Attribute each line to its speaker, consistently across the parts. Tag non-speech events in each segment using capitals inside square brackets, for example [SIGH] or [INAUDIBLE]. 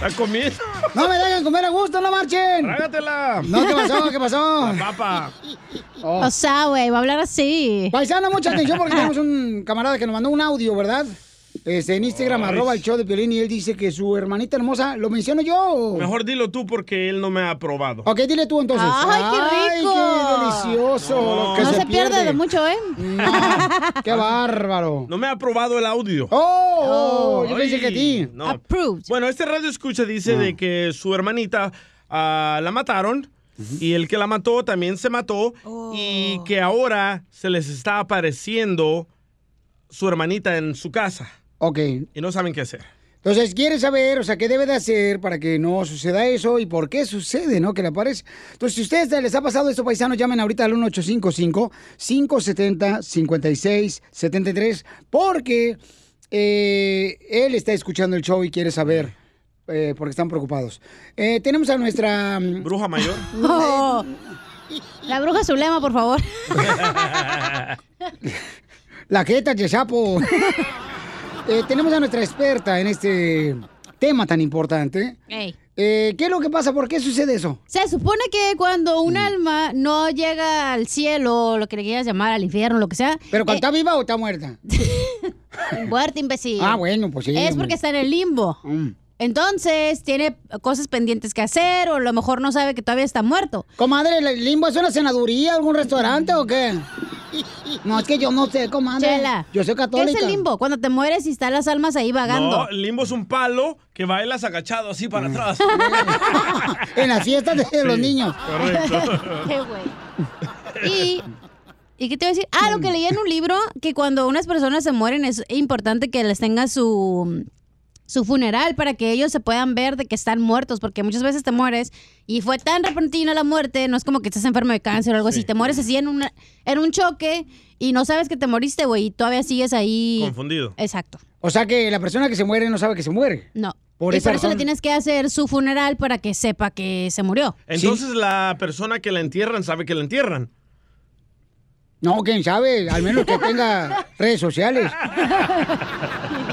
Speaker 1: ¿La comida?
Speaker 2: No me dejen comer a gusto, no marchen.
Speaker 1: Trágatela.
Speaker 2: No, ¿qué pasó? ¿Qué
Speaker 1: [LAUGHS]
Speaker 2: pasó?
Speaker 1: La papa.
Speaker 2: O sea, güey, va a hablar así. Paisano, mucha
Speaker 1: [LAUGHS]
Speaker 2: atención porque tenemos un camarada que nos mandó un audio, ¿verdad? Este, en Instagram,
Speaker 1: Ay.
Speaker 2: arroba el show de Piolín, y él dice que su hermanita hermosa, ¿lo menciono yo? o-
Speaker 1: Mejor dilo tú porque él no me ha aprobado.
Speaker 2: Ok, dile tú entonces.
Speaker 1: Ay, qué rico.
Speaker 2: Ay, qué delicioso.
Speaker 1: No.
Speaker 2: lo que
Speaker 1: No se
Speaker 2: pierde.
Speaker 1: pierde de
Speaker 2: mucho, ¿eh? Ah, qué bárbaro.
Speaker 1: No me ha aprobado el audio.
Speaker 2: Oh, yo pensé que a ti. Ah.
Speaker 1: no. Bueno, este radio escucha dice de que su hermanita ah, la mataron y el que la mató también se mató y que ahora se les está apareciendo su hermanita en su casa.
Speaker 2: Ok.
Speaker 1: Y no saben qué hacer.
Speaker 2: Entonces, quiere saber, o sea, qué debe de hacer para que no suceda eso y por qué sucede, ¿no? Que le aparece. Entonces, si a ustedes les ha pasado esto, paisanos, llamen ahorita al 1855-570-5673, porque eh, él está escuchando el show y quiere saber, eh, porque están preocupados. Eh, tenemos a nuestra... mm,
Speaker 1: Bruja
Speaker 3: [LAUGHS]
Speaker 1: mayor.
Speaker 2: No.
Speaker 3: La bruja Zulema, por favor.
Speaker 2: La jeta,
Speaker 3: [LAUGHS]
Speaker 2: Yesapo. Eh, tenemos a nuestra experta en este tema tan importante. Eh, ¿Qué es lo que pasa? ¿Por qué sucede eso?
Speaker 3: Se supone que cuando
Speaker 2: Mm.
Speaker 3: un alma no llega al cielo, o lo que le quieras llamar, al infierno, lo que sea. eh,
Speaker 2: ¿Pero cuando está viva o está muerta?
Speaker 3: [LAUGHS] Muerta, imbécil.
Speaker 2: Ah, bueno, pues sí.
Speaker 3: Es porque está en el limbo. Entonces, tiene cosas pendientes que hacer, o a lo mejor no sabe que todavía está muerto.
Speaker 2: Comadre, ¿el limbo es una senaduría, algún restaurante o qué?
Speaker 3: [LAUGHS]
Speaker 2: No, es que yo no sé, comadre.
Speaker 3: Chela.
Speaker 2: Yo soy católica.
Speaker 3: ¿Qué es el limbo? Cuando te mueres y están las almas ahí vagando.
Speaker 1: No, el limbo es un palo que bailas agachado así para atrás.
Speaker 2: Mm. [LAUGHS] En las fiestas de los
Speaker 1: Sí,
Speaker 2: niños.
Speaker 1: correcto.
Speaker 3: [LAUGHS] Qué güey. Y, ¿y qué te voy a decir? Ah, lo que leí en un libro, que cuando unas personas se mueren es importante que les tenga su su funeral para que ellos se puedan ver de que están muertos, porque muchas veces te mueres y fue tan repentina la muerte, no es como que estás enfermo de cáncer o algo así, te mueres así en, una, en un choque y no sabes que te moriste, güey, y todavía sigues ahí.
Speaker 1: Confundido.
Speaker 3: Exacto.
Speaker 2: O sea que la persona que se muere no sabe que se muere.
Speaker 3: No.
Speaker 2: Por
Speaker 3: y
Speaker 2: esa
Speaker 3: por eso le
Speaker 2: razón.
Speaker 3: tienes que hacer su funeral para que sepa que se murió.
Speaker 1: Entonces la persona que la entierran sabe que la entierran.
Speaker 2: No, quién sabe, al menos que tenga
Speaker 1: [LAUGHS]
Speaker 2: redes sociales.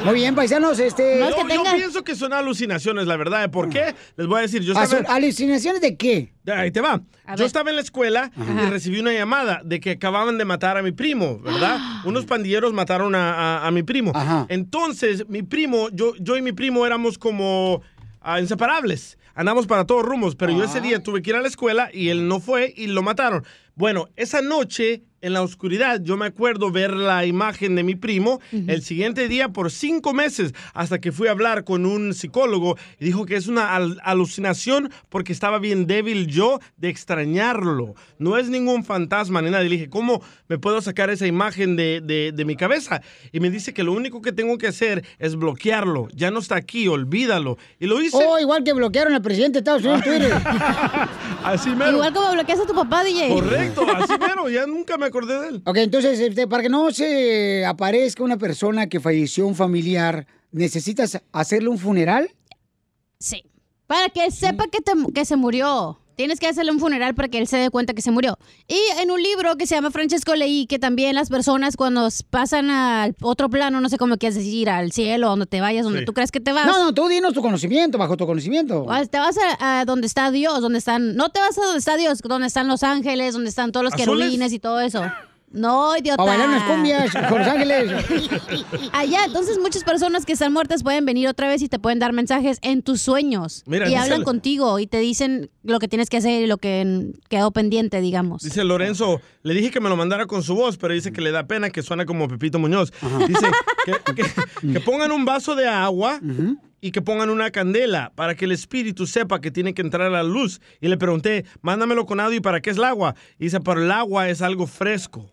Speaker 2: Muy bien, paisanos, este...
Speaker 1: yo, yo pienso que son alucinaciones, la verdad. ¿eh? ¿Por qué? Les voy a decir, yo
Speaker 2: Ah,
Speaker 1: estaba...
Speaker 2: ¿son Ah. ¿Alucinaciones de qué?
Speaker 1: Ahí te va.
Speaker 2: A
Speaker 1: Yo
Speaker 2: ver.
Speaker 1: estaba en la escuela y
Speaker 2: Ajá.
Speaker 1: recibí una llamada de que acababan de matar a mi primo,
Speaker 2: [GASPS]
Speaker 1: ¿verdad? Unos pandilleros mataron a, a- a mi primo. Entonces, mi primo, yo, yo y mi primo éramos como ah, inseparables. Andamos para todos rumos, pero
Speaker 2: Ah.
Speaker 1: yo ese día tuve que ir a la escuela y él no fue y lo mataron. Bueno, esa noche, en la oscuridad, yo me acuerdo ver la imagen de mi primo el siguiente día por cinco meses, hasta que fui a hablar con un psicólogo y dijo que es una al- alucinación porque estaba bien débil yo de extrañarlo. No es ningún fantasma ni nada. Y le dije, ¿cómo me puedo sacar esa imagen de, de- de mi cabeza? Y me dice que lo único que tengo que hacer es bloquearlo. Ya no está aquí, olvídalo. Y lo hice.
Speaker 2: Oh, igual que bloquearon al presidente de Estados Unidos en Twitter.
Speaker 1: [LAUGHS] Así mero.
Speaker 3: Igual como bloqueas a tu papá, DJ.
Speaker 1: Correcto, así mero. Ya nunca me acordé de él.
Speaker 2: Ok, entonces, este, para que no se aparezca una persona que falleció un familiar, ¿necesitas hacerle un funeral?
Speaker 3: Sí. Para que él sepa que, te- que se murió. Tienes que hacerle un funeral para que él se dé cuenta que se murió. Y en un libro que se llama Francesco leí que también las personas cuando s- pasan al otro plano, no sé cómo quieres decir, al cielo, donde te vayas, donde
Speaker 2: Sí.
Speaker 3: tú crees que te vas.
Speaker 2: No, no, tú dinos tu conocimiento, bajo tu conocimiento.
Speaker 3: Ah, Te vas a, a donde está Dios, donde están... No te vas a donde está Dios, donde están los ángeles, donde están todos los
Speaker 2: ¿Azules?
Speaker 3: querubines y todo eso. No, idiota.
Speaker 2: Para bailar unas cumbias con los ángeles.
Speaker 3: Allá, entonces muchas personas que están muertas pueden venir otra vez y te pueden dar mensajes en tus sueños.
Speaker 1: Mira,
Speaker 3: y
Speaker 1: dice
Speaker 3: hablan
Speaker 1: el-
Speaker 3: contigo y te dicen lo que tienes que hacer y lo que mm, quedó pendiente, digamos.
Speaker 1: Dice Lorenzo, le dije que me lo mandara con su voz, pero dice que le da pena que suena como Pepito Muñoz. Dice que, que- que pongan un vaso de agua y que pongan una candela para que el espíritu sepa que tiene que entrar a la luz. Y le pregunté, mándamelo con audio y para qué es el agua. Y dice, pero el agua es algo fresco.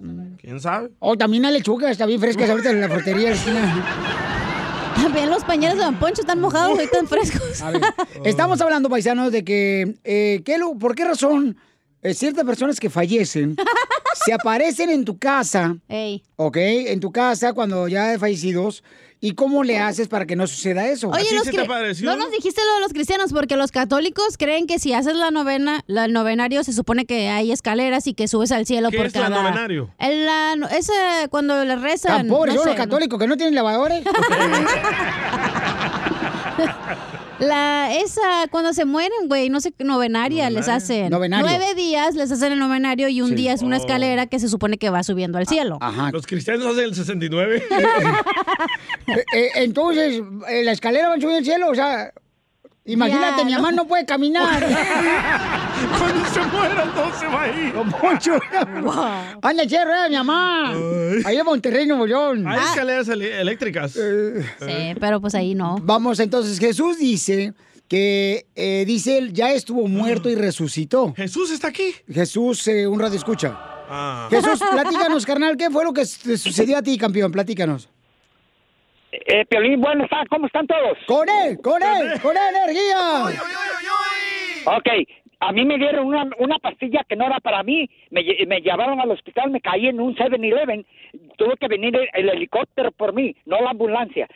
Speaker 2: Mm.
Speaker 1: ¿Quién sabe?
Speaker 2: O Oh, también la lechuga, está bien fresca ahorita en la frutería de la esquina.
Speaker 3: También los pañales de Don Poncho están mojados y tan frescos.
Speaker 2: A ver, estamos hablando, paisanos, de que, eh, ¿qué lu- ¿por qué razón eh, ciertas personas que fallecen
Speaker 3: [LAUGHS]
Speaker 2: se aparecen en tu casa,
Speaker 3: Ey.
Speaker 2: ok, en tu casa cuando ya de fallecidos, y cómo le haces para que no suceda eso?
Speaker 3: Oye, los cri- no nos dijiste lo de los cristianos porque los católicos creen que si haces la novena, la- el novenario se supone que hay escaleras y que subes al cielo
Speaker 2: ¿Qué
Speaker 3: por
Speaker 2: es la
Speaker 3: cada.
Speaker 2: novenario?
Speaker 3: El- la no- es, eh, cuando le rezan.
Speaker 2: Tan Ah, pobres
Speaker 3: no
Speaker 2: son
Speaker 3: [LAUGHS]
Speaker 2: los
Speaker 3: sé, ¿no?
Speaker 2: católicos que no tienen lavadores.
Speaker 3: La, esa, cuando se mueren, güey, no sé, novenaria, les hacen.
Speaker 2: Novenario.
Speaker 3: Nueve días les hacen el novenario y un
Speaker 2: Sí. Ah,
Speaker 3: día es una
Speaker 1: Oh.
Speaker 3: escalera que se supone que va subiendo al cielo.
Speaker 2: Ajá.
Speaker 1: Los cristianos hacen el 69.
Speaker 2: Eh, eh, entonces, eh, la escalera va a subir al cielo, o sea, imagínate,
Speaker 3: Ya,
Speaker 2: mi
Speaker 3: ¿no?
Speaker 2: mamá no
Speaker 3: [LAUGHS]
Speaker 2: puede caminar.
Speaker 1: Cuando se muera, no se va a ir.
Speaker 2: Don Poncho. Anda, che, rueda, mi mamá. Ahí en Monterrey, Nuevo León. Eh.
Speaker 1: Hay escaleras ele- eléctricas.
Speaker 3: Ah. Sí, pero pues ahí no.
Speaker 2: Vamos, entonces, Jesús dice que, eh, dice él, ya estuvo muerto y resucitó.
Speaker 1: Jesús está aquí.
Speaker 2: Jesús, eh, un radio escucha.
Speaker 1: Ah.
Speaker 2: [LAUGHS]
Speaker 1: [LAUGHS]
Speaker 2: Jesús, platícanos, carnal, ¿qué fue lo que te sucedió a ti, campeón? Platícanos.
Speaker 4: Eh, Piolín, bueno, está, ¿cómo están todos?
Speaker 2: ¡Con él, con él, con energía!
Speaker 4: Ok, a mí me dieron una, una pastilla que no era para mí, me, lle- me llevaron al hospital, me caí en un 7-Eleven, tuvo que venir el, el helicóptero por mí, no la ambulancia.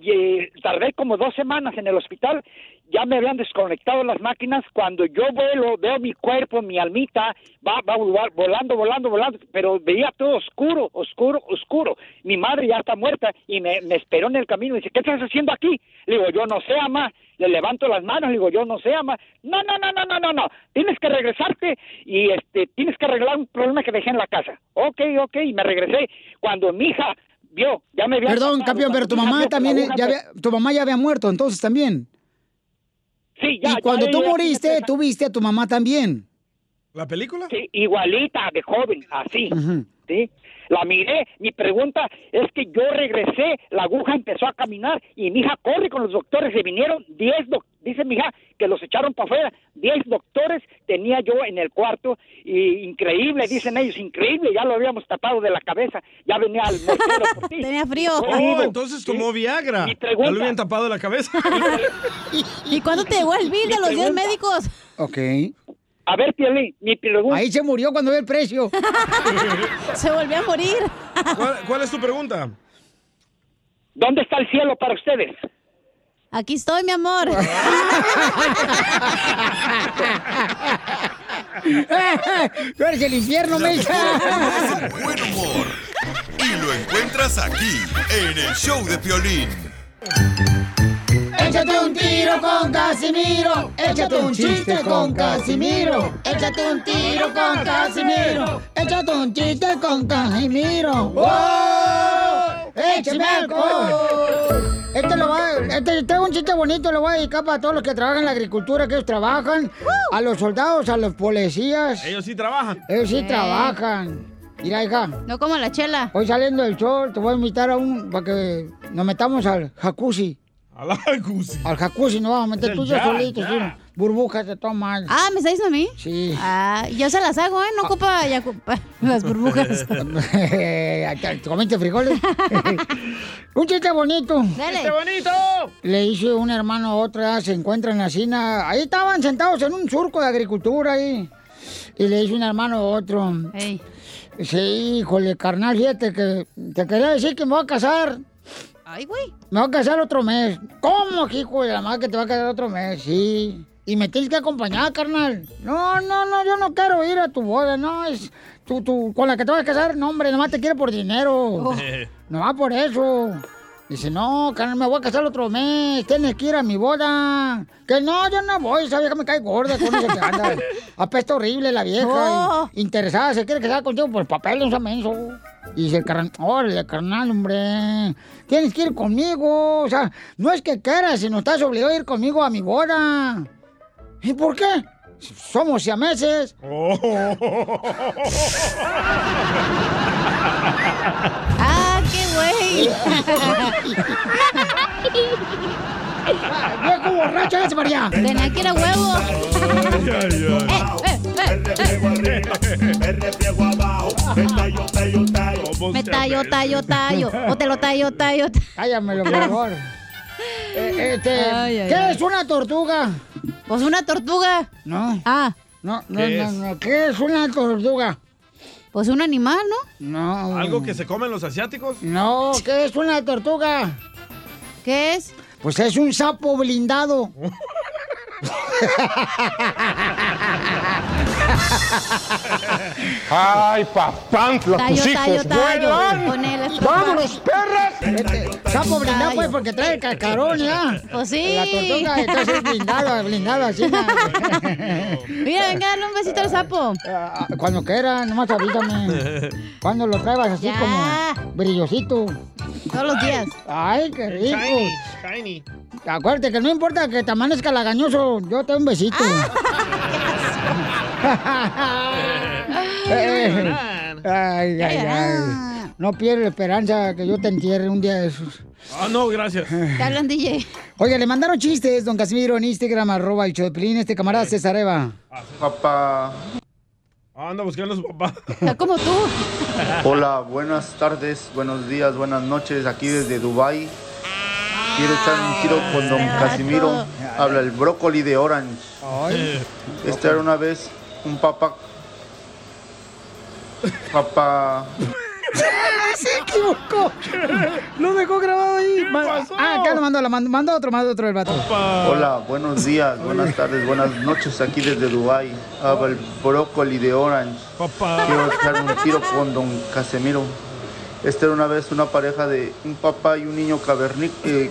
Speaker 4: Y, eh, tardé como dos semanas en el hospital, ya me habían desconectado las máquinas, cuando yo vuelo, veo mi cuerpo, mi almita, va, va volar- volando, volando, volando, pero veía todo oscuro, oscuro, oscuro. Mi madre ya está muerta y me, me esperó en el camino, dice, ¿qué estás haciendo aquí? Le digo, yo no sé, mamá. Le levanto las manos, le digo, yo no sé, ama. No, no, no, no, no, no, no. Tienes que regresarte y este, tienes que arreglar un problema que dejé en la casa. Ok, ok, y me regresé. Cuando mi hija vio, ya me había...
Speaker 2: Perdón,
Speaker 4: pasado,
Speaker 2: campeón, pero tu
Speaker 4: cuando mi
Speaker 2: mamá
Speaker 4: hija vio que la
Speaker 2: también, eh,
Speaker 4: aguja
Speaker 2: ya
Speaker 4: me-
Speaker 2: había- tu mamá ya había muerto, entonces también.
Speaker 4: Sí, ya,
Speaker 2: Y
Speaker 4: ya,
Speaker 2: cuando
Speaker 4: ya,
Speaker 2: tú
Speaker 4: ya, ya,
Speaker 2: moriste,
Speaker 4: ya,
Speaker 2: tú viste a tu mamá también.
Speaker 1: ¿La película?
Speaker 4: Sí, igualita de joven, así.
Speaker 2: Ujú.
Speaker 4: ¿sí? La miré, mi pregunta es que yo regresé, la aguja empezó a caminar y mi hija corre con los doctores, se vinieron 10 doc- dice mi hija que los echaron para afuera, 10 doctores tenía yo en el cuarto y increíble, dicen ellos, increíble, ya lo habíamos tapado de la cabeza, ya venía al mortero por
Speaker 1: [LAUGHS]
Speaker 4: ti.
Speaker 3: Tenía frío.
Speaker 1: Oh, entonces tomó Viagra.
Speaker 4: Mi
Speaker 1: Ya
Speaker 4: pregunta.
Speaker 1: le habían tapado la cabeza.
Speaker 3: ¿Y cuándo te llegó el bill de los 10
Speaker 4: pregunta.
Speaker 3: médicos?
Speaker 2: Ok.
Speaker 4: A ver, Piolín, mi pregunta
Speaker 2: Ahí se murió cuando ve el precio.
Speaker 3: [LAUGHS] Se volvió a morir.
Speaker 1: ¿Cuál, cuál es tu pregunta?
Speaker 4: ¿Dónde está el cielo para ustedes?
Speaker 3: Aquí estoy, mi
Speaker 2: [LAUGHS]
Speaker 3: amor. [LAUGHS]
Speaker 2: Tú eres el infierno, Mecha.
Speaker 5: Más buen humor. Y lo encuentras aquí, en el show de Piolín.
Speaker 2: Échate un tiro con Casimiro. Échate un chiste con Casimiro. Échate un tiro con Casimiro. Échate un chiste con Casimiro. ¡Wow! ¡Échame alcohol! Este lo va, este, este es un chiste bonito, lo voy a dedicar para todos los que trabajan en la agricultura, que ellos trabajan, a los soldados, a los policías,
Speaker 1: Ellos sí trabajan.
Speaker 2: ellos sí
Speaker 3: Sí.
Speaker 2: trabajan. Mira, hija,
Speaker 3: No como la chela.
Speaker 2: hoy saliendo del sol, te voy a invitar a un, para que nos metamos al jacuzzi.
Speaker 1: A la jacuzzi.
Speaker 2: Al jacuzzi no vamos a meter
Speaker 1: Ya,
Speaker 2: tú y yo
Speaker 1: ya.
Speaker 2: solito, sí. Burbujas de todo mal.
Speaker 3: Ah, ¿me está diciendo a mí?
Speaker 2: Sí.
Speaker 3: Ah, yo se las hago, ¿eh? No ocupa ya ocupa [LAUGHS] las
Speaker 2: [LAUGHS]
Speaker 3: burbujas.
Speaker 2: ¿Te ¿Comiste frijoles? Un chiste bonito.
Speaker 1: ¡Qué
Speaker 3: Dale.
Speaker 1: bonito!
Speaker 2: Le dice un hermano a otra, se encuentran en la cina. Ahí estaban sentados en un surco de agricultura ahí. Y le dice un hermano a otro.
Speaker 3: Ey.
Speaker 2: Sí, híjole, carnal, fíjate que te quería decir que me voy a casar.
Speaker 3: Ay, güey.
Speaker 2: Me voy a casar otro mes. ¿Cómo, hijo de la madre, que te va a casar otro mes? Sí. Y me tienes que acompañar, carnal. No, no, no, yo no quiero ir a tu boda, no, es... Tú, tú, con la que te vas a casar, no, hombre, nomás te quiere por
Speaker 6: Oh.
Speaker 2: dinero.
Speaker 1: [LAUGHS] Eh.
Speaker 2: Nomás por eso. Dice, no, carnal, me voy a casar el otro mes, tienes que ir a mi boda. Que no, yo no voy, esa vieja me cae gorda con eso que anda. Apesta horrible la vieja.
Speaker 3: Oh.
Speaker 2: y- Interesada, se quiere casar contigo por papel, un menso. Y dice el carnal, órale, carnal, hombre, tienes que ir conmigo. O sea, no es que quieras, sino estás obligado a ir conmigo a mi boda. ¿Y por qué? Somos siameses.
Speaker 3: Ah, qué güey.
Speaker 2: ¡Viejo borracho, es María!
Speaker 3: Tenía que ir a huevo. Eh, eh, eh, eh. Me tallo, tallo, tallo. O te lo tallo, tallo. tallo.
Speaker 2: Cállamelo, por
Speaker 3: [LAUGHS]
Speaker 2: favor. Eh, este,
Speaker 3: Ay, ay,
Speaker 2: ¿Qué
Speaker 3: ay.
Speaker 2: es una tortuga?
Speaker 3: Pues una tortuga.
Speaker 2: No,
Speaker 3: Ah,
Speaker 2: no, no,
Speaker 1: ¿Qué
Speaker 2: no,
Speaker 1: es?
Speaker 2: no. ¿Qué es una tortuga?
Speaker 3: pues un animal, ¿no?
Speaker 2: No.
Speaker 1: ¿Algo que se comen los asiáticos?
Speaker 2: No, ¿qué es una tortuga?
Speaker 3: ¿Qué es?
Speaker 2: Pues es un sapo blindado.
Speaker 7: ¡Ay, papantla,
Speaker 3: Tallo,
Speaker 7: tus
Speaker 3: tallo,
Speaker 7: hijos
Speaker 3: tallo.
Speaker 7: vuelan!
Speaker 3: Con él, estropajo.
Speaker 7: ¡Vámonos, perras!
Speaker 2: Este, Sapo blindado, pues, porque trae el cascarón, ¿ya?
Speaker 3: Pues sí.
Speaker 2: La tortuga está así blindada, blindada, así. na.
Speaker 3: Mira, venga, dale un besito al sapo.
Speaker 2: Ah, Cuando quiera, nomás avísame. Cuando lo traigas así
Speaker 3: Ya.
Speaker 2: como brillosito.
Speaker 3: Todos los días.
Speaker 2: Ay, qué rico.
Speaker 1: Shiny, shiny.
Speaker 2: Acuérdate que no importa que te amanezca lagañoso, yo te doy un besito.
Speaker 3: Ah. [LAUGHS]
Speaker 2: [LAUGHS] Eh, ay,
Speaker 3: Eh,
Speaker 2: ay,
Speaker 3: ah.
Speaker 2: ay. No pierdes la esperanza que yo te entierre un día de esos.
Speaker 1: Ah, no, gracias.
Speaker 3: Te hablan, DJ.
Speaker 2: Oiga, le mandaron chistes, don Casimiro, en Instagram, arroba el Choplin, este camarada César Eva.
Speaker 8: Papá,
Speaker 1: Ah, anda buscando a su
Speaker 2: [LAUGHS]
Speaker 1: papá.
Speaker 3: Está como tú.
Speaker 8: hola, buenas tardes, buenos días, buenas noches, aquí desde Dubai. Quiero echar un tiro con don
Speaker 3: Este
Speaker 8: Casimiro.
Speaker 3: vato.
Speaker 8: Habla el brócoli de Orange. Esta era una vez un papá. Papá.
Speaker 2: Se equivocó. Lo dejó grabado ahí. Ma-
Speaker 1: pasó?
Speaker 2: Ah, acá lo mandó, lo mandó, mandó otro, mandó otro el vato.
Speaker 8: Hola, buenos días, buenas tardes, buenas noches, aquí desde Dubai. Habla el brócoli de Orange.
Speaker 1: Papá.
Speaker 8: Quiero echar un tiro con don Casimiro. Esta era una vez una pareja de un papá y un niño caverní- eh,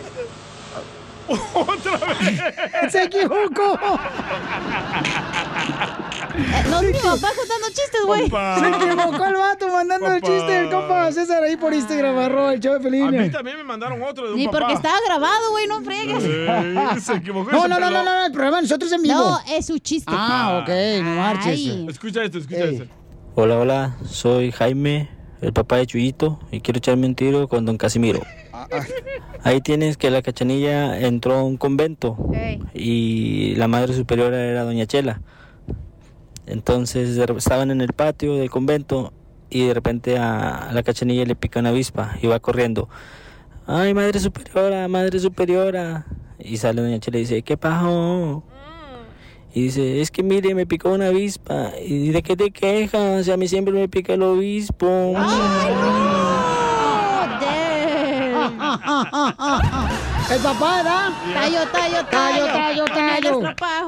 Speaker 1: Otra vez.
Speaker 2: Se
Speaker 7: [LAUGHS]
Speaker 2: equivocó.
Speaker 3: Eh, No, mi papá contando chistes, güey.
Speaker 2: Se
Speaker 1: Papá.
Speaker 2: equivocó el vato mandando el
Speaker 1: Papá.
Speaker 2: chiste del compa César ahí por Instagram, arroba el show de
Speaker 1: A mí
Speaker 2: Pelín.
Speaker 1: también me mandaron otro de un
Speaker 3: Ni
Speaker 1: papá.
Speaker 3: porque estaba grabado, güey, no fregues.
Speaker 1: Eh, se equivocó.
Speaker 2: [LAUGHS] No,
Speaker 1: ese
Speaker 2: no, no,
Speaker 1: pelón.
Speaker 2: no, no, el programa de nosotros es en vivo.
Speaker 3: No, es su chiste.
Speaker 2: Ah, ok, no marches.
Speaker 3: Ay.
Speaker 1: Escucha esto, escucha
Speaker 2: Ey.
Speaker 1: esto.
Speaker 9: Hola, hola, soy Jaime, el papá de Chuyito, y quiero echarme un tiro con don
Speaker 2: [LAUGHS]
Speaker 9: Casimiro. Ahí tienes que la cachanilla entró a un convento
Speaker 3: Ey.
Speaker 9: y la madre superiora era doña Chela. Entonces de rep- estaban en el patio del convento y de repente a la cachanilla le pica una avispa y va corriendo. ¡Ay, madre superiora, madre superiora! Y sale doña Chela y dice, ¿qué pasó? Y dice, es que mire, me picó una avispa. ¿Y de qué te quejas? A mí siempre me pica el obispo.
Speaker 3: Oh, damn.
Speaker 2: Ah, ah, ah, ah, ah. El papá, ¿verdad?
Speaker 3: Tallo, tallo, tallo.
Speaker 2: Tallo, tallo,
Speaker 3: Con el
Speaker 2: tallo.
Speaker 3: estropajo.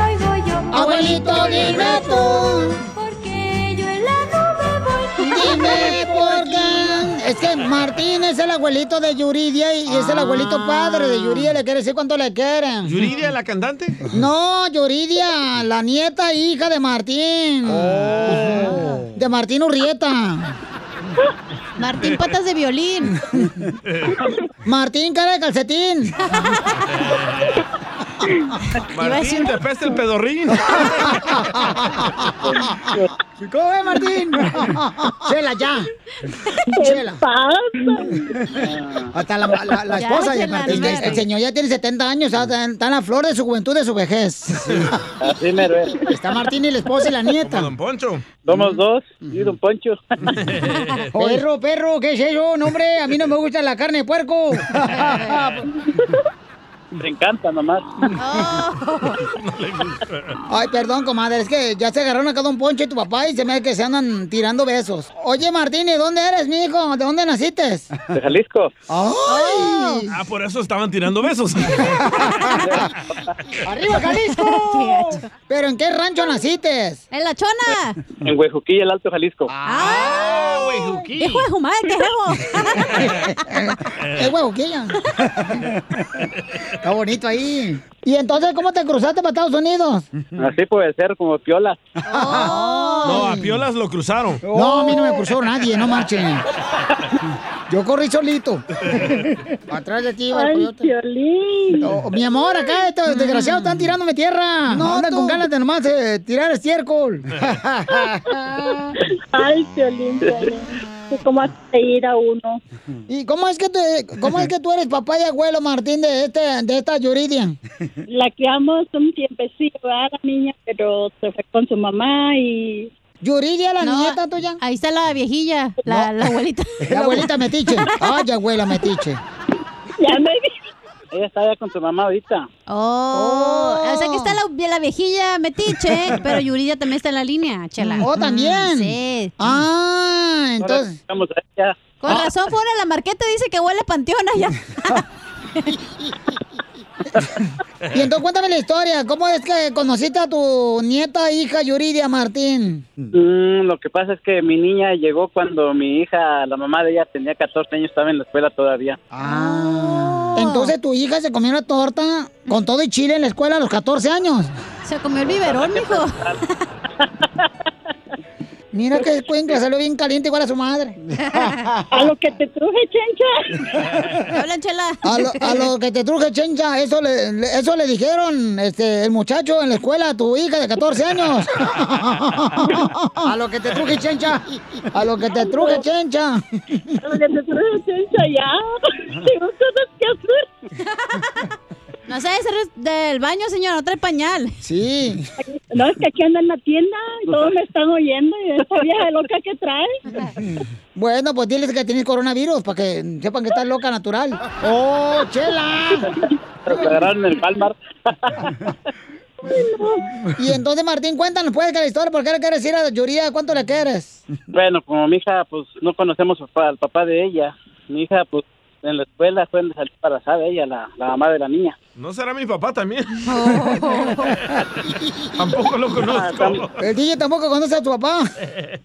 Speaker 10: oigo yo?
Speaker 2: Abuelito, dime tú.
Speaker 10: Porque yo en la nube voy.
Speaker 2: Dime por qué. Es que Martín es el abuelito de Yuridia y y es el abuelito padre de Yuridia. Le quiere decir cuánto le quieren.
Speaker 1: Ah. ¿Yuridia, la cantante?
Speaker 2: No, Yuridia, la nieta e hija de Martín.
Speaker 1: Oh.
Speaker 2: De Martín Urrieta.
Speaker 3: Martín Patas de Violín.
Speaker 2: Martín cara de calcetín.
Speaker 3: Iba a decir-
Speaker 1: Martín, te peste el pedorrín.
Speaker 2: ¿Cómo
Speaker 1: [LAUGHS]
Speaker 2: es Martín? Chela, ya. Chela. Hasta la, la- la
Speaker 3: Ya,
Speaker 2: esposa de
Speaker 3: Chela,
Speaker 2: Martín.
Speaker 3: no
Speaker 2: El, el señor ya tiene 70 años, está está en la flor de su juventud, de su vejez.
Speaker 11: Así mero es.
Speaker 2: Está Martín y la esposa y la
Speaker 1: Como
Speaker 2: nieta.
Speaker 1: Don Poncho.
Speaker 11: Somos dos y don Poncho.
Speaker 2: Perro, perro, ¿qué es eso? No, hombre, a mí no me gusta la carne de puerco.
Speaker 11: Te encanta nomás.
Speaker 2: [LAUGHS] Ay, perdón, comadre, es que ya se agarraron acá Don Poncho y tu papá y se me hace que se andan tirando besos. Oye, Martín, ¿y dónde eres, mijo? ¿De dónde naciste?
Speaker 11: De Jalisco.
Speaker 2: ¡Ay!
Speaker 1: Ah, por eso estaban tirando besos.
Speaker 2: ¡Arriba, Jalisco! ¿Pero en [LAUGHS] qué rancho naciste?
Speaker 3: ¡En la chona!
Speaker 11: En Huejuquilla, el Alto Jalisco.
Speaker 1: Ah, güey, Juquí.
Speaker 3: ¡Hijo de su
Speaker 2: [LAUGHS]
Speaker 3: madre, qué jevo!
Speaker 2: Es huevoquilla. Está bonito ahí. ¿Y entonces cómo te cruzaste para Estados Unidos?
Speaker 11: Así puede ser, como piolas.
Speaker 1: No, a Piolas lo cruzaron.
Speaker 2: No, a mí no me cruzó nadie, no marchen. Yo corrí solito. Atrás de ti iba el
Speaker 10: Ay, Mm.
Speaker 2: coyote. No, mi amor, acá estos desgraciados están tirándome tierra. No, Ahora con ganas de nomás eh, tirar estiércol.
Speaker 10: Ay, Piolín, Piolín. ¿Cómo hace ir a uno?
Speaker 2: ¿Y cómo es que te- cómo es que tú eres papá y abuelo, Martín, de este, de esta Yuridia?
Speaker 10: La que amo es un tiempecillo, ¿verdad? La niña, pero se fue con su mamá y...
Speaker 2: Yuridia, la
Speaker 10: No,
Speaker 2: niñeta tuya. Ahí está la viejilla,
Speaker 10: la- la abuelita.
Speaker 2: [LAUGHS] La abuelita metiche. Ay, abuela metiche.
Speaker 11: Ella está allá con su mamá ahorita.
Speaker 3: Oh, o sea que está la, la viejilla
Speaker 2: [LAUGHS]
Speaker 3: metiche, pero Yuridia también está en la línea, chela.
Speaker 2: Oh, también.
Speaker 3: Sí.
Speaker 2: Ah,
Speaker 11: entonces- Vamos a ella.
Speaker 3: Con razón fuera la marqueta dice que huele a panteón
Speaker 2: [LAUGHS]
Speaker 3: allá.
Speaker 2: Y entonces cuéntame la historia. ¿Cómo es que conociste a tu nieta, hija Yuridia, Martín?
Speaker 11: Mm, lo que pasa es que mi niña llegó cuando mi hija, la mamá de ella, tenía 14 años, estaba en la escuela todavía.
Speaker 10: Oh.
Speaker 2: Entonces tu hija se comió una torta con todo y chile en la escuela a los 14 años.
Speaker 3: Se comió el biberón, mijo.
Speaker 2: Mira que cuenca, salió bien caliente igual a su madre.
Speaker 10: [LAUGHS] A lo que te truje,
Speaker 2: [LAUGHS]
Speaker 10: chencha.
Speaker 3: Hablan, chela.
Speaker 2: A lo, a lo
Speaker 10: [LAUGHS]
Speaker 2: que te truje, chencha, eso le, le- eso le dijeron este, el muchacho en la escuela a tu hija de 14 años. A lo que te truje, chencha. A lo que te truje, chencha. A
Speaker 10: lo que te truje, chencha, ya.
Speaker 3: [LAUGHS] No sabes hacer del baño, señor, no trae pañal.
Speaker 2: Sí.
Speaker 10: No, es que aquí anda en la tienda y
Speaker 11: Pues
Speaker 10: todos me están oyendo y esta vieja loca que trae.
Speaker 2: Mm. Bueno, pues diles que tienes coronavirus para que sepan que estás loca natural. ¡Oh, chela!
Speaker 11: Pero se agarraron en el Palmar.
Speaker 2: Y entonces, Martín, cuéntanos, puedes que la historia, ¿por qué le quieres ir a Yuridia? ¿Cuánto le quieres?
Speaker 11: Bueno, como mi hija, pues no conocemos al papá, al papá de ella. Mi hija, pues en la escuela fue donde salió embarazada ella, la, la mamá de la niña.
Speaker 1: ¿No será mi papá
Speaker 2: [LAUGHS]
Speaker 1: también? Tampoco lo conozco.
Speaker 2: El DJ tampoco conoce a tu papá.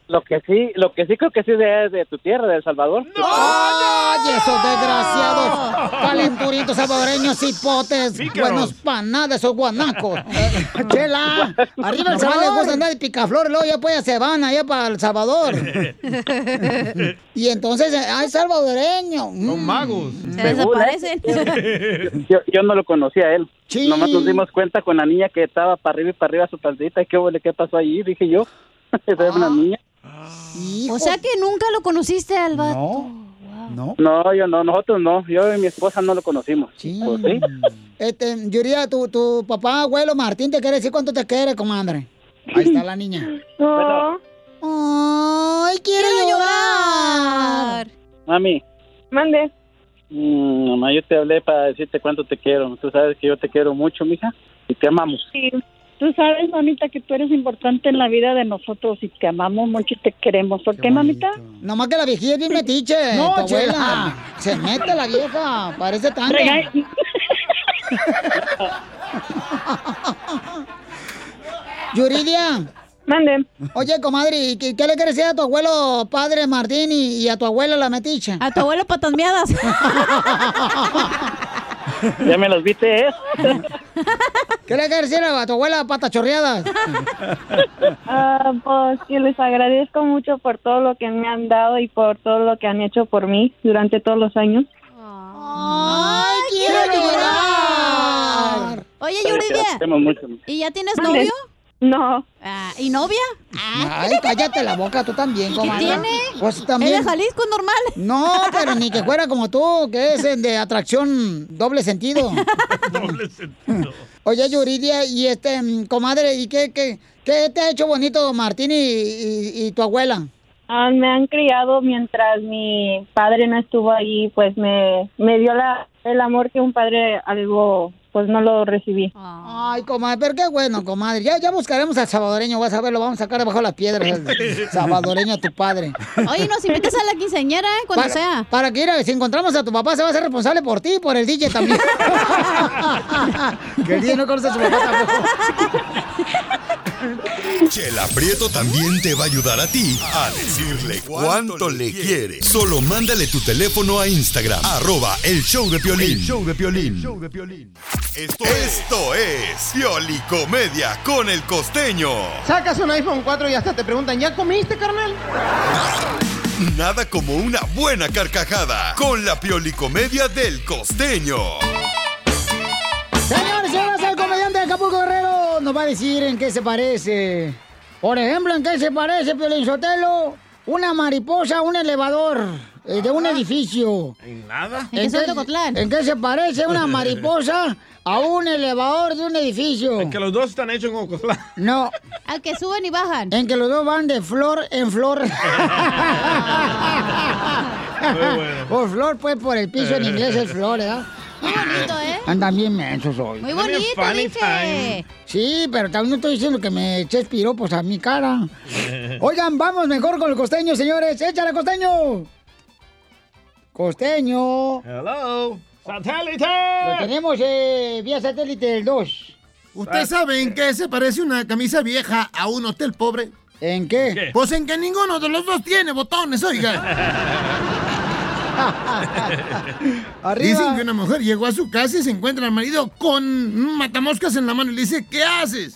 Speaker 11: Lo que sí, lo que sí creo que sí de- es de tu tierra, de El Salvador.
Speaker 2: ¡Ay, esos desgraciados! Calenturientos salvadoreños, hipotes,
Speaker 11: Pícaros.
Speaker 2: buenos panadas, esos guanacos. Eh, ¡Chela! Arriba el
Speaker 11: No.
Speaker 2: chaval le gusta andar de picaflor, luego ya pues ya se van allá para El Salvador. y entonces, eh, ¡ay, salvadoreño! Mm.
Speaker 1: Son magos.
Speaker 11: [LAUGHS] Yo, yo no lo conocía a él.
Speaker 2: Sí.
Speaker 11: Nomás nos dimos cuenta con la niña que estaba para arriba y para arriba su taldita. ¿Y qué, huele? qué pasó allí? Dije yo. [LAUGHS] Era una niña.
Speaker 3: O sea que nunca lo conociste al vato.
Speaker 11: ¿No? yo no, nosotros no. Yo y mi esposa no lo conocimos. Pues, sí.
Speaker 2: Este, Yuridia, tu, tu papá, abuelo Martín, te quiere decir cuánto te quiere, comadre. Ahí está la niña.
Speaker 11: Bueno,
Speaker 2: ¡Ay, quiero, llorar!
Speaker 11: mami.
Speaker 10: Mande.
Speaker 11: Mm, mamá, yo te hablé para decirte cuánto te quiero. Tú sabes que yo te quiero mucho, mija. Y te amamos.
Speaker 10: Sí. Tú sabes, mamita, que tú eres importante en la vida de nosotros y te amamos mucho y te queremos. ¿Por qué, mamita?
Speaker 2: Nomás que la viejilla es bien metiche.
Speaker 10: [LAUGHS] No,
Speaker 2: tu abuela.
Speaker 10: chela.
Speaker 2: Se mete la vieja,
Speaker 10: [LAUGHS]
Speaker 2: parece tan.
Speaker 10: Rega-
Speaker 2: [LAUGHS] Yuridia.
Speaker 10: Mande.
Speaker 2: Oye, comadre, ¿y ¿qué, qué le quieres decir a tu abuelo, padre Martín, y, y a tu abuela la metiche?
Speaker 3: A tu abuelo
Speaker 2: [LAUGHS]
Speaker 3: patasmeadas.
Speaker 11: Ya me los viste, ¿eh?
Speaker 2: [LAUGHS] ¿Qué le quieres decir a tu abuela patachorreadas?
Speaker 12: Ah, pues que les agradezco mucho por todo lo que me han dado y por todo lo que han hecho por mí durante todos los años.
Speaker 2: ¡Ay, quiero llorar!
Speaker 3: Oye, Yuridia,
Speaker 11: Te amamos mucho.
Speaker 3: ¿y ya tienes
Speaker 12: Mande.
Speaker 3: novio?
Speaker 12: No.
Speaker 3: Ah, ¿Y novia?
Speaker 2: Ay, cállate la boca, tú también,
Speaker 3: ¿Qué
Speaker 2: comadre.
Speaker 3: tiene?
Speaker 2: Pues también.
Speaker 3: ¿Es de Jalisco normal?
Speaker 2: No, pero ni que fuera como tú, que es eh, de atracción doble
Speaker 12: [LAUGHS]
Speaker 2: sentido. Oye, Yuridia, y este, mm, comadre, ¿y qué, qué, qué te ha hecho bonito Martín y, y- y tu abuela?
Speaker 12: Ah, me han criado mientras mi padre no estuvo ahí, pues me, me dio la, el amor que un padre algo, pues no lo recibí.
Speaker 2: Ah. Ay, comadre, pero qué bueno, comadre. Ya, ya buscaremos al salvadoreño, vas a ver, lo vamos a sacar debajo de las piedras. el salvadoreño a tu padre.
Speaker 3: Oye, nos invitas a la quinceañera, ¿eh? Cuando
Speaker 2: para,
Speaker 3: sea.
Speaker 2: Para que, mira, si encontramos a tu papá, se va a ser responsable por ti y por el DJ también. que el DJ no conoce a su papá tampoco.
Speaker 5: Chela Prieto también te va a ayudar a ti a decirle cuánto le quiere. Solo mándale tu teléfono a Instagram, arroba el show de Piolín.
Speaker 13: El
Speaker 5: show de Piolín. Esto, esto es Piolicomedia con el Costeño.
Speaker 14: Sacas un iPhone 4 y hasta te preguntan, ¿ya comiste, carnal?
Speaker 5: Nada como una buena carcajada con la Piolicomedia del Costeño.
Speaker 2: Señores, señoras, el comediante de Acapulco Guerrero nos va a decir en qué se parece. Por ejemplo, en qué se parece, Piolín Sotelo, una mariposa, un elevador eh, de un edificio.
Speaker 1: ¿En nada?
Speaker 2: ¿En qué- ¿En
Speaker 1: [LAUGHS]
Speaker 2: qué se
Speaker 3: [LAUGHS]
Speaker 2: parece una mariposa a un elevador de un edificio?
Speaker 1: Que los dos están hechos en Ocotlán.
Speaker 2: No.
Speaker 3: Al que suben y bajan.
Speaker 2: En que los dos van de flor
Speaker 1: [LAUGHS]
Speaker 2: en flor. o flor, pues, por el piso
Speaker 1: Eh.
Speaker 2: en inglés es flor, ¿verdad?
Speaker 3: Muy bonito, ¿eh?
Speaker 2: Andan bien mensos hoy.
Speaker 3: Muy bonito, dije.
Speaker 2: Sí, pero también no estoy diciendo que me eches piropos a mi cara.
Speaker 10: [LAUGHS]
Speaker 2: Oigan, vamos mejor con el costeño, señores. ¡Échale, costeño! Costeño.
Speaker 1: Hello. ¡Satélite!
Speaker 2: Lo tenemos eh, vía satélite el 2.
Speaker 15: ¿Ustedes saben qué se parece una camisa vieja a un hotel pobre?
Speaker 2: ¿En qué?
Speaker 1: ¿Qué?
Speaker 15: Pues en que ninguno de los dos tiene botones, oiga.
Speaker 2: [LAUGHS]
Speaker 15: Dicen que una mujer llegó a su casa y se encuentra al marido con un matamoscas en la mano y le dice, ¿qué haces?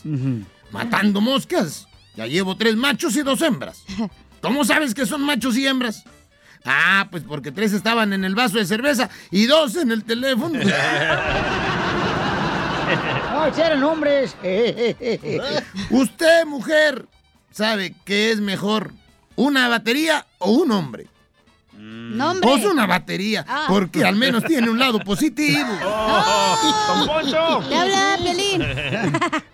Speaker 15: Matando moscas. Ya llevo tres machos y dos
Speaker 3: [LAUGHS]
Speaker 15: hembras. ¿Cómo sabes que son machos y hembras? Ah, pues porque tres estaban en el vaso de cerveza y dos en el
Speaker 3: [LAUGHS]
Speaker 15: teléfono.
Speaker 2: No, si eran hombres. [LAUGHS]
Speaker 15: Usted, mujer, sabe qué es mejor, una batería o un hombre.
Speaker 3: No, hombre.
Speaker 15: Pues una batería,
Speaker 3: Ah.
Speaker 15: porque al menos tiene un lado
Speaker 3: [LAUGHS]
Speaker 15: positivo.
Speaker 3: ¡Oh! ¡Te habla, Pelín!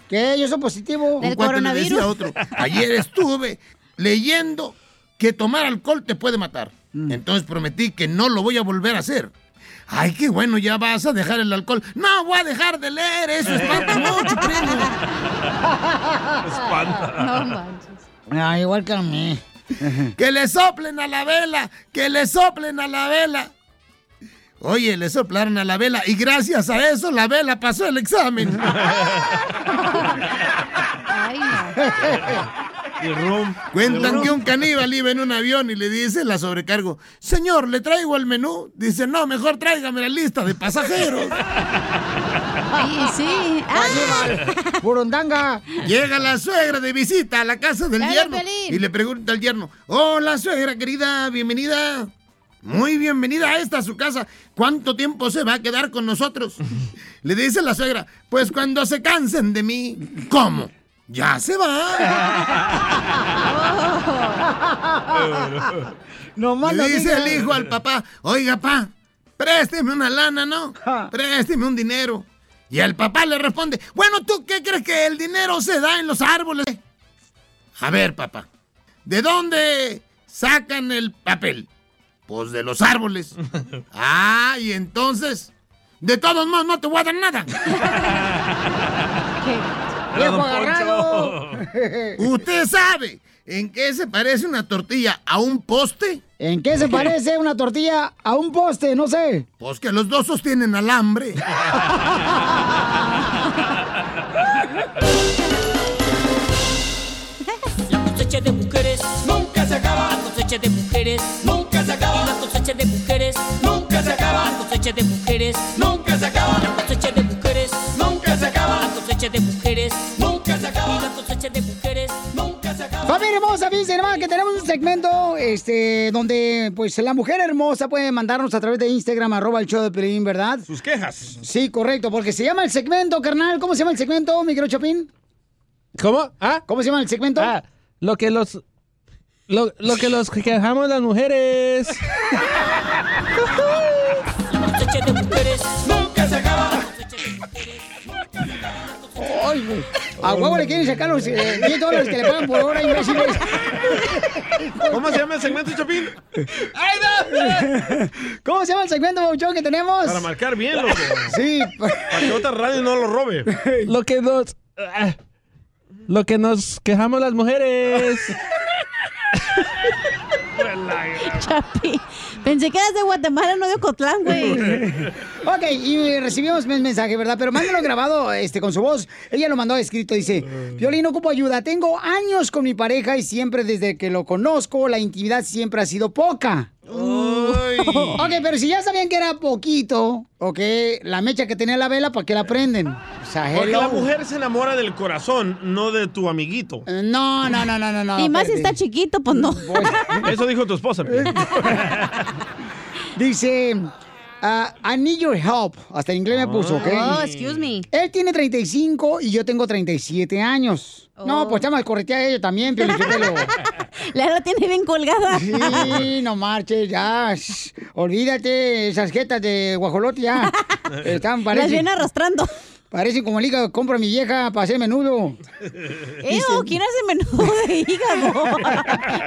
Speaker 2: ¿Qué? Yo soy positivo.
Speaker 3: Del
Speaker 15: Le decía a otro, ayer estuve leyendo que tomar alcohol te puede matar.
Speaker 2: Mm.
Speaker 15: Entonces prometí que no lo voy a volver a hacer. Ay, qué bueno, ya vas a dejar el alcohol. No, voy a dejar de leer, eso
Speaker 2: [LAUGHS]
Speaker 15: espanta mucho, primo.
Speaker 1: Espanta. No
Speaker 2: Ah, igual que a mí.
Speaker 15: [LAUGHS] Que le soplen a la vela, que le soplen a la vela. Oye, le soplaron a la vela y gracias a eso la vela pasó el examen.
Speaker 3: Ay,
Speaker 15: [LAUGHS] Cuentan
Speaker 3: rum.
Speaker 15: que un caníbal iba en un avión y le dice la sobrecargo, señor, ¿le traigo el menú? Dice, no, mejor tráigame la lista de pasajeros.
Speaker 3: Sí, sí. Ah.
Speaker 2: Burundanga.
Speaker 15: Llega la suegra de visita a la casa del
Speaker 3: Dale,
Speaker 15: yerno
Speaker 3: Pelín.
Speaker 15: y le pregunta al yerno, hola suegra querida, bienvenida. Muy bienvenida a esta a su casa. ¿Cuánto tiempo se va a quedar con nosotros? Le dice la suegra, pues cuando se cansen de mí. ¿Cómo? Ya se va.
Speaker 2: Nomás
Speaker 15: Le
Speaker 2: lo
Speaker 15: dice
Speaker 2: diga.
Speaker 15: el hijo al papá, oiga, papá, présteme una lana, ¿no? Présteme un dinero. Y el papá le responde, bueno, ¿tú qué crees que el dinero se da en los árboles? A ver, papá, ¿de dónde sacan el papel? Pues de
Speaker 16: [LAUGHS]
Speaker 15: los árboles. Ah, y entonces, de todos modos, no te voy a dar nada.
Speaker 16: [LAUGHS]
Speaker 2: ¡Viejo
Speaker 15: [LAUGHS]
Speaker 2: agarrado!
Speaker 15: ¿Usted sabe en qué se parece una tortilla a un poste?
Speaker 2: ¿En qué se parece una tortilla a un poste? No sé.
Speaker 15: Pues que los dos sostienen alambre.
Speaker 17: cosecha de mujeres nunca se acaba. La cosecha de mujeres nunca se acaba. La cosecha de mujeres nunca se acaba. La cosecha de mujeres nunca se acaba. La cosecha de mujeres nunca se acaba. La cosecha de mujeres nunca se acaba. La cosecha de mujeres nunca se acaba.
Speaker 2: Familia hermosa, fíjense nomás que tenemos un segmento este, donde pues la mujer hermosa puede mandarnos a través de Instagram, arroba el show de Pelín, ¿verdad?
Speaker 1: Sus quejas.
Speaker 2: Sí, correcto, porque se llama el segmento, carnal. ¿Cómo se llama el segmento, micro Chopin?
Speaker 18: ¿Cómo? ¿Ah?
Speaker 2: ¿Cómo se llama el segmento?
Speaker 18: Ah, lo que los... Lo, lo que los quejamos las mujeres.
Speaker 17: La cosecha de mujeres nunca se acaba.
Speaker 2: Ay, güey. A huevo le quieren sacar los eh, 10 dólares que le pagan por hora, imbéciles.
Speaker 1: ¿Cómo se llama el segmento, Chapín?
Speaker 2: ¿Cómo se llama el segmento, Bauchón, que tenemos?
Speaker 1: Para marcar bien, loco.
Speaker 2: Sí.
Speaker 1: Para que otra radio no lo robe.
Speaker 18: lo que nos... ah, lo que nos quejamos las mujeres.
Speaker 3: Chapi. Pensé que eras de Guatemala, no de Ocotlán, güey.
Speaker 2: [LAUGHS] Ok, y eh, recibimos el mensaje, ¿verdad? Pero mándalo grabado este, con su voz. Ella lo mandó escrito, dice, Violín, ocupo ayuda. Tengo años con mi pareja y siempre desde que lo conozco, la intimidad siempre ha sido poca. ok, pero si ya sabían que era poquito, ok, la mecha que tenía la vela, ¿para qué la prenden? O sea,
Speaker 1: Porque la
Speaker 2: hello.
Speaker 1: mujer se enamora del corazón, no de tu amiguito.
Speaker 2: No, no, no, no, no, no.
Speaker 1: Y más si
Speaker 2: espérate. Eh.
Speaker 1: está
Speaker 3: chiquito, pues
Speaker 2: [LAUGHS] Oh,
Speaker 3: no.
Speaker 1: Eso dijo tu esposa. Piolín.
Speaker 2: Dice, ah, I need your help. Hasta en inglés me puso, ¿ok?
Speaker 3: Oh, excuse me.
Speaker 2: Él tiene 35 y yo tengo 37 años. No, pues chama, corretea a ella también, pero
Speaker 3: Oh. [LAUGHS] La la tiene bien colgada.
Speaker 2: Sí, no marches, ya. Shh, Olvídate esas jetas de
Speaker 3: [LAUGHS]
Speaker 2: guajolote, ya. Están,
Speaker 3: Las
Speaker 2: parecen-
Speaker 3: viene arrastrando.
Speaker 2: Parecen como liga que compra mi vieja para hacer menudo. Eh,
Speaker 3: Ew, ¿quién hace menudo de
Speaker 2: [LAUGHS]
Speaker 3: hígado?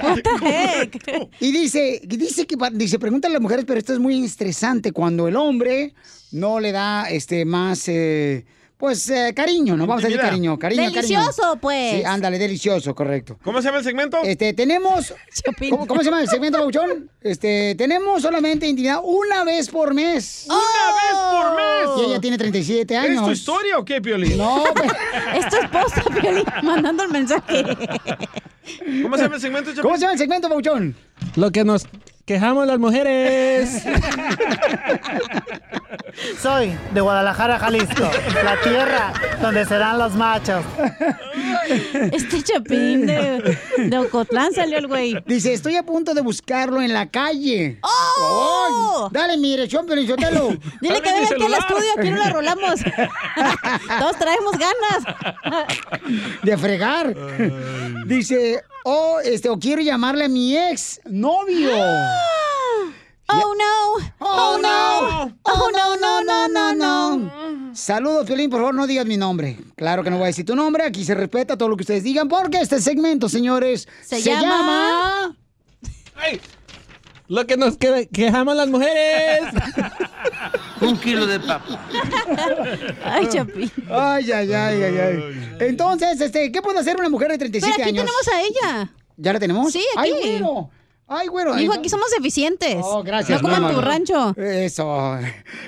Speaker 3: What the heck?
Speaker 2: Y dice, dice que pa- dice, pregunta a las mujeres, pero esto es muy estresante cuando el hombre no le da este más eh, pues eh, cariño, no vamos a decir
Speaker 1: Intimidad.
Speaker 2: cariño, cariño, cariño.
Speaker 1: Delicioso, pues.
Speaker 2: Sí, ándale, delicioso, correcto.
Speaker 1: ¿Cómo se llama el segmento?
Speaker 3: [LAUGHS]
Speaker 2: Este, tenemos ¿cómo, cómo se llama el segmento Bauchón? Este, tenemos solamente intimidad una vez por mes. Una
Speaker 1: vez por mes.
Speaker 2: Y ella tiene 37 años.
Speaker 1: ¿Es tu historia o qué, Piolín?
Speaker 2: No, pues,
Speaker 3: es tu esposa, Piolín, mandando el mensaje.
Speaker 1: ¿Cómo se llama el segmento, Chapín?
Speaker 2: ¿Cómo se
Speaker 1: [LAUGHS]
Speaker 2: llama el segmento, Bauchón?
Speaker 18: Lo que nos quejamos las mujeres.
Speaker 13: [LAUGHS] Soy de Guadalajara, Jalisco, la tierra donde serán los machos.
Speaker 3: [LAUGHS] Este chapín de, de Ocotlán salió el güey.
Speaker 2: Dice, estoy a punto de buscarlo en la calle. ¡Oh! Dale mi dirección, pero yo te lo...
Speaker 3: Dile que venga aquí al estudio, aquí no la
Speaker 2: [LAUGHS]
Speaker 3: rolamos. Todos traemos ganas.
Speaker 2: de fregar. Dice, oh, este, o quiero llamarle a mi ex novio.
Speaker 3: Oh no,
Speaker 2: oh no, oh no, no, no, no, no. Saludos, Piolín, por favor, no digas mi nombre. Claro que no voy a decir tu nombre, aquí se respeta todo lo que ustedes digan, porque este segmento, señores,
Speaker 3: Se llama-
Speaker 18: Lo que nos que- quejamos las mujeres.
Speaker 16: Un kilo de papa.
Speaker 3: Ay, Chapi.
Speaker 2: Ay, ay, ay, ay, ay. Entonces, este, ¿qué puede hacer una mujer de 37
Speaker 3: Pero aquí
Speaker 2: años?
Speaker 3: tenemos a ella.
Speaker 2: ¿Ya la tenemos?
Speaker 3: Sí,
Speaker 2: Ay,
Speaker 3: aquí.
Speaker 2: güero. Ay, güero.
Speaker 3: Dijo, aquí somos eficientes.
Speaker 2: Oh, gracias.
Speaker 3: No como
Speaker 2: mamá.
Speaker 3: en tu rancho.
Speaker 2: Eso.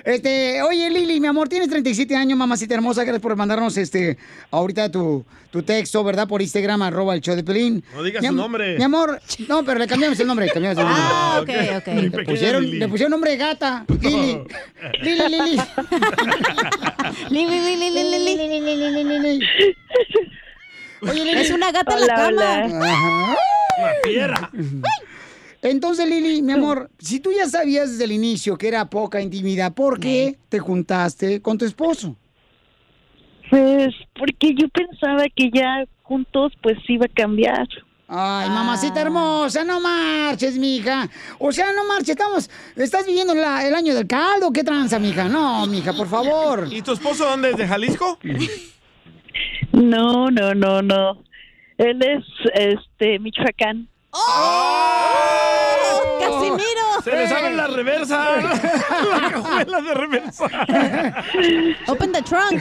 Speaker 2: Este, oye, Lili, mi amor, tienes 37 años, mamacita hermosa. Gracias por mandarnos este ahorita tu, tu texto, ¿verdad? Por Instagram, arroba el show de Pelín.
Speaker 1: [LAUGHS] No digas
Speaker 2: Mi
Speaker 1: su
Speaker 2: am-
Speaker 1: nombre.
Speaker 2: Mi amor, no, pero le cambiamos el nombre. le Cambiamos el nombre.
Speaker 1: Ah, ok, ok. [LAUGHS] Mi
Speaker 2: Le
Speaker 1: pequeña
Speaker 2: pusieron,
Speaker 1: Lili.
Speaker 2: le pusieron nombre de gata. Lili.
Speaker 1: [LAUGHS]
Speaker 2: Lili, Lili.
Speaker 3: Lili, Lili, Lili,
Speaker 2: Lili, Lili, Lili. Oye, Lili.
Speaker 3: Es una gata en la cama.
Speaker 2: Ajá. Entonces, Lili, mi amor, si tú ya sabías desde el inicio que era poca intimidad, ¿por qué te juntaste con tu esposo?
Speaker 19: Pues porque yo pensaba que ya juntos pues iba a cambiar. Ah.
Speaker 2: Ay, mamacita hermosa, no marches, mija. O sea, no marches, estamos, estás viviendo la- el año del caldo, qué tranza, mija. No, mija, por favor.
Speaker 1: ¿Y tu esposo dónde es? ¿De
Speaker 3: [LAUGHS]
Speaker 1: Jalisco?
Speaker 19: No, no, no, no. Él es este Michoacán.
Speaker 2: ¡Oh!
Speaker 3: ¡Casimiro!
Speaker 1: ¡Oh! ¡Se le sabe la reversa! ¡La cajuela de reversa!
Speaker 3: [LAUGHS] Open the trunk.
Speaker 2: [LAUGHS]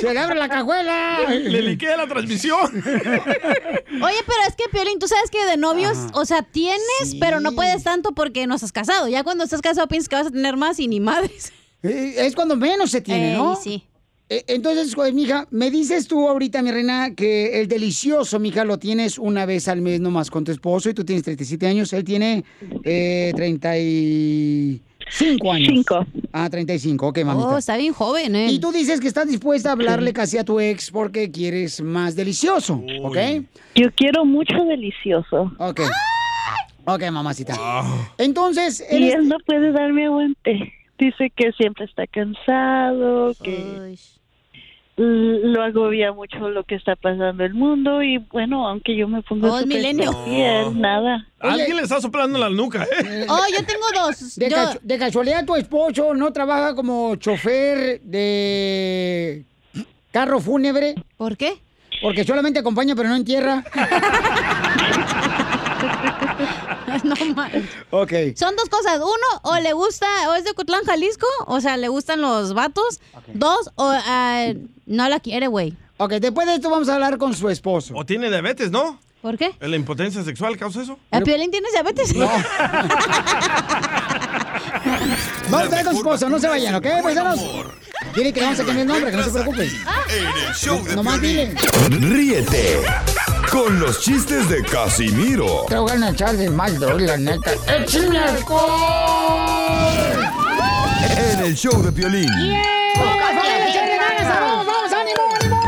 Speaker 2: ¡Se le abre la cajuela!
Speaker 1: ¡Le liquea la
Speaker 3: [LAUGHS]
Speaker 1: transmisión!
Speaker 3: Oye, pero es que, Piolín, tú sabes que de novios, o sea, tienes, pero no puedes tanto porque no estás casado. Ya cuando estás casado piensas que vas a tener más y ni madres.
Speaker 2: Eh, Es cuando menos se tiene,
Speaker 3: Ey,
Speaker 2: ¿no?
Speaker 3: sí.
Speaker 2: Eh, Entonces, pues, mija, me dices tú ahorita, mi reina, que el delicioso, mija, lo tienes una vez al mes nomás con tu esposo y tú tienes 37 años, él tiene eh, 35 años.
Speaker 19: Cinco.
Speaker 2: Ah, 35, ok, mamita.
Speaker 3: Oh, está bien joven, ¿eh?
Speaker 2: Y tú dices que estás dispuesta a hablarle casi a tu ex porque quieres más delicioso, ¿ok?
Speaker 19: Yo quiero mucho delicioso.
Speaker 2: Ok. Ok, mamacita. Entonces,
Speaker 19: Y
Speaker 2: eres-
Speaker 19: él no puede darme aguante. Dice que siempre está cansado, que l- lo agobia mucho lo que está pasando en el mundo y bueno, aunque yo me pongo
Speaker 3: Oh, es
Speaker 19: súper
Speaker 3: milenio.
Speaker 19: feliz, nada.
Speaker 1: Alguien le está soplando la nuca, ¿eh?
Speaker 3: [LAUGHS] Oh, yo tengo dos.
Speaker 2: De,
Speaker 3: Yo-
Speaker 2: cachu- de casualidad, tu esposo no trabaja como chofer de carro fúnebre.
Speaker 3: ¿Por qué?
Speaker 2: Porque solamente acompaña, pero no entierra.
Speaker 3: [LAUGHS] no man.
Speaker 2: Ok.
Speaker 3: Son dos cosas. Uno, o le gusta, o es de Ocotlán, Jalisco, o sea, le gustan los vatos. Dos, o ah, no la quiere, güey.
Speaker 2: Ok, después de esto vamos a hablar con su esposo.
Speaker 1: ¿O tiene diabetes, no?
Speaker 3: ¿Por qué?
Speaker 1: ¿La impotencia sexual causa eso?
Speaker 3: ¿A Piolín tienes diabetes?
Speaker 5: [LAUGHS]
Speaker 2: Vamos a hablar con su esposo, no se vayan, ¿ok, paisanos? Dile que le vamos a cambiar el nombre, que no se preocupen.
Speaker 5: En el show de
Speaker 2: Nomás
Speaker 5: Piolín.
Speaker 2: dile.
Speaker 5: [LAUGHS] Ríete con los chistes de Casimiro
Speaker 2: Te voy a echar de mal, droga, la neta. ¡Échame alcohol!
Speaker 5: en el show de Piolín.
Speaker 2: ¡Vamos, vamos, ánimo, ánimo!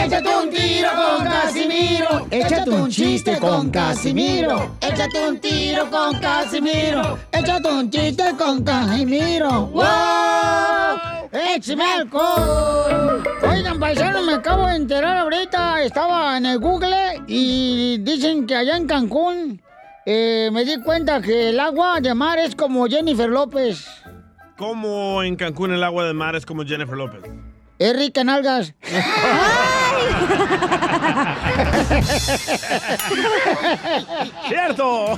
Speaker 17: Échate un tiro con Casimiro.
Speaker 2: Échate un chiste con Casimiro.
Speaker 17: Échate un tiro con Casimiro.
Speaker 2: Échate un chiste con Casimiro. ¡Wow! ¡Échame alcohol! Oigan, paisano, me acabo de enterar ahorita. Estaba en el Google y dicen que allá en Cancún eh, me di cuenta que el agua de mar es como Jennifer López.
Speaker 1: ¿Cómo en Cancún el agua de mar es como Jennifer López?
Speaker 2: Es rica en algas.
Speaker 1: ¡Cierto!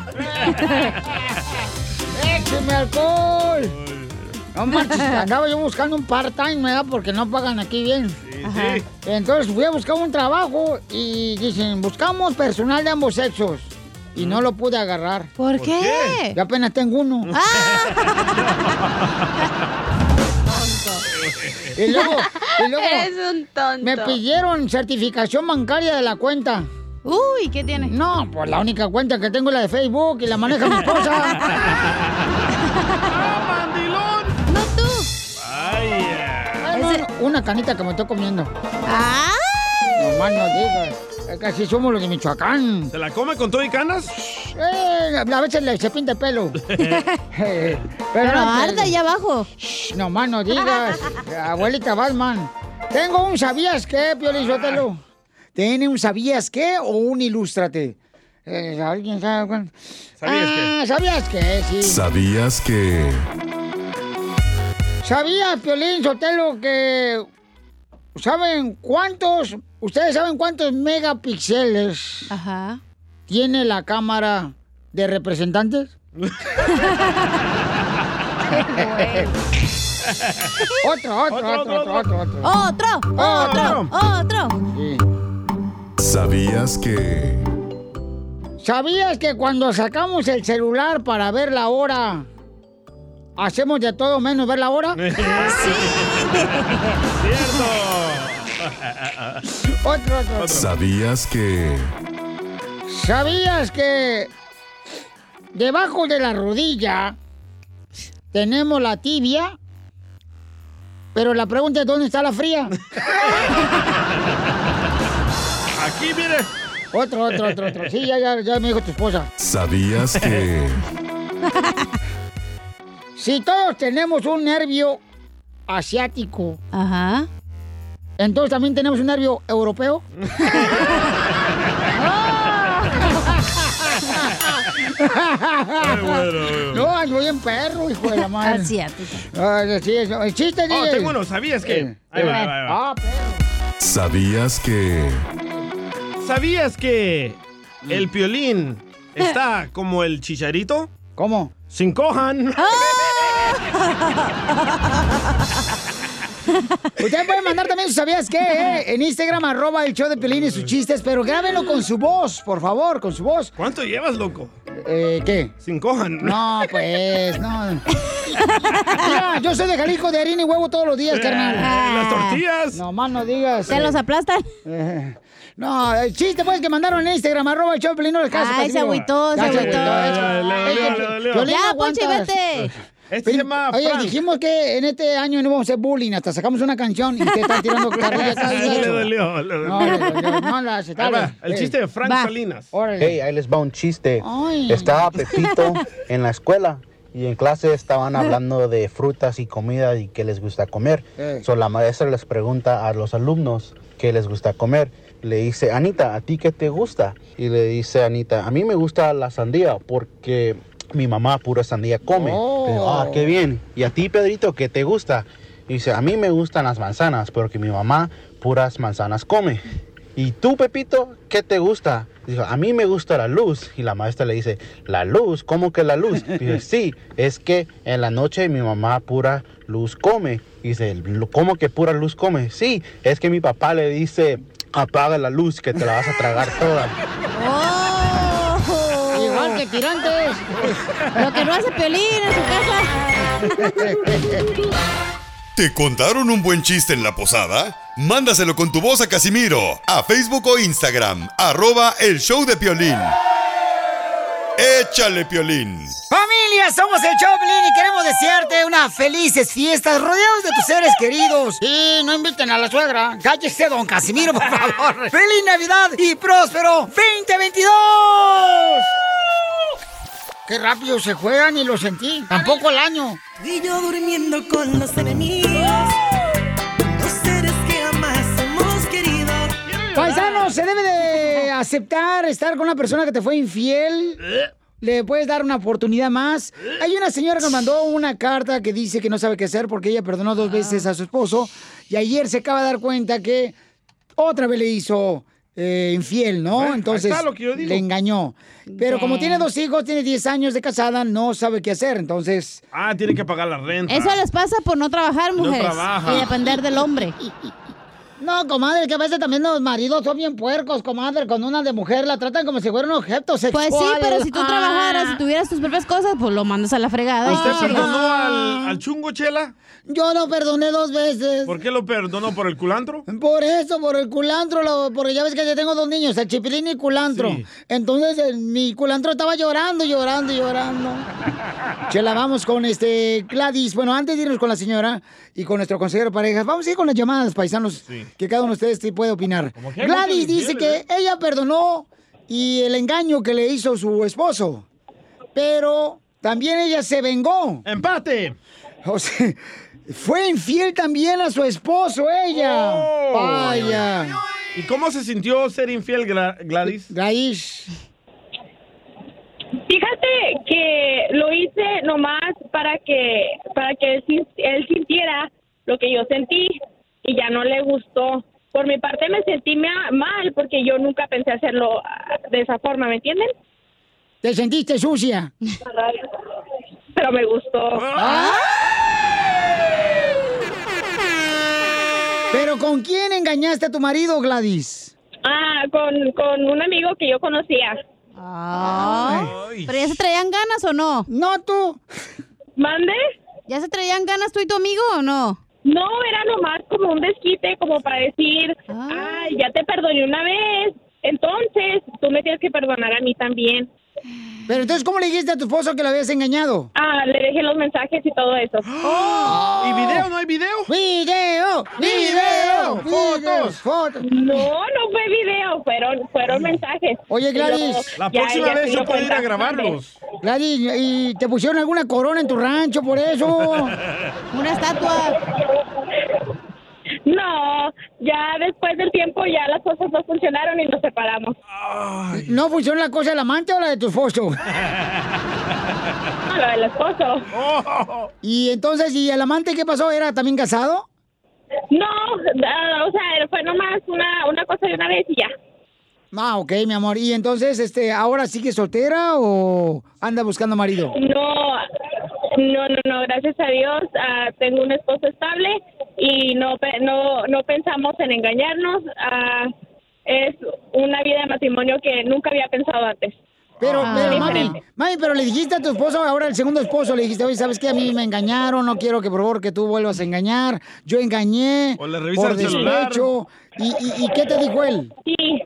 Speaker 2: ¡Écheme alcohol! No manches, andaba yo buscando un part-time, ¿verdad? Porque no pagan aquí bien. Ajá.
Speaker 17: sí.
Speaker 2: Entonces fui a buscar un trabajo y dicen, buscamos personal de ambos sexos. Y no lo pude agarrar. ¿Por
Speaker 17: Mm.
Speaker 2: Ah.
Speaker 17: qué? qué?
Speaker 2: Yo apenas tengo uno. Y luego,
Speaker 10: [LAUGHS]
Speaker 2: y luego
Speaker 17: Eres un tonto.
Speaker 2: Me pidieron certificación bancaria de la cuenta. Uy, ¿qué tiene? No, pues la única cuenta que tengo es la de Facebook y la maneja mi esposa.
Speaker 3: ¡No tú!
Speaker 2: Ay, no, no, una canita que me estoy comiendo. No más no digas. Es que así somos los de Michoacán.
Speaker 1: ¿Se la come con todo y canas?
Speaker 2: Eh, a veces le se pinta el pelo. Eh,
Speaker 1: Pero
Speaker 2: no,
Speaker 1: arde
Speaker 2: ahí abajo. No más no
Speaker 1: [LAUGHS]
Speaker 2: digas. Abuelita Batman. Tengo un sabías qué, Piolizotelo. ¿Tiene un sabías qué o un ilústrate? Eh, ¿Alguien sabe cuál?
Speaker 17: ¿Sabías
Speaker 2: Ah, ¿Sabías qué? Sí.
Speaker 5: ¿Sabías que...
Speaker 2: ¿Sabías, Piolín Sotelo, que saben cuántos, ustedes saben cuántos megapíxeles tiene la cámara de representantes? otro, otro, otro, otro, otro, otro.
Speaker 3: ¡Otro! ¡Otro! ¡Otro!
Speaker 5: ¿Sabías que...
Speaker 2: ¿Sabías que cuando sacamos el celular para ver la hora, hacemos de todo menos ver la hora?
Speaker 17: ¡Cierto!
Speaker 2: [LAUGHS] Otro, otro, otro.
Speaker 5: ¿Sabías que...
Speaker 2: ¿Sabías que debajo de la rodilla tenemos la tibia? Pero la pregunta es, ¿dónde está la fría?
Speaker 1: [LAUGHS] Aquí, mire.
Speaker 2: Otro, otro, otro, otro. Sí, ya, ya, ya me dijo
Speaker 1: [LAUGHS]
Speaker 2: tu esposa.
Speaker 5: ¿Sabías que...
Speaker 2: Si todos tenemos un nervio asiático, Ajá. entonces también tenemos un nervio europeo. No, ando bien perro, hijo
Speaker 3: [LAUGHS]
Speaker 2: de la madre.
Speaker 3: Asiático.
Speaker 2: Ah, sí, eso. El chiste,
Speaker 1: Oh,
Speaker 2: DJ.
Speaker 1: tengo uno, ¿sabías qué?
Speaker 2: Eh,
Speaker 1: Ahí va,
Speaker 2: eh.
Speaker 1: ahí va, ahí va.
Speaker 2: Ah, perro.
Speaker 5: ¿Sabías que...
Speaker 1: ¿Sabías que el piolín
Speaker 3: [LAUGHS]
Speaker 1: está como el chicharito?
Speaker 2: ¿Cómo?
Speaker 1: Sin
Speaker 3: [LAUGHS]
Speaker 1: cojan.
Speaker 3: ¡Ah!
Speaker 2: Usted puede mandar también sus sabías qué, ¿eh? En Instagram, arroba el show de Pelín y sus chistes, pero grábenlo con su voz, por favor, con su voz.
Speaker 1: ¿Cuánto llevas, loco?
Speaker 2: Eh, ¿qué?
Speaker 1: Sin cojan.
Speaker 2: No, pues, no. Mira, yo soy de Jalisco de harina y huevo todos los días, carnal.
Speaker 1: Eh, las tortillas.
Speaker 2: No, más no digas.
Speaker 3: ¿Se los aplastan?
Speaker 2: No, el chiste pues que mandaron en Instagram, arroba el show de Pelín, no les caso.
Speaker 3: Ay, se agüitó, se agüitó. Ya, Poncho, y vete.
Speaker 1: Este
Speaker 10: [LAUGHS]
Speaker 1: se llama
Speaker 2: Oye,
Speaker 1: Frank.
Speaker 2: dijimos que en este año no vamos a hacer bullying, hasta sacamos una canción y te
Speaker 10: [LAUGHS]
Speaker 2: están [LAUGHS] tirando carrilla acá.
Speaker 1: Le
Speaker 2: gacho.
Speaker 1: dolió, le dolió.
Speaker 2: No, le dolió, no la hace,
Speaker 1: Ahí
Speaker 2: dale.
Speaker 1: va, el
Speaker 2: Eh,
Speaker 1: chiste de Frank
Speaker 2: va.
Speaker 1: Salinas.
Speaker 2: Órale.
Speaker 20: Hey, ahí les va un chiste.
Speaker 2: Ay.
Speaker 20: Estaba Pepito en la escuela y en clase estaban hablando de frutas y comida y qué les gusta comer.
Speaker 2: Ey.
Speaker 20: So, la maestra les pregunta a los alumnos qué les gusta comer. Le dice, Anita, ¿a ti qué te gusta? Y le dice Anita, a mí me gusta la sandía porque mi mamá pura sandía come. Digo, Ah, qué bien. ¿Y a ti, Pedrito, qué te gusta? Y dice, a mí me gustan las manzanas porque mi mamá puras manzanas come. ¿Y tú, Pepito, qué te gusta? Dijo, a mí me gusta la luz. Y la maestra le dice, ¿la luz? ¿Cómo que la luz? Dice, sí, es que en la noche mi mamá pura luz come. Dice, "Lu- ¿cómo que pura luz come? Sí, es que mi papá le dice, apaga la luz que te la vas a tragar toda.
Speaker 2: Igual que tirantes.
Speaker 3: Lo que no hace Piolín [LAUGHS] en su casa.
Speaker 5: ¿Te contaron un buen chiste en la posada? Mándaselo con tu voz a Casimiro, a Facebook o Instagram, arroba el show de Piolín. Échale, Piolín.
Speaker 10: Familia, somos el Choplin y queremos desearte unas felices fiestas rodeados de tus seres queridos.
Speaker 2: Y no inviten a la suegra.
Speaker 10: Cállese, don Casimiro, por favor. [LAUGHS] ¡Feliz Navidad y próspero 2022!
Speaker 2: Qué rápido se juegan y lo sentí. Tampoco el año.
Speaker 21: Y yo durmiendo con los enemigos, los seres que jamás hemos querido.
Speaker 2: Paisano, se debe de aceptar estar con una persona que te fue infiel. Le puedes dar una oportunidad más. Hay una señora que nos mandó una carta que dice que no sabe qué hacer porque ella perdonó dos veces a su esposo y ayer se acaba de dar cuenta que otra vez le hizo eh, infiel,
Speaker 1: Bueno,
Speaker 2: ¿no?
Speaker 1: ahí
Speaker 2: Entonces
Speaker 1: está lo que yo digo.
Speaker 2: le engañó. Pero como
Speaker 1: Bien.
Speaker 2: tiene dos hijos, tiene 10 años de casada, no sabe qué hacer. Entonces,
Speaker 1: Ah, tiene que pagar la renta.
Speaker 3: Eso les pasa por no trabajar,
Speaker 1: No
Speaker 3: mujeres.
Speaker 1: trabaja.
Speaker 3: Y depender del hombre.
Speaker 2: No, comadre, que a veces también los maridos son bien puercos, comadre. Con una de mujer la tratan como si fuera un objeto sexual. Ah.
Speaker 3: Pues sí, pero si tú trabajaras, si tuvieras tus propias cosas, pues lo mandas a la fregada.
Speaker 1: ¿Usted
Speaker 3: y-
Speaker 1: perdonó al, al chungo, Chela?
Speaker 2: Yo lo perdoné dos veces.
Speaker 1: ¿Por qué lo perdonó? ¿Por el culantro?
Speaker 2: Por eso, por el culantro, lo- porque ya ves que yo tengo dos niños, el chipilín y culantro.
Speaker 1: Sí.
Speaker 2: Entonces, el- mi culantro estaba llorando, llorando, llorando. Chela, vamos con este Gladys. Bueno, antes de irnos con la señora y con nuestro consejero de parejas, vamos a ir con las llamadas, paisanos, que cada uno de ustedes sí puede opinar.
Speaker 10: que hay muchos ¿eh?
Speaker 2: Gladys dice
Speaker 10: infieles,
Speaker 2: que ella perdonó y el engaño que le hizo su esposo, pero también ella se vengó.
Speaker 1: ¡Empate!
Speaker 2: O sea, fue infiel también a su esposo, ella.
Speaker 10: ¡Oh!
Speaker 2: Vaya.
Speaker 1: ¿Y cómo se sintió ser infiel, Gla- Gladys?
Speaker 2: Gladys.
Speaker 12: Fíjate que lo hice nomás para que para que él, sin- él sintiera lo que yo sentí y ya no le gustó. Por mi parte me sentí ma- mal porque yo nunca pensé hacerlo ah, de esa forma, ¿me entienden?
Speaker 2: ¿Te sentiste sucia?
Speaker 12: Pero me gustó.
Speaker 2: ¿Pero con quién engañaste a tu marido, Gladys?
Speaker 12: Ah, con, con un amigo que yo conocía.
Speaker 3: Ay. ¿Pero ya se traían ganas o no?
Speaker 2: No, tú.
Speaker 12: ¿Mande?
Speaker 3: ¿Ya se traían ganas tú y tu amigo o no?
Speaker 12: No, era nomás como un desquite, como para decir, ay, ya te perdoné una vez, entonces tú me tienes que perdonar a mí también.
Speaker 2: Pero entonces, ¿cómo le dijiste a tu esposo que lo habías engañado?
Speaker 12: Ah, le dejé los mensajes y todo
Speaker 2: [GASPS]
Speaker 12: eso.
Speaker 2: ¿Y video?
Speaker 1: ¿No hay video?
Speaker 2: ¡Video! ¡Video! ¡Fotos! ¡Fotos!
Speaker 12: No, no fue video, fueron, fueron mensajes.
Speaker 2: Oye, Gladys.
Speaker 12: Pero ya ella se dio cuenta.
Speaker 2: Gladys, ¿y te pusieron alguna corona en tu rancho por [LAUGHS] eso?
Speaker 3: Una estatua.
Speaker 12: No, ya después del tiempo ya las cosas no funcionaron y nos separamos.
Speaker 2: ¿No funcionó la cosa del amante o la de tu esposo?
Speaker 12: No, lo del esposo.
Speaker 2: Y entonces, ¿y el amante qué pasó? ¿Era también casado?
Speaker 12: No, ah, o sea, fue nomás una, una cosa de una vez y ya.
Speaker 2: Ah, ok, mi amor. Y entonces, este, ¿ahora sigue soltera o anda buscando marido?
Speaker 12: No, no, no, no, gracias a Dios ah, tengo un esposo estable y no, pe- no, no pensamos en engañarnos. ah, es una vida de matrimonio que nunca había pensado antes.
Speaker 2: Pero,
Speaker 12: Ah.
Speaker 2: pero, mami,
Speaker 12: Diferente.
Speaker 2: mami, pero le dijiste a tu esposo, ahora el segundo esposo, le dijiste, oye, ¿sabes qué? A mí me engañaron, no quiero que por favor que tú vuelvas a engañar, yo engañé.
Speaker 12: O le revisa
Speaker 2: por
Speaker 12: el celular.
Speaker 2: despecho. ¿Y, y, y qué te dijo él?
Speaker 12: Sí,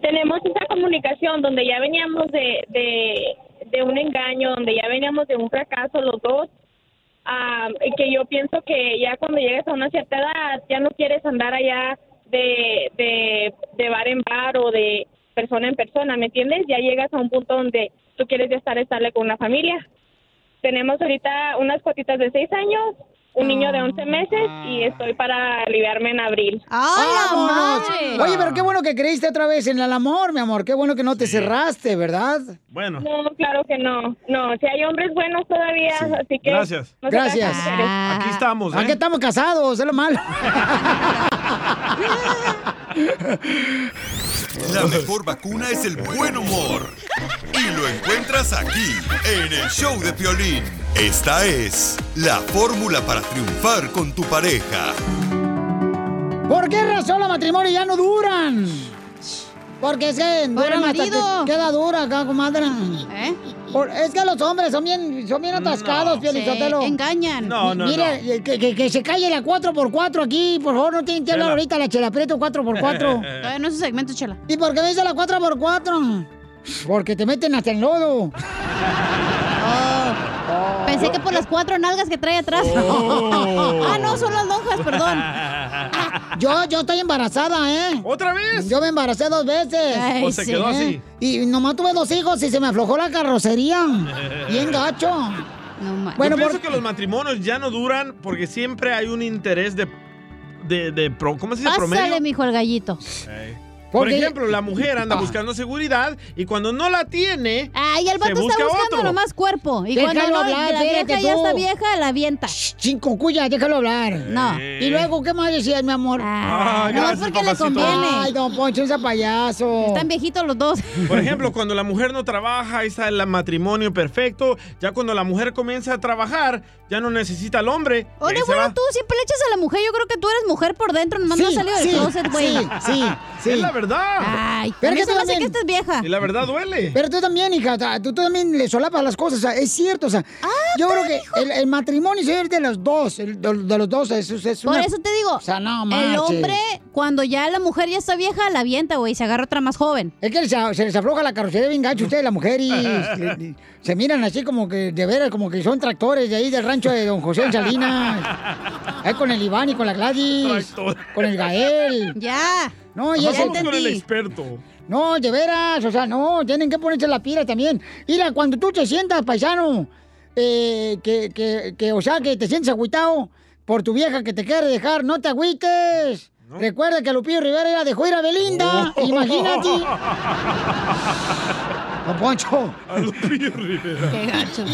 Speaker 12: tenemos esa comunicación donde ya veníamos de, de, de un engaño, donde ya veníamos de un fracaso los dos, ah, que yo pienso que ya cuando llegas a una cierta edad ya no quieres andar allá de, de, de bar en bar o de persona en persona, ¿me entiendes? Ya llegas a un punto donde tú quieres ya estar estable con una familia. Tenemos ahorita unas cuatitas de seis años un niño de 11 meses
Speaker 2: Ah.
Speaker 12: y estoy para aliviarme en abril.
Speaker 2: ¡Vámonos! Oye, pero qué bueno que creíste otra vez en el amor, mi amor. Qué bueno que no te cerraste, ¿verdad?
Speaker 1: Bueno.
Speaker 12: No, claro que no. No, si hay hombres buenos todavía, así que...
Speaker 1: Gracias.
Speaker 12: no se
Speaker 2: Gracias.
Speaker 12: casen, mujeres.
Speaker 1: Aquí estamos, ¿eh?
Speaker 2: Aquí estamos casados, es lo malo. [LAUGHS]
Speaker 5: La mejor vacuna es el buen humor. Y lo encuentras aquí, en el show de Piolín. Esta es la fórmula para triunfar con tu pareja.
Speaker 2: ¿Por qué razón los matrimonios ya no duran? Porque se duran hasta
Speaker 10: marido.
Speaker 2: que queda dura acá, comadre. ¿Eh? es que los hombres son bien, son bien atascados, Pio Lizotelo.
Speaker 3: Sí, engañan. No, no,
Speaker 2: Mira,
Speaker 3: no.
Speaker 2: eh, Que, que- que se calle la 4x4 aquí, por favor, no tienen que hablar
Speaker 3: Chela.
Speaker 2: ahorita la chela
Speaker 3: [LAUGHS]
Speaker 2: Prieto 4x4.
Speaker 3: Todavía no es un segmento, chela.
Speaker 2: ¿Y por qué me dice la 4x4? Porque te meten hasta en lodo. Ah,
Speaker 3: Pensé que por las cuatro nalgas que trae atrás.
Speaker 2: Oh.
Speaker 3: [LAUGHS] ah, no, son las lonjas,
Speaker 2: [LAUGHS]
Speaker 3: perdón.
Speaker 2: Yo, yo estoy embarazada, ¿eh? ¿Otra vez? Yo me embaracé dos veces.
Speaker 10: Ay, O se sí. quedó así.
Speaker 2: Y nomás tuve dos hijos y se me aflojó la carrocería. Bien gacho.
Speaker 1: Bueno,
Speaker 2: Bueno,
Speaker 1: Yo pienso
Speaker 2: por-
Speaker 1: que los matrimonios ya no duran porque siempre hay un interés de, de, de pro- ¿cómo se dice?
Speaker 3: Pásale,
Speaker 1: Promedio.
Speaker 3: mijo, el gallito.
Speaker 1: Ey. Por
Speaker 3: Porque-
Speaker 1: ejemplo, la mujer anda
Speaker 3: Ah.
Speaker 1: buscando seguridad y cuando no la tiene,
Speaker 3: Ay, el vato
Speaker 1: se busca
Speaker 3: está buscando
Speaker 1: otro.
Speaker 3: nomás cuerpo. Y
Speaker 2: Déjalo
Speaker 3: cuando no,
Speaker 2: hablar,
Speaker 3: la vieja
Speaker 2: espérate
Speaker 3: ya
Speaker 2: tú.
Speaker 3: está vieja, la avienta.
Speaker 2: Cinco cuya, déjalo hablar.
Speaker 3: No.
Speaker 2: Y luego, ¿qué más decías, mi amor?
Speaker 1: Ah, No, gracias, porque le papacito. conviene.
Speaker 2: Ay, don Poncho, ese payaso. Están
Speaker 3: viejitos los dos.
Speaker 1: Por ejemplo, cuando la mujer no trabaja, ahí está el matrimonio perfecto. Ya cuando la mujer comienza a trabajar, ya no necesita al hombre. y ahí
Speaker 3: Oye,
Speaker 1: se
Speaker 3: bueno,
Speaker 1: va.
Speaker 3: tú siempre le echas a la mujer. Yo creo que tú eres mujer por dentro. Nomás no has salido del
Speaker 2: sí,
Speaker 3: closet, güey.
Speaker 2: Sí, sí, sí.
Speaker 1: Es la verdad.
Speaker 3: Ay, pero que se me hace que estás vieja.
Speaker 1: Y la verdad duele.
Speaker 2: Pero tú también, hija, o sea, tú, tú también le solapas las cosas, o sea, es cierto, o sea,
Speaker 3: Ah,
Speaker 2: yo creo que el, el matrimonio es de los dos, el- de, de los dos, es,
Speaker 3: [LAUGHS]
Speaker 2: es
Speaker 3: Por
Speaker 2: una-
Speaker 3: eso te digo,
Speaker 2: o sea, no,
Speaker 3: el
Speaker 2: marches.
Speaker 3: hombre, cuando ya la mujer ya está vieja, la avienta, güey, y se agarra otra más joven.
Speaker 2: Es que se, se les afloja la carrocería bien gacho a ustedes, la mujer,
Speaker 1: [LAUGHS]
Speaker 2: y le- le- se miran así como que, de veras, como que son tractores de ahí del rancho de don José en Salinas. Ahí con el Iván y con la Gladys, con el Gael.
Speaker 3: Ya.
Speaker 2: No, y
Speaker 1: Vamos
Speaker 2: es el-
Speaker 1: con el experto.
Speaker 2: No, de veras, o sea, no, tienen que ponerse la pila también. Mira, cuando tú te sientas, paisano, eh, que, que, que, o sea, que te sientes agüitado por tu vieja que te quiere dejar, no te agüites. Recuerda que Lupillo Rivera era dejó ir a Belinda,
Speaker 10: Oh.
Speaker 2: imagínate. Don Poncho.
Speaker 10: [LAUGHS] Qué gacho.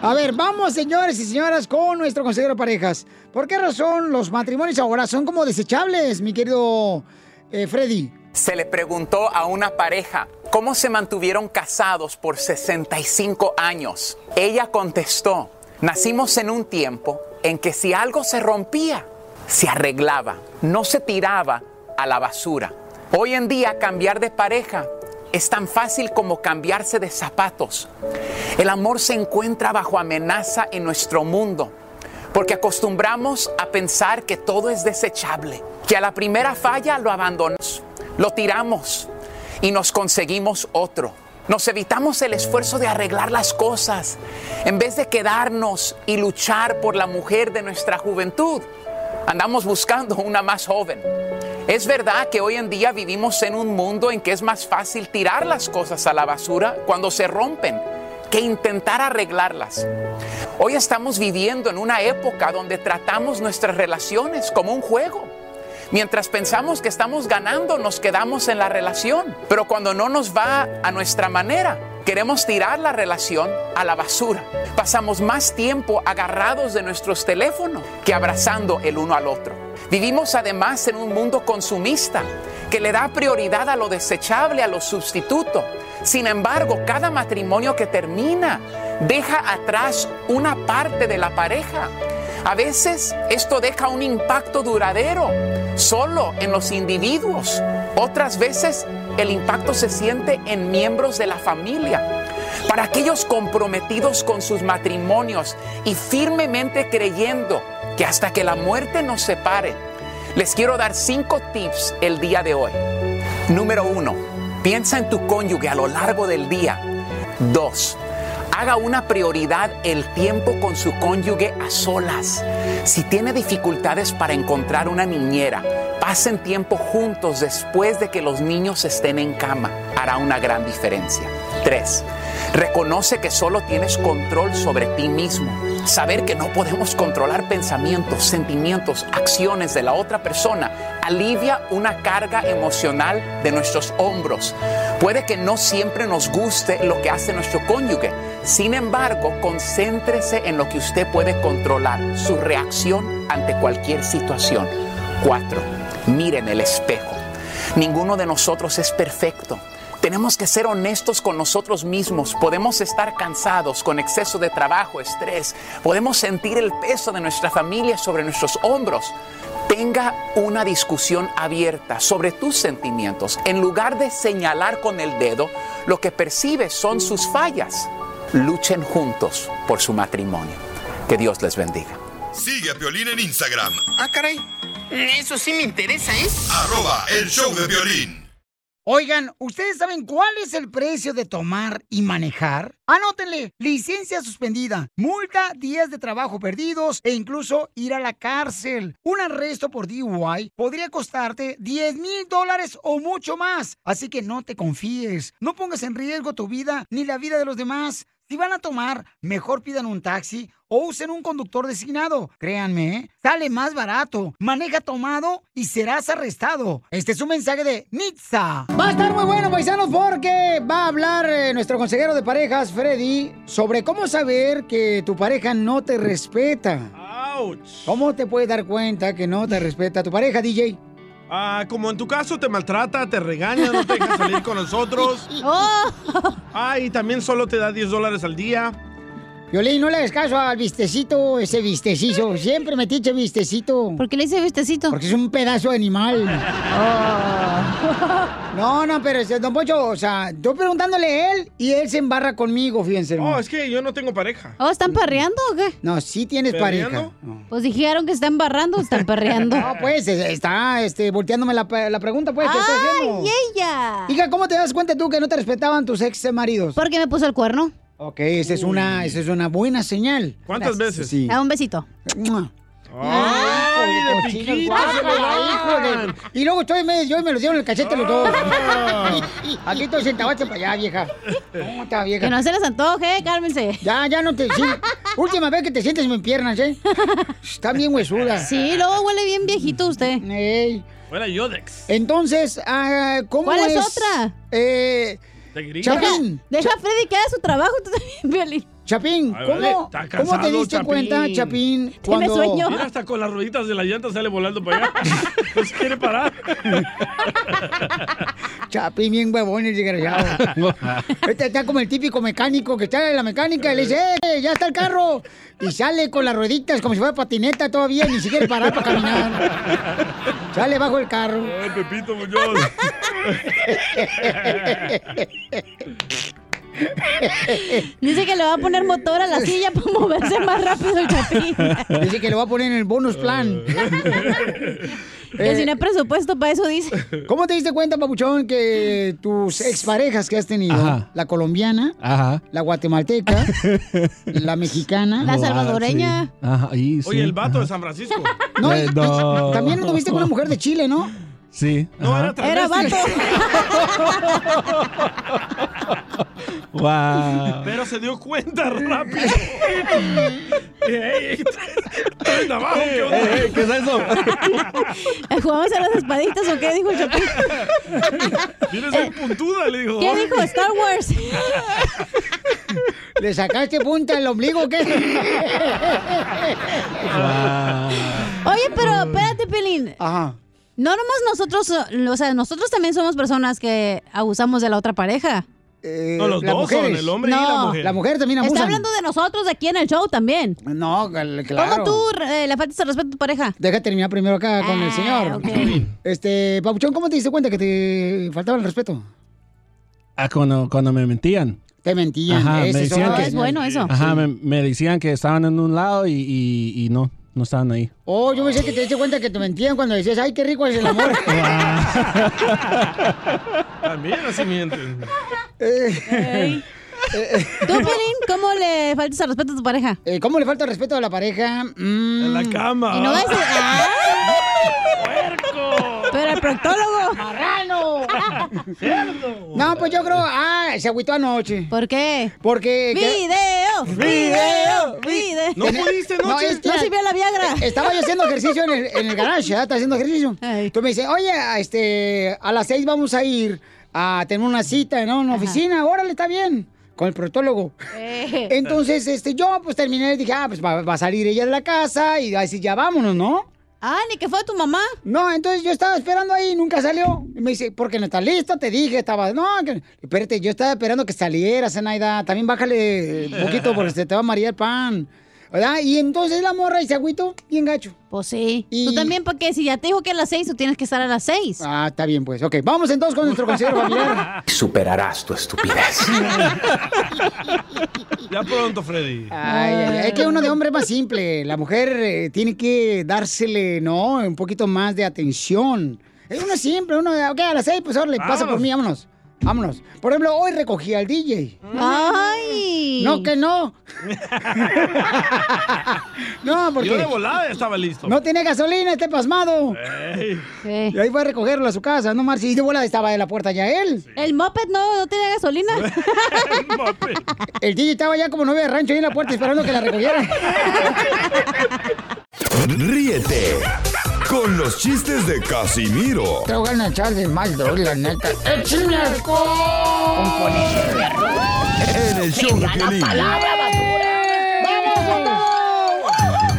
Speaker 2: A ver, vamos, señores y señoras, con nuestro consejero de parejas. ¿Por qué razón los matrimonios ahora son como desechables, mi querido eh, Freddy?
Speaker 22: Se le preguntó a una pareja cómo se mantuvieron casados por 65 años. Ella contestó, nacimos en un tiempo en que si algo se rompía, se arreglaba, no se tiraba a la basura. Hoy en día cambiar de pareja es tan fácil como cambiarse de zapatos. El amor se encuentra bajo amenaza en nuestro mundo. Porque acostumbramos a pensar que todo es desechable, que a la primera falla lo abandonamos, lo tiramos y nos conseguimos otro. Nos evitamos el esfuerzo de arreglar las cosas en vez de quedarnos y luchar por la mujer de nuestra juventud. Andamos buscando una más joven. Es verdad que hoy en día vivimos en un mundo en que es más fácil tirar las cosas a la basura cuando se rompen que intentar arreglarlas. Hoy estamos viviendo en una época donde tratamos nuestras relaciones como un juego. Mientras pensamos que estamos ganando, nos quedamos en la relación. Pero cuando no nos va a nuestra manera, queremos tirar la relación a la basura. Pasamos más tiempo agarrados de nuestros teléfonos que abrazando el uno al otro. Vivimos además en un mundo consumista que le da prioridad a lo desechable, a lo sustituto. Sin embargo, cada matrimonio que termina deja atrás una parte de la pareja. A veces esto deja un impacto duradero solo en los individuos. Otras veces el impacto se siente en miembros de la familia. Para aquellos comprometidos con sus matrimonios y firmemente creyendo que hasta que la muerte nos separe, les quiero dar cinco tips el día de hoy. Número uno, piensa en tu cónyuge a lo largo del día. Dos, haga una prioridad el tiempo con su cónyuge a solas. Si tiene dificultades para encontrar una niñera, pasen tiempo juntos después de que los niños estén en cama. Hará una gran diferencia. Tres, reconoce que solo tienes control sobre ti mismo. Saber que no podemos controlar pensamientos, sentimientos, acciones de la otra persona alivia una carga emocional de nuestros hombros. Puede que no siempre nos guste lo que hace nuestro cónyuge. Sin embargo, concéntrese en lo que usted puede controlar, su reacción ante cualquier situación. 4. Miren el espejo. Ninguno de nosotros es perfecto. Tenemos que ser honestos con nosotros mismos. Podemos estar cansados con exceso de trabajo, estrés. Podemos sentir el peso de nuestra familia sobre nuestros hombros. Tenga una discusión abierta sobre tus sentimientos. En lugar de señalar con el dedo, lo que percibes son sus fallas. Luchen juntos por su matrimonio. Que Dios les bendiga.
Speaker 5: Sigue a Piolín en Instagram.
Speaker 14: Ah, caray. Eso sí me interesa, ¿eh?
Speaker 5: Arroba el show de violín.
Speaker 2: Oigan, ¿ustedes saben cuál es el precio de tomar y manejar? Anótenle, licencia suspendida, multa, días de trabajo perdidos e incluso ir a la cárcel. Un arresto por DUI podría costarte 10 mil dólares o mucho más. Así que no te confíes, no pongas en riesgo tu vida ni la vida de los demás. Si van a tomar, mejor pidan un taxi o usen un conductor designado. Créanme, ¿eh? sale más barato. Maneja tomado y serás arrestado. Este es un mensaje de Nitza. Va a estar muy bueno, paisanos, porque va a hablar eh, nuestro consejero de parejas, Freddy, sobre cómo saber que tu pareja no te respeta. ¿Cómo te puedes dar cuenta que no te respeta tu pareja, DJ?
Speaker 1: Ah, como en tu caso te maltrata, te regaña, no te
Speaker 2: [LAUGHS]
Speaker 1: deja salir con nosotros.
Speaker 2: Oh.
Speaker 1: Ah, y también solo te da 10 dólares al día.
Speaker 2: Violín, no le hagas caso al vistecito, ese vistecito. Siempre me tiche vistecito. ¿Por qué le dice vistecito? Porque es un pedazo de animal. Oh. No, no, pero ese- don Pocho, o sea, yo preguntándole a él y él se embarra conmigo, fíjense.
Speaker 1: Oh, es que yo no tengo pareja.
Speaker 2: ¿Oh, están parreando o qué? No, sí tienes
Speaker 1: ¿Perreando?
Speaker 2: pareja. Pues dijeron que están barrando, están parreando. No, pues eh, está este, volteándome la, pe- la pregunta, pues, ¿qué está haciendo?
Speaker 3: ¡Ay, ella!
Speaker 2: Hija, ¿cómo te das cuenta tú que no te respetaban tus ex maridos? Porque me puso el cuerno. Ok, esa es una, esa es una buena señal.
Speaker 1: ¿Cuántas veces?
Speaker 2: Sí.
Speaker 3: Da un besito.
Speaker 2: ¡Mua!
Speaker 1: ¡Ay,
Speaker 2: Hijo de
Speaker 1: le
Speaker 2: cochino,
Speaker 1: piquito, se
Speaker 2: guácala,
Speaker 1: lo
Speaker 2: hijo de-
Speaker 1: dan!
Speaker 2: Y luego estoy me, yo me los dieron en el cachete los dos. Ah. [LAUGHS] Aquí estoy sentado para allá, vieja. ¿Cómo está, vieja?
Speaker 3: Que no se
Speaker 2: les antoje, cálmense. Ya, ya no te. sí. [LAUGHS] Última vez que te sientes en mis piernas, ¿eh? Está bien huesuda. Sí, luego huele bien viejito usted.
Speaker 1: Fuera Yodex.
Speaker 2: Entonces, ah, ¿cómo
Speaker 3: ¿Cuál es
Speaker 2: es?
Speaker 3: otra?
Speaker 2: Eh,
Speaker 1: ¿Te grita?
Speaker 2: Chapín.
Speaker 3: Deja a
Speaker 2: Chap-
Speaker 3: Freddy que haga su trabajo, tú también, Violín.
Speaker 2: Chapín,
Speaker 1: Ay, vale,
Speaker 2: ¿cómo,
Speaker 1: está
Speaker 2: ¿cómo te
Speaker 1: cansado,
Speaker 2: diste
Speaker 1: Chapín.
Speaker 2: cuenta, Chapín, cuando... [LAUGHS]
Speaker 1: Mira, hasta con las rueditas de la llanta sale volando para allá. No se quiere parar.
Speaker 2: Chapín bien huevón y desgraciado. Este está como el típico mecánico que está en la mecánica y le dice, ¡eh, ya está el carro! Y sale con las rueditas como si fuera patineta todavía, ni siquiera parar para caminar. Sale bajo el carro.
Speaker 1: Ay, Eh, Pepito Muñoz.
Speaker 3: Dice que le va a poner motor a la silla para moverse más rápido el
Speaker 1: [LAUGHS]
Speaker 3: chapín.
Speaker 2: Dice que lo va a poner en el bonus plan. Eh,
Speaker 3: Que si no hay presupuesto para eso, dice.
Speaker 2: ¿Cómo te diste cuenta, Papuchón, que tus exparejas que has tenido,
Speaker 18: Ajá.
Speaker 2: la colombiana,
Speaker 18: Ajá.
Speaker 2: la guatemalteca, la mexicana,
Speaker 18: Ah, sí. Ajá, ahí, sí.
Speaker 1: Oye, el vato de San Francisco.
Speaker 2: No,
Speaker 18: Eh, no.
Speaker 2: También anduviste con una mujer de Chile, ¿no?
Speaker 18: Sí.
Speaker 1: No,
Speaker 18: ajá.
Speaker 1: era travesti.
Speaker 18: Wow.
Speaker 1: Pero se dio cuenta rápido. ¡Ey, ey! ¡Ey, abajo! Eh, ¿Qué onda?
Speaker 18: ¿Qué es eso?
Speaker 3: ¿Eh, ¿Jugamos a las espaditas o qué dijo el chapín?
Speaker 1: Tienes bien puntuda, le dijo.
Speaker 3: ¿Qué dijo? Star Wars.
Speaker 2: [LAUGHS] ¿Le sacaste punta al ombligo o qué?
Speaker 1: Ah.
Speaker 3: Oye, pero espérate, Pelín.
Speaker 2: Ajá.
Speaker 3: No nomás nosotros, o sea, nosotros también somos personas que abusamos de la otra pareja.
Speaker 2: Eh,
Speaker 1: No, los
Speaker 2: las
Speaker 1: dos son,
Speaker 2: mujeres.
Speaker 1: el
Speaker 2: [LAUGHS]
Speaker 1: hombre y la No, mujer. la mujer
Speaker 2: también
Speaker 3: Está
Speaker 2: abusan.
Speaker 3: hablando de nosotros de aquí en el show también.
Speaker 2: No, cal-
Speaker 3: ¿Cómo
Speaker 2: claro.
Speaker 3: tú eh, le faltas el respeto a tu pareja?
Speaker 2: Deja terminar primero acá con el señor. Este, Papuchón, ¿cómo te diste cuenta que te faltaba el respeto?
Speaker 18: Ah, cuando, cuando me mentían.
Speaker 2: Te mentían.
Speaker 18: Ajá,
Speaker 2: Ese
Speaker 18: me
Speaker 2: es
Speaker 18: decían
Speaker 2: otro.
Speaker 18: que,
Speaker 2: Es bueno eso.
Speaker 18: Ajá,
Speaker 2: Sí.
Speaker 18: me, me decían que estaban en un lado y, y- y no, no estaban ahí.
Speaker 2: Oh, yo pensé que te diste cuenta que te mentían cuando decías, ay, qué rico es el [LAUGHS] amor.
Speaker 1: También así mienten.
Speaker 2: Eh,
Speaker 3: ¿Tú, Pelín, cómo le faltas el respeto a tu pareja?
Speaker 2: Eh, ¿Cómo le falta el respeto a la pareja? Mm. En
Speaker 1: la cama.
Speaker 3: Y no vas a
Speaker 2: [LAUGHS]
Speaker 3: decir, ¡ay!
Speaker 1: ¡Puerco!
Speaker 3: Pero el proctólogo.
Speaker 2: ¡Marrano! No, pues yo creo, ah, se agüitó anoche. ¿Por qué? Porque.
Speaker 3: ¡Video! ¡Video! ¡Video!
Speaker 2: Ten-
Speaker 3: No sirvió la Viagra.
Speaker 2: eh, Estaba yo haciendo ejercicio en el, en el garage, ¿ah? Estaba haciendo ejercicio. Tú me dices, oye, a este, a las seis vamos a ir a tener una cita, ¿no? En una oficina, órale, está bien. Con el protólogo. [LAUGHS] Entonces, este, yo pues terminé y dije, ah, pues va, va a salir ella de la casa y así ya vámonos, ¿no? Ah, ni que fue tu mamá. No, entonces yo estaba esperando ahí, nunca salió. Y me dice, porque no está lista, te dije, estaba. No, que- espérate, yo estaba esperando que saliera, Zenaida. También bájale un poquito porque se te va a marear el pan. ¿Verdad? Y entonces la morra y se agüito bien gacho. Pues sí.
Speaker 3: Tú también, porque si ya te dijo que a las seis, tú tienes que estar a las seis.
Speaker 2: Ah, está bien, pues. Ok, vamos entonces
Speaker 1: [LAUGHS]
Speaker 2: con nuestro consejero familiar.
Speaker 22: Superarás tu estupidez.
Speaker 1: Ya pronto, Freddy.
Speaker 2: Ay, ay, ay, es que uno de hombre es más simple. La mujer eh, tiene que dársele, ¿no? Un poquito más de atención. Es uno simple, uno de, ok, a las seis, pues ahora le pasa por
Speaker 10: Vamos.
Speaker 2: mí, vámonos. Vámonos. Por ejemplo, hoy recogí al DJ. ¡Ay! No,
Speaker 1: [LAUGHS]
Speaker 2: que no. [LAUGHS] no, porque.
Speaker 1: Yo de volada Eh. ya estaba listo.
Speaker 2: No tiene gasolina, este pasmado.
Speaker 1: Ey.
Speaker 2: Y ahí fue a recogerlo a su casa, ¿no, Marci? Y de volada estaba de la puerta ya él. El moped no, no tenía [LAUGHS] gasolina. el DJ estaba ya como novia de rancho ahí en la puerta esperando que la recogieran.
Speaker 5: Ríete con los chistes de Casimiro
Speaker 2: Te voy a echar de mal, doy, la neta. ¡Eh, ¡Échame
Speaker 5: en el show de Piolín.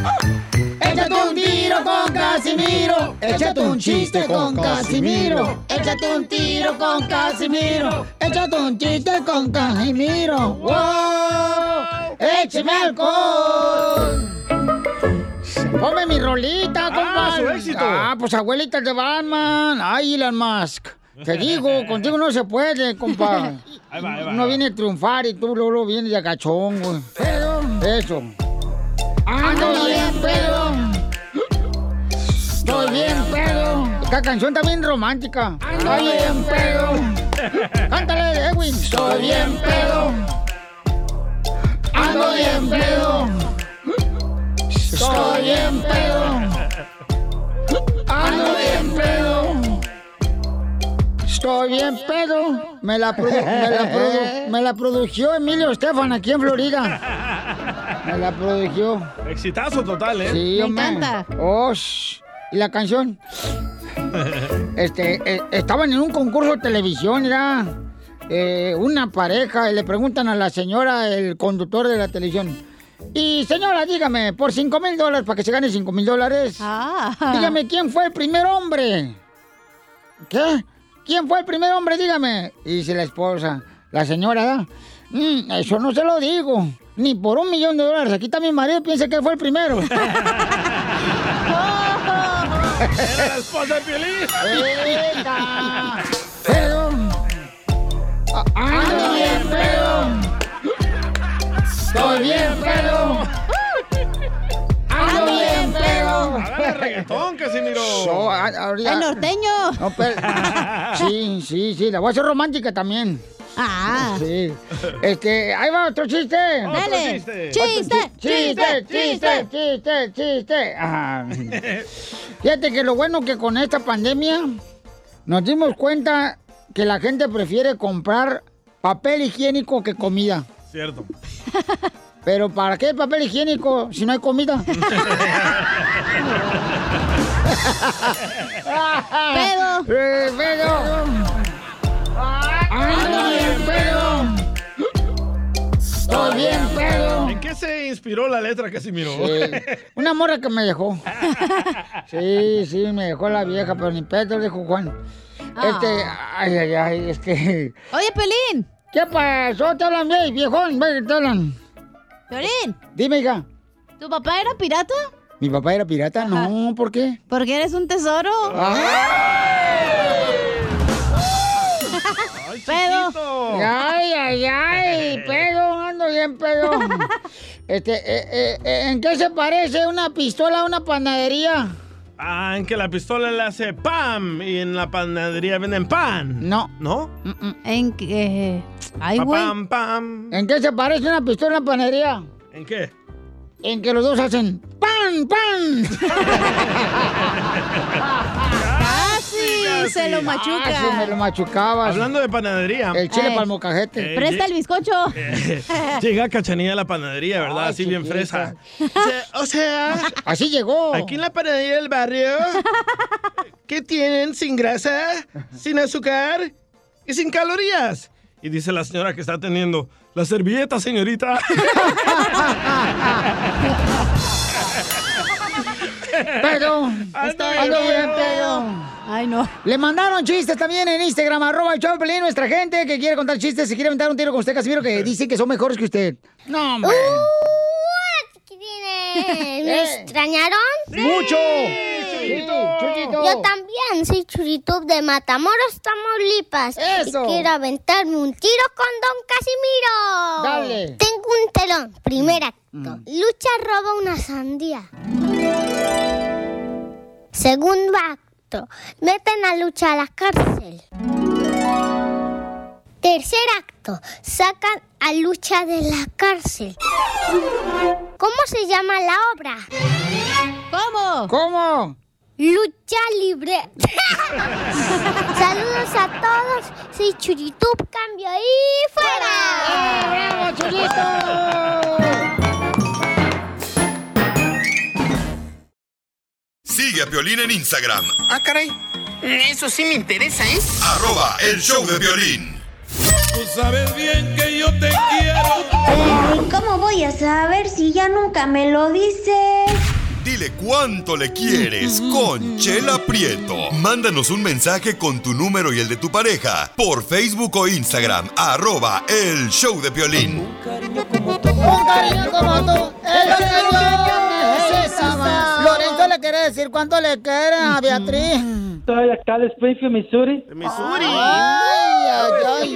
Speaker 2: Échate un tiro con Casimiro. Échate un chiste con Casimiro. Échate un tiro con Casimiro. Échate un chiste con Casimiro. ¡Wow! ¡Échame alcohol! Ponme mi rolita, compa.
Speaker 10: su éxito.
Speaker 2: Ah, pues abuelita de Batman. Ay, Elon Musk.
Speaker 10: [LAUGHS]
Speaker 2: Te digo, contigo no se puede, compa.
Speaker 10: Ahí va, ahí va,
Speaker 2: Uno viene a triunfar y tú luego vienes de agachón, güey. Eso. Ando bien pedo. Estoy bien pedo. Esta canción está bien romántica. Ando bien pedo. Cántale, Edwin. Estoy bien pedo. Ando bien pedo. Estoy bien pedo. Ando bien pedo. Estoy bien pedo. Me la, produ- me la, produ- me la produjo Emilio Estefan aquí en Florida. Me la produjo.
Speaker 1: Exitazo total, ¿eh?
Speaker 2: Sí, hombre. Oh, sh- ¿Y la canción? [LAUGHS] Este, eh, estaban en un concurso de televisión, era eh, una pareja, y le preguntan a la señora, el conductor de la televisión. Y señora, dígame, por 5 mil dólares, para que se gane 5 mil dólares, dígame quién fue el primer hombre. ¿Qué? ¿Quién fue el primer hombre? Dígame. Y dice la esposa, la señora, ¿da? "Mm, eso no se lo digo. Ni por un millón de dólares. Aquí está mi marido, piensa que él fue el primero.
Speaker 1: Era la esposa de Piolín.
Speaker 2: ¡Eta! Pero- Ah, ¡Ando bien pedo! ¡Estoy bien pedo! ¡Ando bien pedo!
Speaker 1: Hágale reggaetón, Casimiro.
Speaker 2: So, a- ahorita-
Speaker 1: Ay,
Speaker 3: norteño!
Speaker 2: No,
Speaker 3: [LAUGHS]
Speaker 2: pero- sí, sí, sí, la voy a hacer romántica también.
Speaker 3: Ah.
Speaker 2: Sí. Este, ahí va otro chiste.
Speaker 3: Otro Dale. chiste. Chiste,
Speaker 2: Otro chi-
Speaker 3: chiste,
Speaker 2: chiste, chiste, chiste, chiste. Ah, Fíjate que lo bueno que con esta pandemia nos dimos cuenta que la gente prefiere comprar papel higiénico que comida.
Speaker 1: Cierto.
Speaker 2: Pero ¿para qué papel higiénico si no hay
Speaker 3: [LAUGHS]
Speaker 2: comida?
Speaker 10: Pedo.
Speaker 2: Eh, pedo. Ando bien pedo. Estoy bien pedo.
Speaker 1: ¿En qué se inspiró la letra, Casimiro?
Speaker 2: Una morra que me
Speaker 3: [LAUGHS]
Speaker 2: dejó. Sí, sí, me dejó la vieja, pero ni Pedro dijo Juan. Este,
Speaker 3: Ah.
Speaker 2: ay, ay, ay, este.
Speaker 3: Oye, Pelín.
Speaker 2: ¿Qué pasó? ¿Te hablan bien, viejón? Ve, ¿Te hablan?
Speaker 3: Piolín,
Speaker 2: Dime, hija.
Speaker 3: ¿tu papá era pirata?
Speaker 2: [LAUGHS] ¿Mi papá era pirata? No, ¿por qué? ¡Ah!
Speaker 3: Porque eres un tesoro.
Speaker 2: Ah. ¡Pedo! ¡Ay, ay,
Speaker 3: [LAUGHS]
Speaker 2: ay! ¡Pedo! ¡Ando bien, pedo! Este, eh, eh, eh, ¿En qué se parece una pistola a una panadería?
Speaker 1: [LAUGHS] Ah, en que la pistola le hace pam y en la panadería venden pan.
Speaker 2: No.
Speaker 1: ¿No?
Speaker 3: Mm, ¿En qué? Ay,
Speaker 1: Pa,
Speaker 3: güey.
Speaker 1: pam, pam.
Speaker 2: ¿En qué se parece una pistola a una panadería?
Speaker 1: ¿En qué? [LAUGHS]
Speaker 2: En que los dos hacen ¡Pan, pan!
Speaker 3: ¡Casi!
Speaker 2: casi.
Speaker 3: se lo machuca.
Speaker 2: Ah, sí, me lo machucabas.
Speaker 1: Hablando de panadería.
Speaker 2: El chile
Speaker 3: Ay.
Speaker 2: para el mocajete.
Speaker 1: Eh, Presta
Speaker 3: el bizcocho.
Speaker 1: Llega Cachanilla a la panadería, ¿verdad? Así bien fresa. O sea,
Speaker 2: así llegó.
Speaker 1: Aquí en la panadería del barrio, ¿qué tienen sin grasa, sin azúcar y sin calorías? Y dice la señora que está atendiendo, la servilleta, señorita.
Speaker 2: Pero,
Speaker 1: Ah,
Speaker 10: Ando
Speaker 2: está ando
Speaker 10: bien
Speaker 2: bien
Speaker 10: pedo.
Speaker 2: pedo. Ay, no. Le mandaron chistes también en Instagram, arroba el show de Piolín, nuestra gente que quiere contar chistes, se quiere aventar un tiro con usted, Casimiro, que dice que son mejores que usted. No, hombre.
Speaker 23: Eh, ¿Me extrañaron?
Speaker 2: ¡Mucho!
Speaker 23: Yo también soy Churito de Matamoros, Tamaulipas.
Speaker 10: ¡Eso!
Speaker 23: Y quiero aventarme un tiro con Don Casimiro.
Speaker 10: Dale.
Speaker 23: Tengo un telón. Primer acto. Lucha roba una sandía. Segundo acto. Meten a Lucha a la cárcel. Tercer acto. Sacan a Lucha de la cárcel. ¿Cómo se llama la obra? ¿Cómo?
Speaker 2: ¿Cómo?
Speaker 23: Lucha libre. Saludos a todos. Soy Churitup, cambio y fuera.
Speaker 2: ¡Bravo, Churito!
Speaker 5: Sigue a Piolín en Instagram,
Speaker 16: Ah, caray. Eso sí me interesa, ¿eh?
Speaker 5: arroba el show de violín.
Speaker 16: Tú sabes bien que yo te quiero.
Speaker 23: ¿Y cómo voy a saber si ya nunca me lo dices?
Speaker 5: Dile cuánto le quieres con Chela Prieto. Mándanos un mensaje con tu número y el de tu pareja por Facebook o Instagram, arroba el show de violín.
Speaker 2: Un cariño como tú, es lo que yo necesitaba. Lorenzo le quiere decir cuánto le quiere a Beatriz.
Speaker 6: Soy acá de Springfield, Missouri.
Speaker 1: Missouri.
Speaker 2: Ay, ay, ay.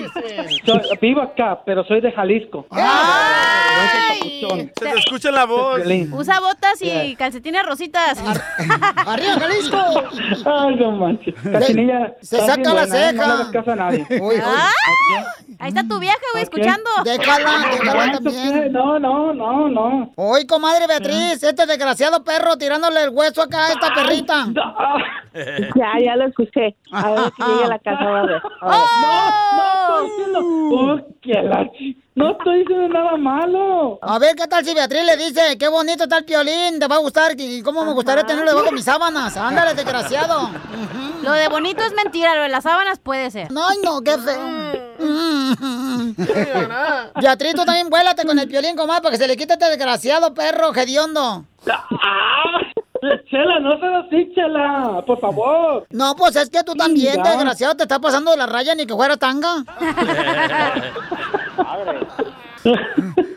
Speaker 6: Soy- vivo acá, pero soy de Jalisco. Ah,
Speaker 1: Se te escucha la voz.
Speaker 3: Usa botas y
Speaker 6: Yeah.
Speaker 3: calcetines rositas.
Speaker 2: ¡Arriba, Jalisco!
Speaker 6: Ay, no manches. Cachanilla,
Speaker 3: se
Speaker 6: estás
Speaker 3: saca
Speaker 6: bien
Speaker 3: la
Speaker 6: buena, ¿eh? No
Speaker 3: ceja.
Speaker 6: le hagas caso a nadie.
Speaker 3: Ah, Ahí está tu vieja, güey,
Speaker 6: Ok.
Speaker 3: escuchando.
Speaker 2: Déjala, déjala también.
Speaker 6: pues, No, no, no, no. Eh.
Speaker 2: Hoy, comadre Beatriz, este desgraciado perro tirándole el hueso acá a esta perrita.
Speaker 6: Ya, ya lo escuché.
Speaker 2: A
Speaker 10: [LAUGHS]
Speaker 2: ver si llega a la casa, va a ver. Ah.
Speaker 6: No, no estoy diciendo. Oh, que la chi- No estoy diciendo nada malo.
Speaker 2: A ver, ¿qué tal si Beatriz le dice, qué bonito está el piolín, te va a gustar, y cómo me gustaría tenerlo debajo de mis sábanas? Ándale, desgraciado.
Speaker 3: Lo de bonito es mentira, lo de las sábanas puede ser. Mm.
Speaker 2: No, no, qué feo. Beatriz, tú también vuélate con el piolín, comadre, para que se le quite este desgraciado perro, hediondo.
Speaker 6: Ah, Chela, no seas así, Chela. Por favor.
Speaker 2: No, pues es que tú también,
Speaker 6: ya.
Speaker 2: desgraciado, te está pasando de la raya ni que fuera tanga.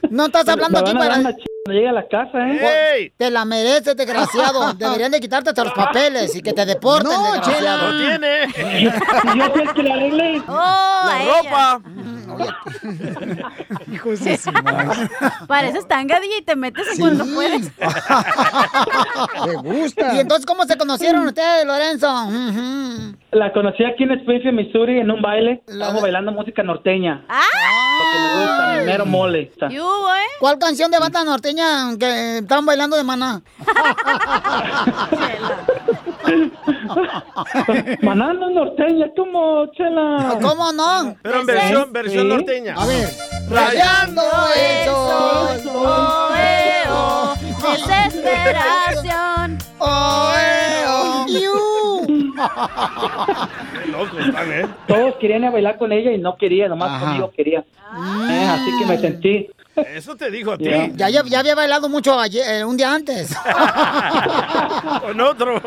Speaker 2: No estás
Speaker 6: Me-
Speaker 2: hablando
Speaker 6: me
Speaker 2: aquí
Speaker 6: van a dar
Speaker 2: para...
Speaker 6: una ch- Cuando llegue a la casa, ¿eh?
Speaker 2: Te la mereces,
Speaker 6: [LAUGHS]
Speaker 2: desgraciado. Deberían de quitarte hasta los papeles y que te deporten,
Speaker 6: No,
Speaker 2: desgraciado.
Speaker 6: Chela. No
Speaker 2: [LAUGHS]
Speaker 6: tiene. Yo soy el que le arregle.
Speaker 2: Oh,
Speaker 3: a ella.
Speaker 2: Mm,
Speaker 3: [LAUGHS]
Speaker 2: Hijo de su madre.
Speaker 3: Pareces tanga, DJ, y te metes en cuando puedes.
Speaker 2: Te gusta. ¿Y entonces cómo se conocieron ustedes, Lorenzo? Mm.
Speaker 6: La conocí aquí en Springfield, Missouri, en un baile. Estábamos bailando música norteña. Gusta, mero mole.
Speaker 2: ¿Cuál canción de banda norteña que están bailando de maná?
Speaker 6: Manando norteña, ¿cómo, Chela?
Speaker 2: ¿Cómo no?
Speaker 1: Pero en versión, versión
Speaker 6: Sí.
Speaker 1: norteña.
Speaker 2: A ver.
Speaker 6: Rayando
Speaker 2: el sol,
Speaker 10: eh,
Speaker 3: oe, [LAUGHS] oh, [LAUGHS] desesperación,
Speaker 2: oe, oh, iu.
Speaker 6: Locos están, ¿eh? Todos querían ir a bailar con ella y no quería, nomás conmigo quería. Eh, así que me sentí.
Speaker 1: Eso te dijo a ti.
Speaker 6: Ya.
Speaker 2: Ya, ya, ya había bailado mucho ayer, eh, un día antes.
Speaker 1: [LAUGHS] Con otro.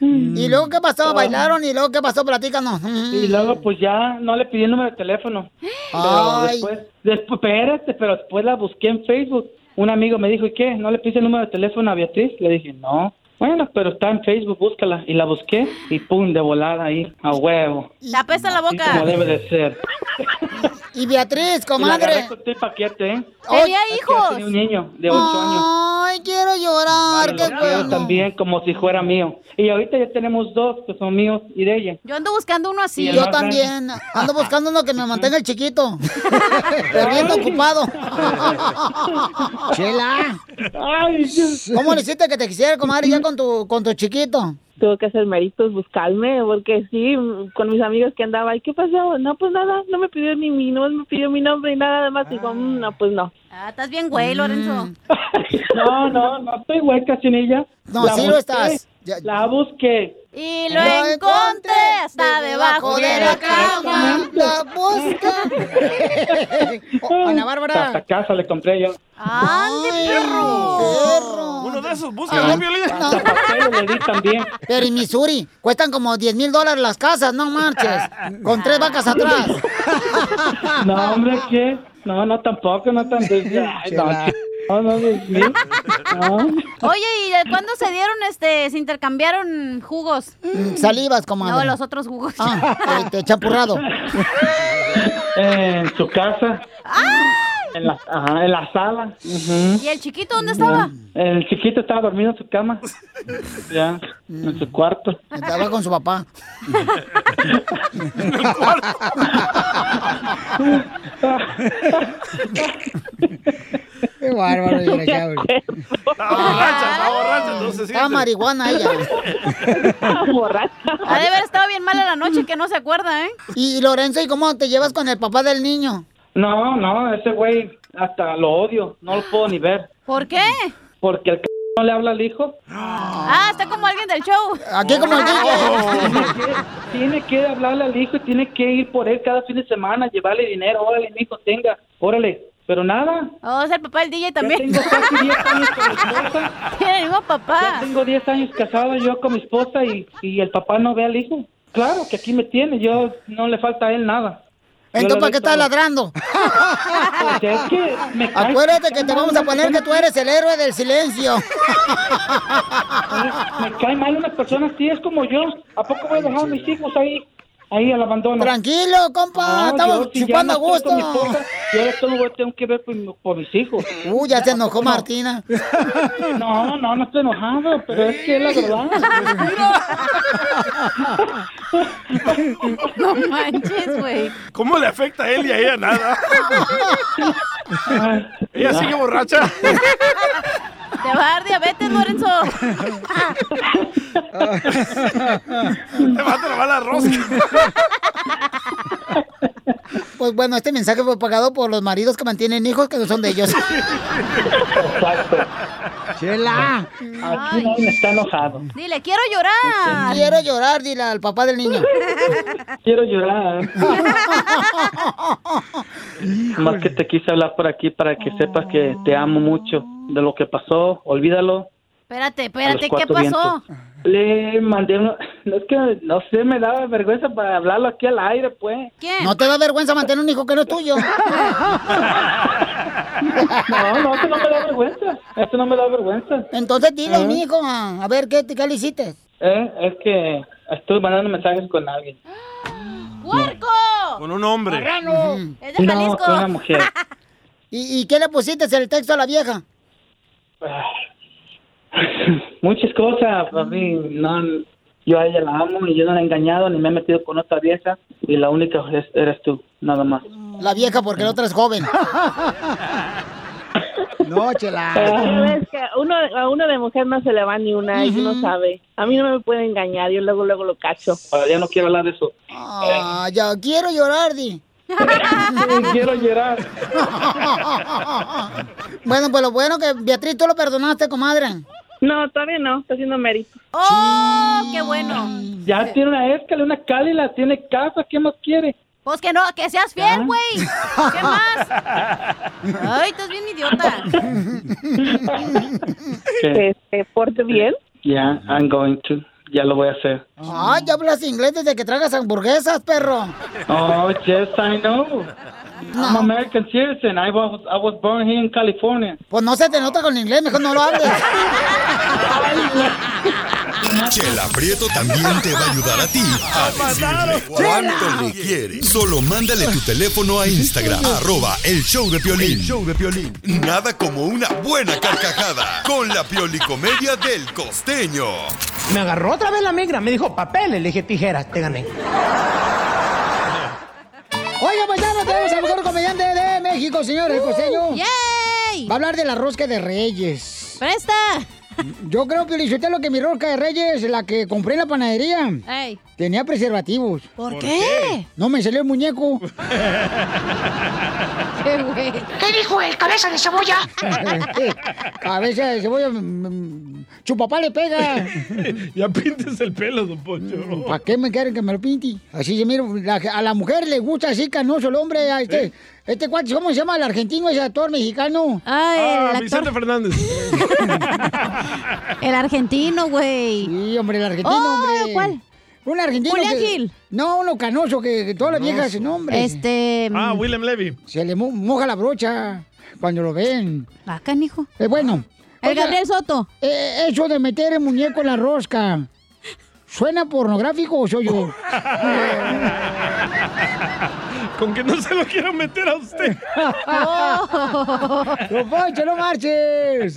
Speaker 6: Mm.
Speaker 2: [LAUGHS] ¿Y luego qué
Speaker 6: Oh.
Speaker 2: pasó? ¿Bailaron? ¿Y luego qué pasó? Platícanos. Mm.
Speaker 6: Y luego, pues ya no le pedí el número de teléfono. Pero
Speaker 2: Ay.
Speaker 6: después, después, espérate, pero después la busqué en Facebook. Un amigo me dijo, ¿y qué? ¿No le pediste el número de teléfono a Beatriz? Le dije, no. Bueno, pero está en Facebook, búscala. Y la busqué y pum, de volada ahí, a huevo.
Speaker 3: la pesta la boca.
Speaker 6: Como debe de ser.
Speaker 2: Y Beatriz,
Speaker 6: Y la agarré
Speaker 2: comadre.
Speaker 6: con todo el paquete, ¿eh?
Speaker 2: Tenía
Speaker 6: hijos. Tenía un niño de 8 años.
Speaker 2: Ay, quiero llorar. qué
Speaker 6: Yo también como si fuera mío. Y ahorita ya tenemos dos que son míos y de ella.
Speaker 3: Yo ando buscando uno
Speaker 6: Y
Speaker 3: así.
Speaker 6: el
Speaker 2: Yo
Speaker 6: más grande.
Speaker 2: también. Ando buscando uno que me mantenga el
Speaker 6: [LAUGHS]
Speaker 2: chiquito. Pero bien ocupado. Chela.
Speaker 6: Ay, Dios.
Speaker 2: ¿Cómo le hiciste que te quisiera, comadre, ya con tu, con tu chiquito?
Speaker 24: tuvo que hacer méritos buscarme, porque sí, con mis amigos que andaba, ¿y qué pasó? No, pues nada, no me pidió ni mi, no me pidió mi nombre ni nada, además digo, "Mm, no, pues no.
Speaker 3: Ah, estás bien
Speaker 2: Mm.
Speaker 3: güey, Lorenzo.
Speaker 6: No, no, no estoy hueca sin ella.
Speaker 3: No, sí lo estás.
Speaker 6: La busqué.
Speaker 3: Y lo encontré hasta debajo de la cama. La [LAUGHS] busca.
Speaker 2: Oh, Ana Bárbara.
Speaker 6: Hasta casa le compré yo.
Speaker 2: ¡Ande, perro! Ah, Uno de esos, búscalo,
Speaker 1: [LAUGHS]
Speaker 6: Hasta papel le di también.
Speaker 2: Pero en Missouri cuestan como 10 mil dólares las casas, no marches. Con tres vacas atrás.
Speaker 3: Ah,
Speaker 6: No, hombre, ¿qué? No, no, tampoco, no tan... Ay, no, no, no, no, no.
Speaker 3: Oye, ¿y de cuándo se dieron, este, se intercambiaron jugos?
Speaker 2: Mm, Salivas, comadre.
Speaker 3: No, los otros jugos.
Speaker 2: Ah, este, champurrado.
Speaker 6: En su casa. En la, ajá, en la sala. Ujú.
Speaker 3: ¿Y el chiquito dónde estaba?
Speaker 6: El chiquito estaba dormido en su cama. Ya, en su cuarto.
Speaker 2: Estaba con su papá. Qué [LAUGHS] bárbaro, desgraciado.
Speaker 3: borracha, borracha,
Speaker 2: Estaba Ah, marihuana ella.
Speaker 24: borracha.
Speaker 3: Ha de haber estado bien mala la noche que no se acuerda, ¿eh?
Speaker 2: Y Lorenzo, ¿y cómo te llevas con el papá del niño?
Speaker 6: No, no, ese güey hasta lo odio. No lo puedo ni ver.
Speaker 3: ¿Por qué?
Speaker 6: Porque el c no le habla al hijo.
Speaker 3: Ah, está como alguien del show. Ah.
Speaker 2: Aquí como el
Speaker 6: [LAUGHS] Tiene que hablarle al hijo y tiene que ir por él cada fin de semana, llevarle dinero. Órale, mi hijo, tenga. Órale.
Speaker 2: [LAUGHS]
Speaker 6: Pero nada.
Speaker 3: Oh, es el papá del DJ también.
Speaker 6: tengo casi 10 años con mi esposa.
Speaker 3: Tiene el mismo
Speaker 6: Ya
Speaker 3: papá.
Speaker 6: tengo 10 años casado yo con mi esposa y, y el papá no ve al hijo. Claro que aquí me tiene. Yo no le falta a él nada. Yo
Speaker 2: Entonces,
Speaker 6: lo
Speaker 2: ¿para qué
Speaker 6: doy
Speaker 2: estás
Speaker 6: todo.
Speaker 2: ladrando?
Speaker 6: Porque es que me
Speaker 2: [LAUGHS]
Speaker 6: cae-
Speaker 2: Acuérdate que te vamos a poner que tú eres el héroe del silencio.
Speaker 6: Me cae mal una persona así, es como yo. ¿A poco voy a dejar a mis hijos ahí, ahí al abandono?
Speaker 2: Tranquilo, compa, estamos
Speaker 6: yo, si ya
Speaker 2: chupando
Speaker 6: no estoy
Speaker 2: a
Speaker 6: con mi
Speaker 2: gusto.
Speaker 6: esposa, Yo ahora todo lo tengo que ver por, mi- por mis hijos.
Speaker 2: Uy, ya se enojó Martina.
Speaker 6: No, no, no estoy enojado, pero es que es la verdad.
Speaker 3: [LAUGHS] No manches, güey.
Speaker 9: ¿Cómo le afecta a él y a ella
Speaker 2: [LAUGHS]
Speaker 9: nada?
Speaker 1: [LAUGHS]
Speaker 9: ella sigue
Speaker 3: [LAUGHS]
Speaker 9: borracha.
Speaker 3: Te va a dar diabetes, Lorenzo.
Speaker 9: Te va a trabar la rosca.
Speaker 2: Pues bueno, este mensaje fue pagado por los maridos que mantienen hijos que no son de ellos. Chela. [LAUGHS]
Speaker 6: Aquí nadie está enojado.
Speaker 3: Dile, quiero llorar.
Speaker 2: Quiero llorar, dile al papá del niño.
Speaker 6: Quiero llorar. Más que te quise hablar por aquí para que sepas que te amo mucho de lo que pasó. Olvídalo.
Speaker 3: Espérate,
Speaker 6: a los
Speaker 3: espérate, ¿qué
Speaker 6: cuatro
Speaker 3: pasó?
Speaker 6: vientos. Le mandé uno- no es que no sé, me daba vergüenza para hablarlo aquí al aire, pues.
Speaker 2: ¿No te da vergüenza mantener un hijo que no es tuyo?
Speaker 6: No, no, eso no me da vergüenza. Eso no me da vergüenza.
Speaker 2: Entonces dile a un
Speaker 6: Ah.
Speaker 2: hijo, a a ver, ¿qué, qué le hiciste?
Speaker 6: Eh, es que estoy mandando mensajes con alguien.
Speaker 3: ¡Puerco!
Speaker 9: Con un hombre.
Speaker 2: Ujú.
Speaker 6: No, con
Speaker 2: [LAUGHS]
Speaker 6: una mujer.
Speaker 2: ¿Y, y qué le pusiste en el texto a la vieja?
Speaker 6: Ah. [LAUGHS] Muchas cosas, a mí, no, yo a ella la amo y yo no la he engañado ni me he metido con otra vieja y la única es- eres tú, nada más.
Speaker 2: La vieja porque la otra es [LAUGHS] joven. No,
Speaker 6: Ah.
Speaker 24: Pero
Speaker 2: chela.
Speaker 24: es que a uno, a uno de mujer no se le va ni una y uno sabe. A mí no me puede engañar, yo luego, luego lo cacho.
Speaker 6: Ahora ya no quiero hablar de eso.
Speaker 2: Ah, ya quiero llorar, [LAUGHS] di.
Speaker 3: Ah.
Speaker 6: quiero llorar.
Speaker 2: bueno, pues lo bueno que Beatriz, tú lo perdonaste, comadre.
Speaker 24: No, todavía no, está haciendo
Speaker 2: [LAUGHS]
Speaker 24: mérito.
Speaker 3: ¡Oh, qué bueno!
Speaker 6: Ya tiene una escala, una cálida, tiene casa, ¿qué más quiere?
Speaker 3: Pues que no, que seas fiel, güey. ¿Qué
Speaker 6: [LAUGHS]
Speaker 3: más? Ay, estás bien idiota.
Speaker 6: Que
Speaker 24: se porte bien.
Speaker 6: Ya, I'm going to, ya lo voy a hacer.
Speaker 2: Ay, ya hablas inglés desde que tragas hamburguesas, perro.
Speaker 6: Oh, yes, I know. I'm American citizen. I was, I was born here in California.
Speaker 2: Pues no se te nota con inglés, mejor no lo
Speaker 6: [LAUGHS]
Speaker 2: hables.
Speaker 5: Chela Prieto también te va a ayudar a ti a decirle cuánto le quieres. Solo mándale tu teléfono a [LAUGHS] Instagram, arroba el show de Piolín. Nada como una buena carcajada con la piolicomedia del costeño.
Speaker 13: Me agarró otra vez la migra, me dijo papeles, le dije tijeras, te gané.
Speaker 2: Oiga, paisanos, tenemos al mejor comediante de México, señor, el costeño.
Speaker 3: ¡Yay!
Speaker 2: Va a hablar de la rosca de Reyes.
Speaker 3: ¡Presta!
Speaker 2: Yo creo que le lo que mi rosca de reyes, la que compré en la panadería,
Speaker 3: Ey.
Speaker 2: tenía preservativos.
Speaker 3: ¿Por ¿Por qué? qué?
Speaker 2: No me salió el
Speaker 3: [LAUGHS]
Speaker 2: muñeco.
Speaker 3: [LAUGHS]
Speaker 2: [LAUGHS]
Speaker 3: ¿Qué
Speaker 2: dijo el cabeza de cebolla? cabeza de cebolla. mm, Chupapá le pega.
Speaker 1: [LAUGHS] ya pintes el pelo, don Poncho.
Speaker 2: ¿Para qué me quieren que me lo pinte? Así se mira, la- a la mujer le gusta así canoso el hombre. A este, este cuate, ¿cómo se llama? El argentino, ese actor mexicano.
Speaker 1: Ah, Vicente Fernández.
Speaker 3: El argentino, güey.
Speaker 2: Sí, hombre, el argentino,
Speaker 3: Oh,
Speaker 2: hombre.
Speaker 3: ¿cuál?
Speaker 2: Un argentino.
Speaker 3: Julián
Speaker 2: que-
Speaker 3: Gil.
Speaker 2: No, uno canoso que, que todas las viejas,
Speaker 1: Canoso.
Speaker 2: no, hombre.
Speaker 3: Este.
Speaker 1: Ah, Willem Levy.
Speaker 2: Se le mo- moja la brocha cuando lo ven.
Speaker 3: Acá, hijo.
Speaker 2: Es bueno. eh,
Speaker 3: El Gabriel Soto.
Speaker 2: eso de meter el muñeco en la rosca. ¿Suena pornográfico o
Speaker 3: [LAUGHS]
Speaker 2: soy yo?
Speaker 1: Con que no se lo quiero meter a usted.
Speaker 2: [LAUGHS] ¡No, Poncho, no marches!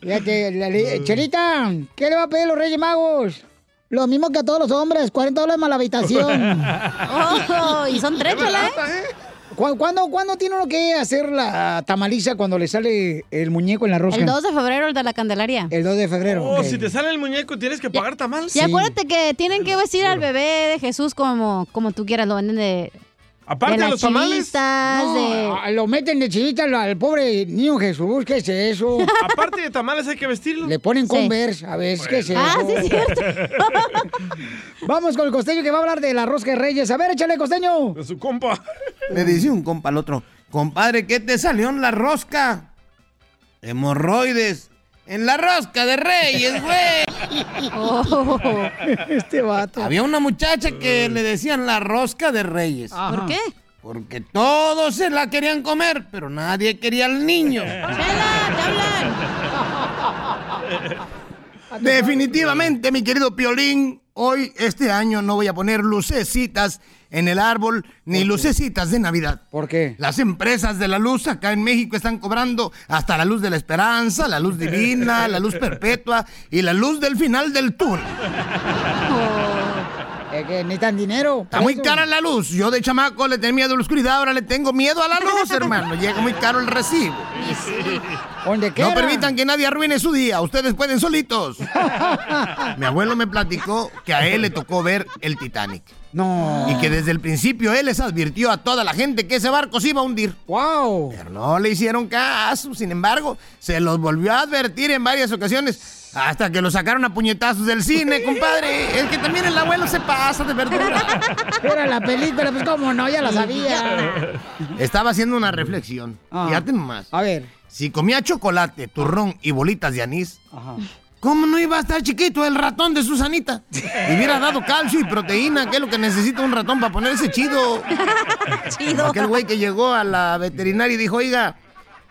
Speaker 2: Fíjate, la le- Chelita, ¿qué le va a pedir los Reyes Magos? Lo mismo que a todos los hombres, 40 dólares más la
Speaker 1: [LAUGHS]
Speaker 2: habitación.
Speaker 3: Oh, y son tres,
Speaker 2: Qué barata,
Speaker 1: ¿eh?
Speaker 2: ¿Cu- ¿Cuándo, ¿Cuándo tiene uno que hacer la tamaliza cuando le sale el muñeco en la rosca?
Speaker 3: El 2 de febrero, el de la Candelaria.
Speaker 2: El 2 de febrero.
Speaker 1: Oh,
Speaker 2: ok.
Speaker 1: si te sale el muñeco, tienes que pagar tamal.
Speaker 3: Y acuérdate que tienen que vestir al bebé de Jesús como, como tú quieras, lo venden de...
Speaker 1: Aparte
Speaker 3: de
Speaker 1: de
Speaker 3: las
Speaker 1: los tamales.
Speaker 3: chivitas,
Speaker 2: No,
Speaker 3: de-
Speaker 2: a- Ah, Lo meten de chivita al, al pobre niño Jesús, ¿qué
Speaker 1: [LAUGHS]
Speaker 2: es eso?
Speaker 3: [LAUGHS]
Speaker 1: Aparte de tamales, hay que vestirlo.
Speaker 2: Le ponen Converse, a ver, ¿qué es eso?
Speaker 3: Ah,
Speaker 2: [LAUGHS] Vamos con el costeño que va a hablar de la rosca de Reyes. A ver, échale, costeño.
Speaker 1: De su compa.
Speaker 15: Le dice un compa al otro, compadre, ¿qué te salió en la rosca? Hemorroides. En la rosca de Reyes, güey.
Speaker 2: Oh, este vato.
Speaker 15: Había una muchacha que le decían la rosca de Reyes.
Speaker 3: Ajá. ¿Por qué?
Speaker 15: Porque todos se la querían comer, pero nadie quería al
Speaker 2: [LAUGHS]
Speaker 15: niño. Definitivamente, mi querido Piolín, hoy, este año, no voy a poner lucecitas en el árbol, ni lucecitas de Navidad.
Speaker 2: ¿Por qué?
Speaker 15: Las empresas de la luz acá en México están cobrando hasta la luz de la esperanza, la luz divina, la luz perpetua y la luz del final del túnel. Oh.
Speaker 2: Es Eh, que necesitan dinero.
Speaker 15: Está muy cara la luz. Yo de chamaco le tenía miedo a la oscuridad, ahora le tengo miedo a la
Speaker 2: [LAUGHS]
Speaker 15: luz, hermano. Llega muy caro el recibo.
Speaker 3: [LAUGHS]
Speaker 2: ¿Dónde
Speaker 15: No
Speaker 2: quiera.
Speaker 15: permitan que nadie arruine su día. Ustedes pueden
Speaker 2: [LAUGHS]
Speaker 15: solitos. Mi abuelo me platicó que a él le tocó ver el Titanic.
Speaker 2: No.
Speaker 15: Y que desde el principio él les advirtió a toda la gente que ese barco se iba a hundir.
Speaker 2: ¡Wow!
Speaker 15: Pero no le hicieron caso. Sin embargo, se los volvió a advertir en varias ocasiones. Hasta que lo sacaron a puñetazos del
Speaker 2: [LAUGHS]
Speaker 15: cine, compadre. Es que también el abuelo se pasa de verdura.
Speaker 2: Era la película, pues cómo no, ya la sabía.
Speaker 15: [LAUGHS]
Speaker 2: Ah.
Speaker 15: Estaba haciendo una reflexión. Fíjate nomás.
Speaker 2: A ver.
Speaker 15: Si comía chocolate, turrón y bolitas de anís, ¿cómo no iba a estar chiquito el ratón de Susanita? Le hubiera dado calcio y proteína, que es lo que necesita un ratón para ponerse chido. chido. Aquel güey que llegó a la veterinaria y dijo, oiga,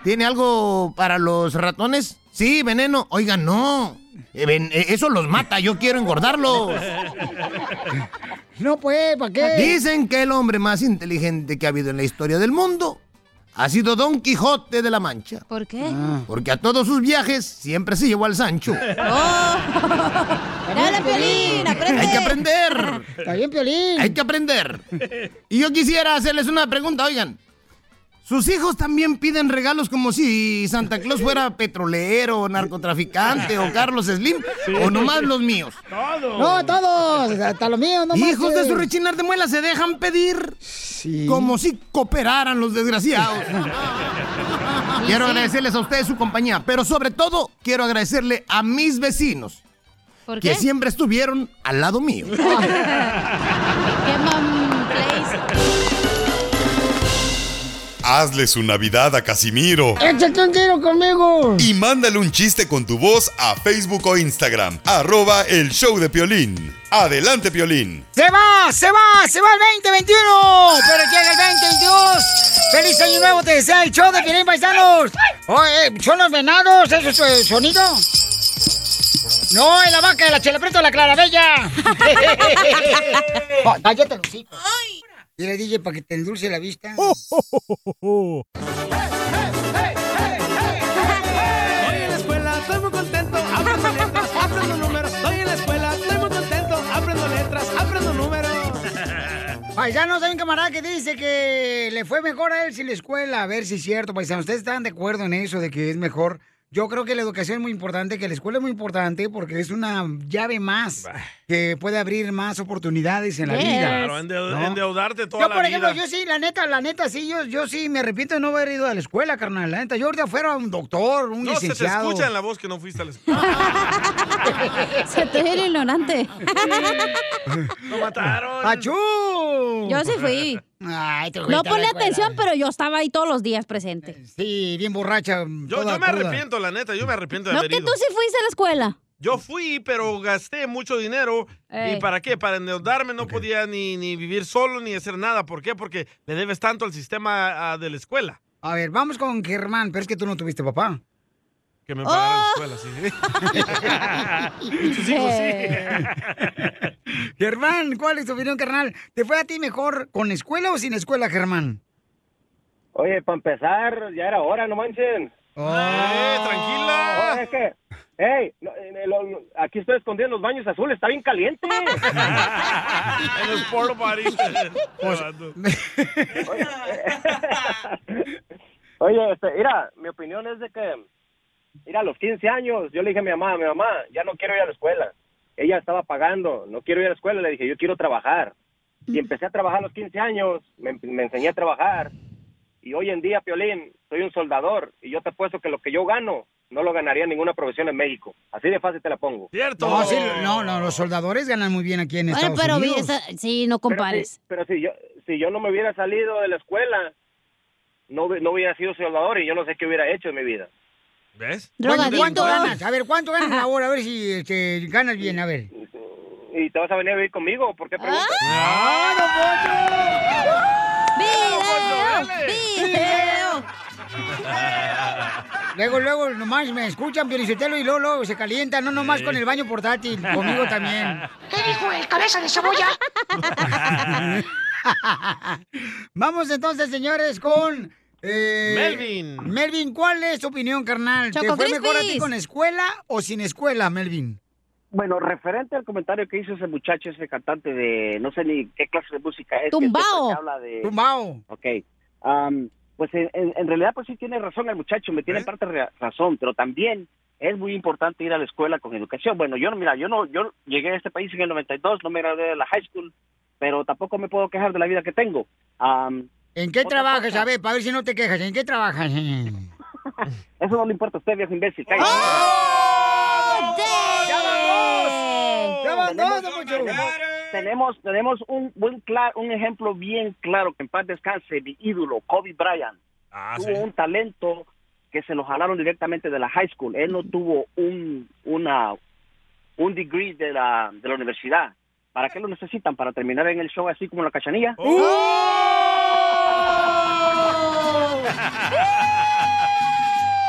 Speaker 15: ¿tiene algo para los ratones? Sí, veneno. Oiga, no. Eh, ven- eh, Eso los mata, yo quiero engordarlos.
Speaker 2: No, pues, ¿para qué?
Speaker 15: Dicen que el hombre más inteligente que ha habido en la historia del mundo ha sido Don Quijote de la Mancha.
Speaker 3: ¿Por qué?
Speaker 2: Ah.
Speaker 15: Porque a todos sus viajes siempre se llevó al
Speaker 2: [LAUGHS]
Speaker 15: Sancho.
Speaker 2: Oh,
Speaker 3: ¡Dale, Piolín! ¡Aprende!
Speaker 15: Hay que aprender.
Speaker 2: Está bien, Piolín.
Speaker 15: Hay que aprender. Y yo quisiera hacerles una pregunta, oigan. ¿Sus hijos también piden regalos como si Santa Claus fuera petrolero, narcotraficante
Speaker 2: [LAUGHS]
Speaker 15: o Carlos Slim? ¿O nomás los míos?
Speaker 2: No, todos, hasta los míos, no
Speaker 15: Hijos de
Speaker 2: marches.
Speaker 15: su rechinar de muela se dejan pedir. Como si cooperaran los desgraciados. Quiero agradecerles a ustedes su compañía, pero sobre todo quiero agradecerle a mis vecinos
Speaker 3: ¿Por
Speaker 15: que
Speaker 3: qué?
Speaker 15: siempre estuvieron al lado
Speaker 3: [LAUGHS]
Speaker 15: mío.
Speaker 3: ¡Qué mam place!
Speaker 5: Hazle su Navidad a Casimiro.
Speaker 2: ¡Échate un tiro conmigo!
Speaker 5: Y mándale un chiste con tu voz a Facebook o Instagram. Arroba el show de Piolín. Adelante, Piolín.
Speaker 2: ¡Se va! ¡Se va! ¡Se va el 2021! pero llega el 2022. ¡Feliz año nuevo! Te desea el show de Piolín Paisanos. Oye, ¿son los venados? ¿Eso es eh, sonido? No, es la vaca de la chelepreta de la
Speaker 9: [LAUGHS]
Speaker 2: clarabella. Va- Cállate, Lucito. Dile, DJ, para que te endulce la
Speaker 9: [LAUGHS]
Speaker 2: vista.
Speaker 9: Estoy en la escuela, estoy muy contento, aprendo letras, aprendo números. Estoy en la escuela, estoy muy contento, aprendo letras, aprendo números.
Speaker 2: Paisanos, hay un camarada que dice que le fue mejor a él sin la escuela. A ver si es cierto, paisanos. ¿Ustedes están de acuerdo en eso de que es mejor Yo creo que la educación es muy importante, que la escuela es muy importante porque es una llave más que puede abrir más oportunidades en la
Speaker 1: Yes.
Speaker 2: vida.
Speaker 1: Claro, endeud-
Speaker 2: ¿no?
Speaker 1: endeudarte toda
Speaker 2: Yo,
Speaker 1: la
Speaker 2: por ejemplo,
Speaker 1: vida.
Speaker 2: yo sí, la neta, la neta, sí, yo, yo sí me arrepiento de no haber ido a la escuela, carnal. La neta, yo ahorita fuera un doctor, un
Speaker 1: No, se te
Speaker 2: licenciado.
Speaker 1: escucha en la voz que no fuiste a la escuela.
Speaker 2: [LAUGHS]
Speaker 3: [LAUGHS] Se te ve el ignorante.
Speaker 1: Lo mataron.
Speaker 2: ¡Achú!
Speaker 3: Yo sí fui.
Speaker 2: Ay, te fuiste
Speaker 3: no
Speaker 2: a la
Speaker 3: ponle
Speaker 2: escuela.
Speaker 3: atención, pero yo estaba ahí todos los días presente.
Speaker 2: Sí, bien borracha.
Speaker 1: Yo, yo me arrepiento, la neta, yo me arrepiento de
Speaker 3: No,
Speaker 1: haber
Speaker 3: que
Speaker 1: ido.
Speaker 3: tú sí fuiste a la escuela.
Speaker 1: Yo fui, pero gasté mucho dinero.
Speaker 3: Ey.
Speaker 1: ¿Y para qué? Para endeudarme no podía ni, ni vivir solo ni hacer nada. ¿Por qué? Porque le debes tanto al sistema ah, de la escuela.
Speaker 2: A ver, vamos con Germán, pero es que tú no tuviste papá.
Speaker 1: Que me pagaron
Speaker 17: Oh.
Speaker 1: la
Speaker 17: [LAUGHS]
Speaker 1: escuela, [LAUGHS] sí. Tus hijos,
Speaker 2: sí. [LAUGHS] Germán, ¿cuál es tu opinión, carnal? ¿Te fue a ti mejor con escuela o sin escuela, Germán?
Speaker 25: Oye, para empezar, ya era hora, no manchen. Eh, tranquila! es que, hey, no, eh, lo- lo- aquí estoy escondido en los baños azules, está bien caliente. [LAUGHS] en
Speaker 1: los polo parties.
Speaker 25: Pues, Oye, este, mira, mi opinión es de que, mira, a los 15 años, yo le dije a mi mamá, mi mamá, ya no quiero ir a la escuela. Ella estaba pagando, no quiero ir a la escuela, le dije, yo quiero trabajar. Y empecé a trabajar a los 15 años, me, me enseñé a trabajar. Y hoy en día, Piolín, soy un soldador y yo te apuesto que lo que yo gano no lo ganaría en ninguna profesión en México. Así de fácil te la pongo.
Speaker 1: ¡Cierto!
Speaker 2: No, sí, no, no, los soldadores ganan muy bien aquí en
Speaker 3: Bueno,
Speaker 2: Estados
Speaker 3: pero vi-
Speaker 2: Unidos.
Speaker 3: esa- sí, no compares.
Speaker 25: Pero si yo, si yo no me hubiera salido de la escuela, no, hubi- no hubiera sido soldador y yo no sé qué hubiera hecho en mi vida.
Speaker 1: ¿Ves?
Speaker 2: ¿Cuánto, cuánto ganas? A ver, ¿cuánto ganas la hora? A ver si este, ganas bien, a ver.
Speaker 25: ¿Y te vas a venir a vivir conmigo? ¿Por qué preguntas?
Speaker 2: Ah. ¡Video! Luego, luego, nomás me escuchan, Pionicetelo, y luego, luego se calientan, no nomás
Speaker 25: Sí.
Speaker 2: con el baño portátil, conmigo también.
Speaker 9: ¿Qué dijo el cabeza de cebolla?
Speaker 2: [LAUGHS] Vamos entonces, señores, con... eh,
Speaker 1: Melvin.
Speaker 2: Melvin, ¿cuál es tu opinión, carnal? ¿Te
Speaker 25: Choco
Speaker 2: fue mejor a ti
Speaker 25: Crispies.
Speaker 2: con escuela o sin escuela, Melvin?
Speaker 25: Bueno, referente al comentario que hizo ese muchacho, ese cantante de no sé ni qué clase de música es. que
Speaker 2: Tumbao.
Speaker 25: siempre Habla de...
Speaker 2: Tumbao.
Speaker 25: Ok. Am, pues en, en- en realidad, pues sí tiene razón el muchacho, me tiene parte ra- razón, pero también es muy importante ir a la escuela con educación. Bueno, yo no, mira, yo no, yo llegué a este país en el 92, no me gradué de la high school, pero tampoco me puedo quejar de la vida que tengo. Am,
Speaker 2: ¿En qué
Speaker 25: Otra
Speaker 2: trabajas?
Speaker 25: cosa.
Speaker 2: A ver, para ver si no te quejas. ¿En qué trabajas?
Speaker 25: [LAUGHS] eso no le importa a usted, viejo imbécil. cállese.
Speaker 2: ¡Oh! [LAUGHS] ¡Ya van
Speaker 25: Tenemos-
Speaker 2: dos, don Poncho.
Speaker 25: tenemos- Tenemos, tenemos un buen clar- un ejemplo bien claro que en paz descanse mi ídolo Kobe Bryant tuvo
Speaker 9: sí.
Speaker 25: un talento que se lo jalaron directamente de la high school. Él no tuvo un una un degree de la de la universidad. ¿Para qué lo necesitan? Para terminar en el show así como la cachanilla.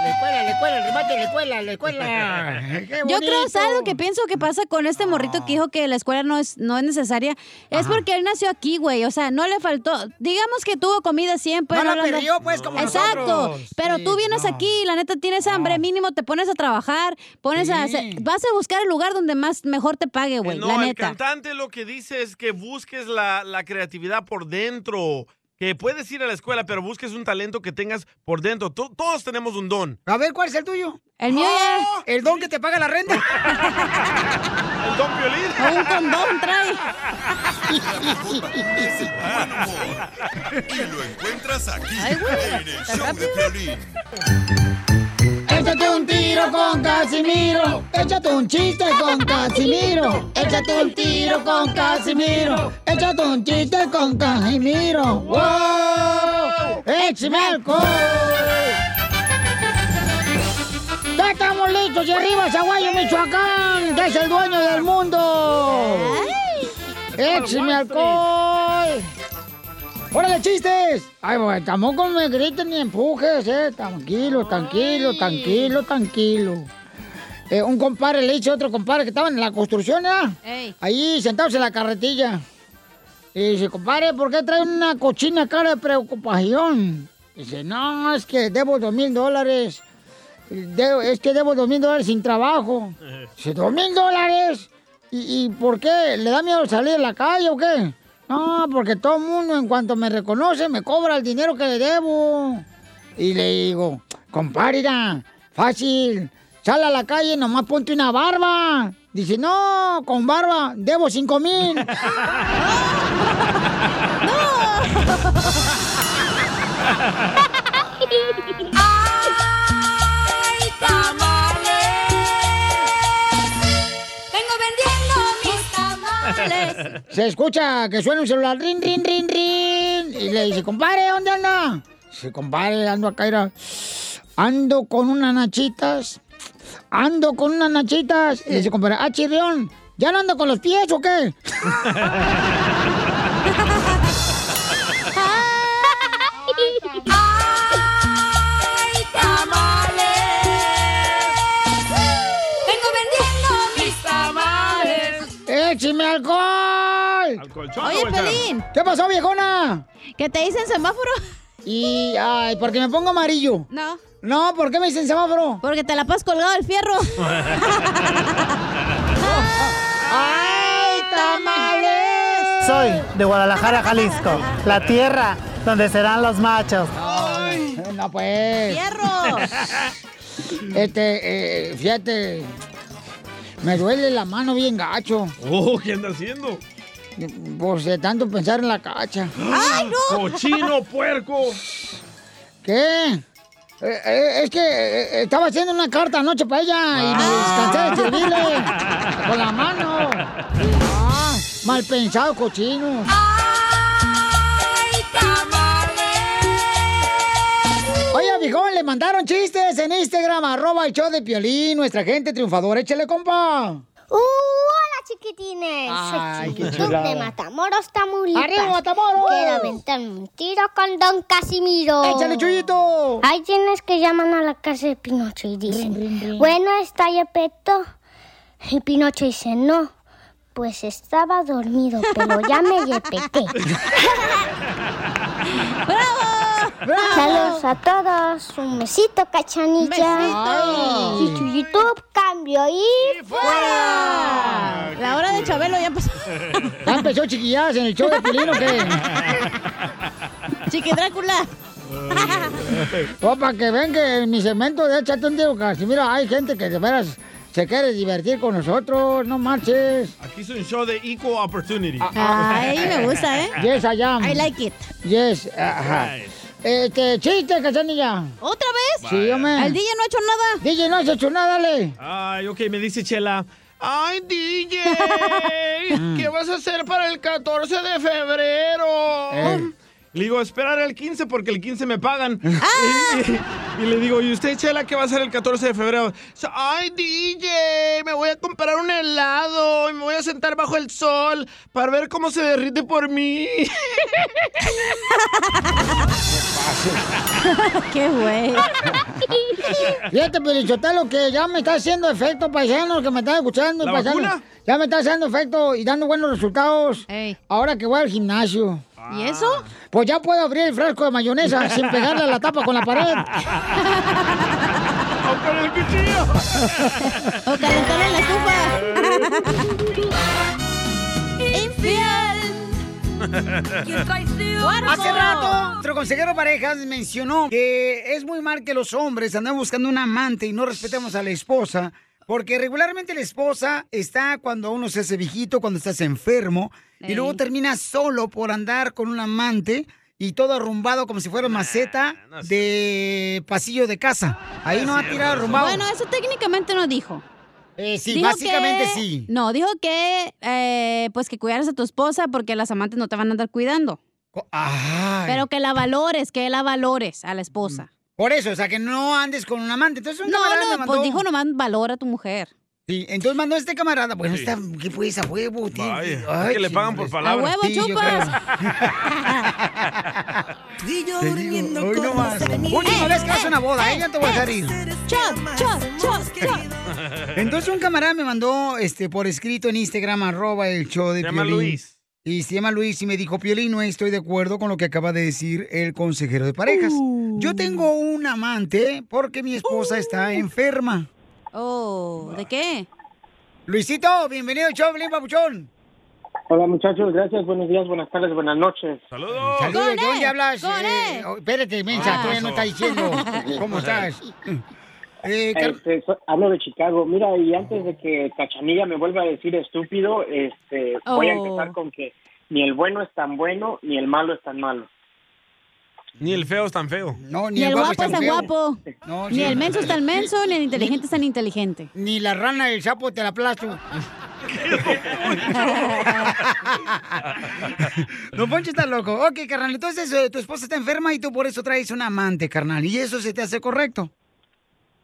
Speaker 2: La escuela, la escuela, el remate, la escuela, la escuela. Qué
Speaker 3: Yo creo,
Speaker 2: bonito.
Speaker 3: ¿sabes lo que pienso que pasa con este morrito que dijo que la escuela no es, no es necesaria? Es porque él nació aquí, güey. O sea, no le faltó. Digamos que tuvo comida siempre.
Speaker 2: No la
Speaker 3: hablando-
Speaker 2: perdió, pues, como
Speaker 3: Exacto.
Speaker 2: nosotros.
Speaker 3: Pero tú vienes aquí y la neta tienes hambre mínimo, te pones a trabajar, pones a hacer- vas a buscar el lugar donde más mejor te pague, güey.
Speaker 1: No,
Speaker 3: la
Speaker 1: el
Speaker 3: neta.
Speaker 1: cantante lo que dice es que busques la, la creatividad por dentro. Que puedes ir a la escuela, pero busques un talento que tengas por dentro. To- todos tenemos un don.
Speaker 2: A ver, ¿cuál es el tuyo?
Speaker 3: El mío
Speaker 2: ya. El don que te paga la renta.
Speaker 1: [LAUGHS] El don violín.
Speaker 3: Un condón trae.
Speaker 5: Es el buen humor. [LAUGHS] Y lo encuentras aquí,
Speaker 2: Ay, güey,
Speaker 5: en el
Speaker 2: tan
Speaker 5: show de Piolín.
Speaker 2: Échate un tiro con Casimiro. Échate un chiste con Casimiro. Échate un tiro con Casimiro. Échate un chiste con Casimiro. ¡Wow! ¡Échame alcohol! Ya estamos listos y arriba, Zaguayo, Michoacán, que es el dueño del mundo. ¡Échame alcohol! ¡Órale, chistes! Ay, bueno, tampoco me griten ni empujes, eh. Tranquilo, tranquilo, tranquilo, tranquilo. Eh, un compadre le dice a otro compadre que estaban en la construcción, ¿ya?
Speaker 3: Ey.
Speaker 2: Ahí sentados en la carretilla. Y dice, compadre, ¿por qué trae una cochina cara de preocupación? Dice, no, es que debo dos mil dólares. De- es que debo dos mil dólares sin trabajo. Dice, dos mil dólares. ¿Y, y por qué? ¿Le da miedo salir a la calle o qué? No, porque todo el mundo en cuanto me reconoce me cobra el dinero que le debo. Y le digo, compadre, mira, Fácil. Sal a la calle, nomás ponte una barba. Dice, no, con barba debo cinco mil.
Speaker 17: ¡Ay, tamales! Vengo vendiendo mis tamales.
Speaker 2: Se escucha que suena un celular, rin, rin, rin, rin. Y le dice, compadre, ¿dónde anda? Dice, compadre, ando acá, era. Ando con unas nachitas. Ando con unas nachitas. Y le dice, compadre, ah, chirrión, ¿ya no ando con los pies o qué?
Speaker 17: ¡Ay, tamales! Vengo vendiendo mis tamales.
Speaker 2: ¡Écheme alcohol!
Speaker 3: Oye, Pelín.
Speaker 2: ¿Qué pasó, viejona?
Speaker 3: ¿Qué te dicen semáforo?
Speaker 2: Y, ay, porque me pongo amarillo.
Speaker 3: No.
Speaker 2: No, ¿por qué me dicen semáforo?
Speaker 3: Porque te la pasas colgado del fierro.
Speaker 2: [LAUGHS] ¡Ay, tamales!
Speaker 13: Soy de Guadalajara, Jalisco, la tierra donde serán los machos.
Speaker 2: Ay, no, pues. Este, eh, fíjate, me duele la mano bien gacho.
Speaker 1: Oh, ¿qué anda haciendo?
Speaker 2: Por de tanto pensar en la cacha.
Speaker 1: ¡Cochino puerco!
Speaker 2: ¿Qué? Eh, eh, es que eh, estaba haciendo una carta anoche para ella y
Speaker 1: Ah.
Speaker 2: me descansé de escribirle con la mano. Ah, mal pensado, cochino.
Speaker 17: ¡Ay, tamales!
Speaker 2: Oye, viejón, le mandaron chistes en Instagram, arroba el show de Piolín, nuestra gente triunfadora. Échale, compa.
Speaker 23: ¡Uh, hola chiquitines!
Speaker 2: Ay,
Speaker 23: Soy
Speaker 2: qué
Speaker 23: Chiquitub
Speaker 2: chulada.
Speaker 23: de Matamoros, Tamaulipas.
Speaker 2: ¡Arriba, Matamoros!
Speaker 23: Quiero aventarme un tiro con Don Casimiro.
Speaker 2: ¡Échale, Chuyito!
Speaker 23: Hay quienes que llaman a la casa de Pinocho y dicen, bueno, está Yepeto. Y Pinocho dice, no, pues estaba dormido, pero ya me yepeté.
Speaker 2: [LAUGHS]
Speaker 23: Saludos a todos. Un besito, cachanilla.
Speaker 3: Besito.
Speaker 23: Y su YouTube, cambio y fuera.
Speaker 3: La hora de Chabelo ya pasó.
Speaker 2: Ya empezó chiquillas en el show de Piolín, ¿o qué?
Speaker 3: Chiqui Drácula.
Speaker 2: O para Oh, que ven que en mi segmento de Échate un tiro, mira, hay gente que de veras se quiere divertir con nosotros, no marches.
Speaker 1: Aquí es un show de equal opportunity.
Speaker 3: Ah,
Speaker 2: Ay, me gusta, ¿eh? Yes, I am.
Speaker 3: I like it.
Speaker 2: Yes, ajá.
Speaker 1: Right.
Speaker 2: Este, chiste, cachanilla.
Speaker 3: ¿Otra vez?
Speaker 2: Sí, hombre.
Speaker 3: Oh. El DJ no ha hecho nada.
Speaker 2: DJ no has hecho nada, dale.
Speaker 1: Ay, ok, me dice Chela.
Speaker 9: ¡Ay, DJ! ¿Qué vas a hacer para el 14 de febrero?
Speaker 1: Eh. Le digo, esperar el 15 porque el 15 me pagan. [LAUGHS]
Speaker 3: Ah.
Speaker 1: Y, y- y le digo, ¿y usted, Chela, qué va a hacer el 14 de febrero? So- ¡Ay, DJ! Me voy a comprar un helado y me voy a sentar
Speaker 2: [LAUGHS]
Speaker 1: bajo el sol para ver cómo se derrite por mí.
Speaker 3: [LAUGHS] Qué güey.
Speaker 2: Fíjate, Pelichotelo, que ya me está haciendo efecto, paisanos, que me están escuchando.
Speaker 1: ¿La
Speaker 2: paisanos.
Speaker 1: vacuna?
Speaker 2: Ya me está haciendo efecto y dando buenos resultados. Ahora que voy al gimnasio.
Speaker 3: ¿Y eso?
Speaker 2: Pues ya puedo abrir el frasco
Speaker 3: [LAUGHS]
Speaker 2: de mayonesa sin pegarle a la tapa con la pared.
Speaker 17: ¡O con el cuchillo!
Speaker 3: ¡O calentar en la
Speaker 17: estufa! ¡Infiel!
Speaker 10: Hace rato,
Speaker 2: nuestro consejero parejas mencionó que es muy mal que los hombres andan buscando un amante y no respetamos a la esposa, porque regularmente la esposa está cuando uno se hace viejito, cuando estás enfermo, y luego termina solo por andar con un amante y todo arrumbado como si fuera maceta de pasillo de casa. Ahí no ha tirado arrumbado.
Speaker 3: Bueno, eso técnicamente este no dijo.
Speaker 2: Eh, sí,
Speaker 3: Dijo
Speaker 2: básicamente
Speaker 3: que-
Speaker 2: sí.
Speaker 3: No, dijo que eh, pues que cuidaras a tu esposa porque las amantes no te van a andar cuidando.
Speaker 2: Ay.
Speaker 3: Pero que la valores, que la valores a la esposa.
Speaker 2: Por eso, o sea, que no andes con un amante. Entonces, un camarada
Speaker 3: No,
Speaker 2: me
Speaker 3: no,
Speaker 2: mandó-
Speaker 3: pues dijo nomás valora a tu mujer.
Speaker 2: Sí, entonces mandó este camarada. Bueno,
Speaker 1: Sí.
Speaker 2: está, ¿qué pues a huevo, tío?
Speaker 1: Vaya,
Speaker 2: Ay,
Speaker 1: es que le pagan por palabra.
Speaker 2: A huevo, Sí, yo chupas.
Speaker 10: y yo
Speaker 2: Te digo,
Speaker 10: durmiendo
Speaker 2: hoy
Speaker 10: con
Speaker 2: no más.
Speaker 10: los enemigos.
Speaker 2: Última vez que vas a una boda,
Speaker 10: Eh,
Speaker 2: ¿eh? Ya te voy a dejar ir.
Speaker 10: Chot, chot, chot, chot.
Speaker 2: Entonces, un camarada me mandó este, por escrito en Instagram, arroba el show de
Speaker 1: Se llama
Speaker 2: Piolín.
Speaker 1: Luis.
Speaker 2: Y se llama Luis y me dijo, Piolín, no estoy de acuerdo con lo que acaba de decir el consejero de parejas.
Speaker 1: Uh.
Speaker 2: Yo tengo un amante porque mi esposa está enferma.
Speaker 3: Oh, ¿de qué?
Speaker 2: Luisito, bienvenido al show, de Piolín Papuchón.
Speaker 26: Hola muchachos, gracias, buenos días, buenas tardes, buenas noches. Saludos.
Speaker 2: Saludos, ¿de dónde hablas? Eh, oh, espérate, mensa,
Speaker 3: [LAUGHS]
Speaker 26: Ah.
Speaker 2: todavía no está diciendo. ¿Cómo estás?
Speaker 26: Este, so- hablo de Chicago. Mira, y antes de que Cachanilla me vuelva a decir estúpido, este, voy a
Speaker 1: Oh.
Speaker 26: empezar con que ni el bueno es tan bueno, ni el malo es tan malo.
Speaker 1: Ni el feo es tan feo.
Speaker 2: No,
Speaker 3: Ni el guapo es tan guapo.
Speaker 2: No,
Speaker 3: Ni
Speaker 2: sí.
Speaker 3: el menso es tan menso, ni el inteligente es tan inteligente.
Speaker 2: [LAUGHS] Ni la rana del sapo te la aplasto. No, Poncho está loco. Ok, carnal, entonces eh, tu esposa está enferma y tú por eso traes un amante, carnal. ¿Y eso se te hace correcto?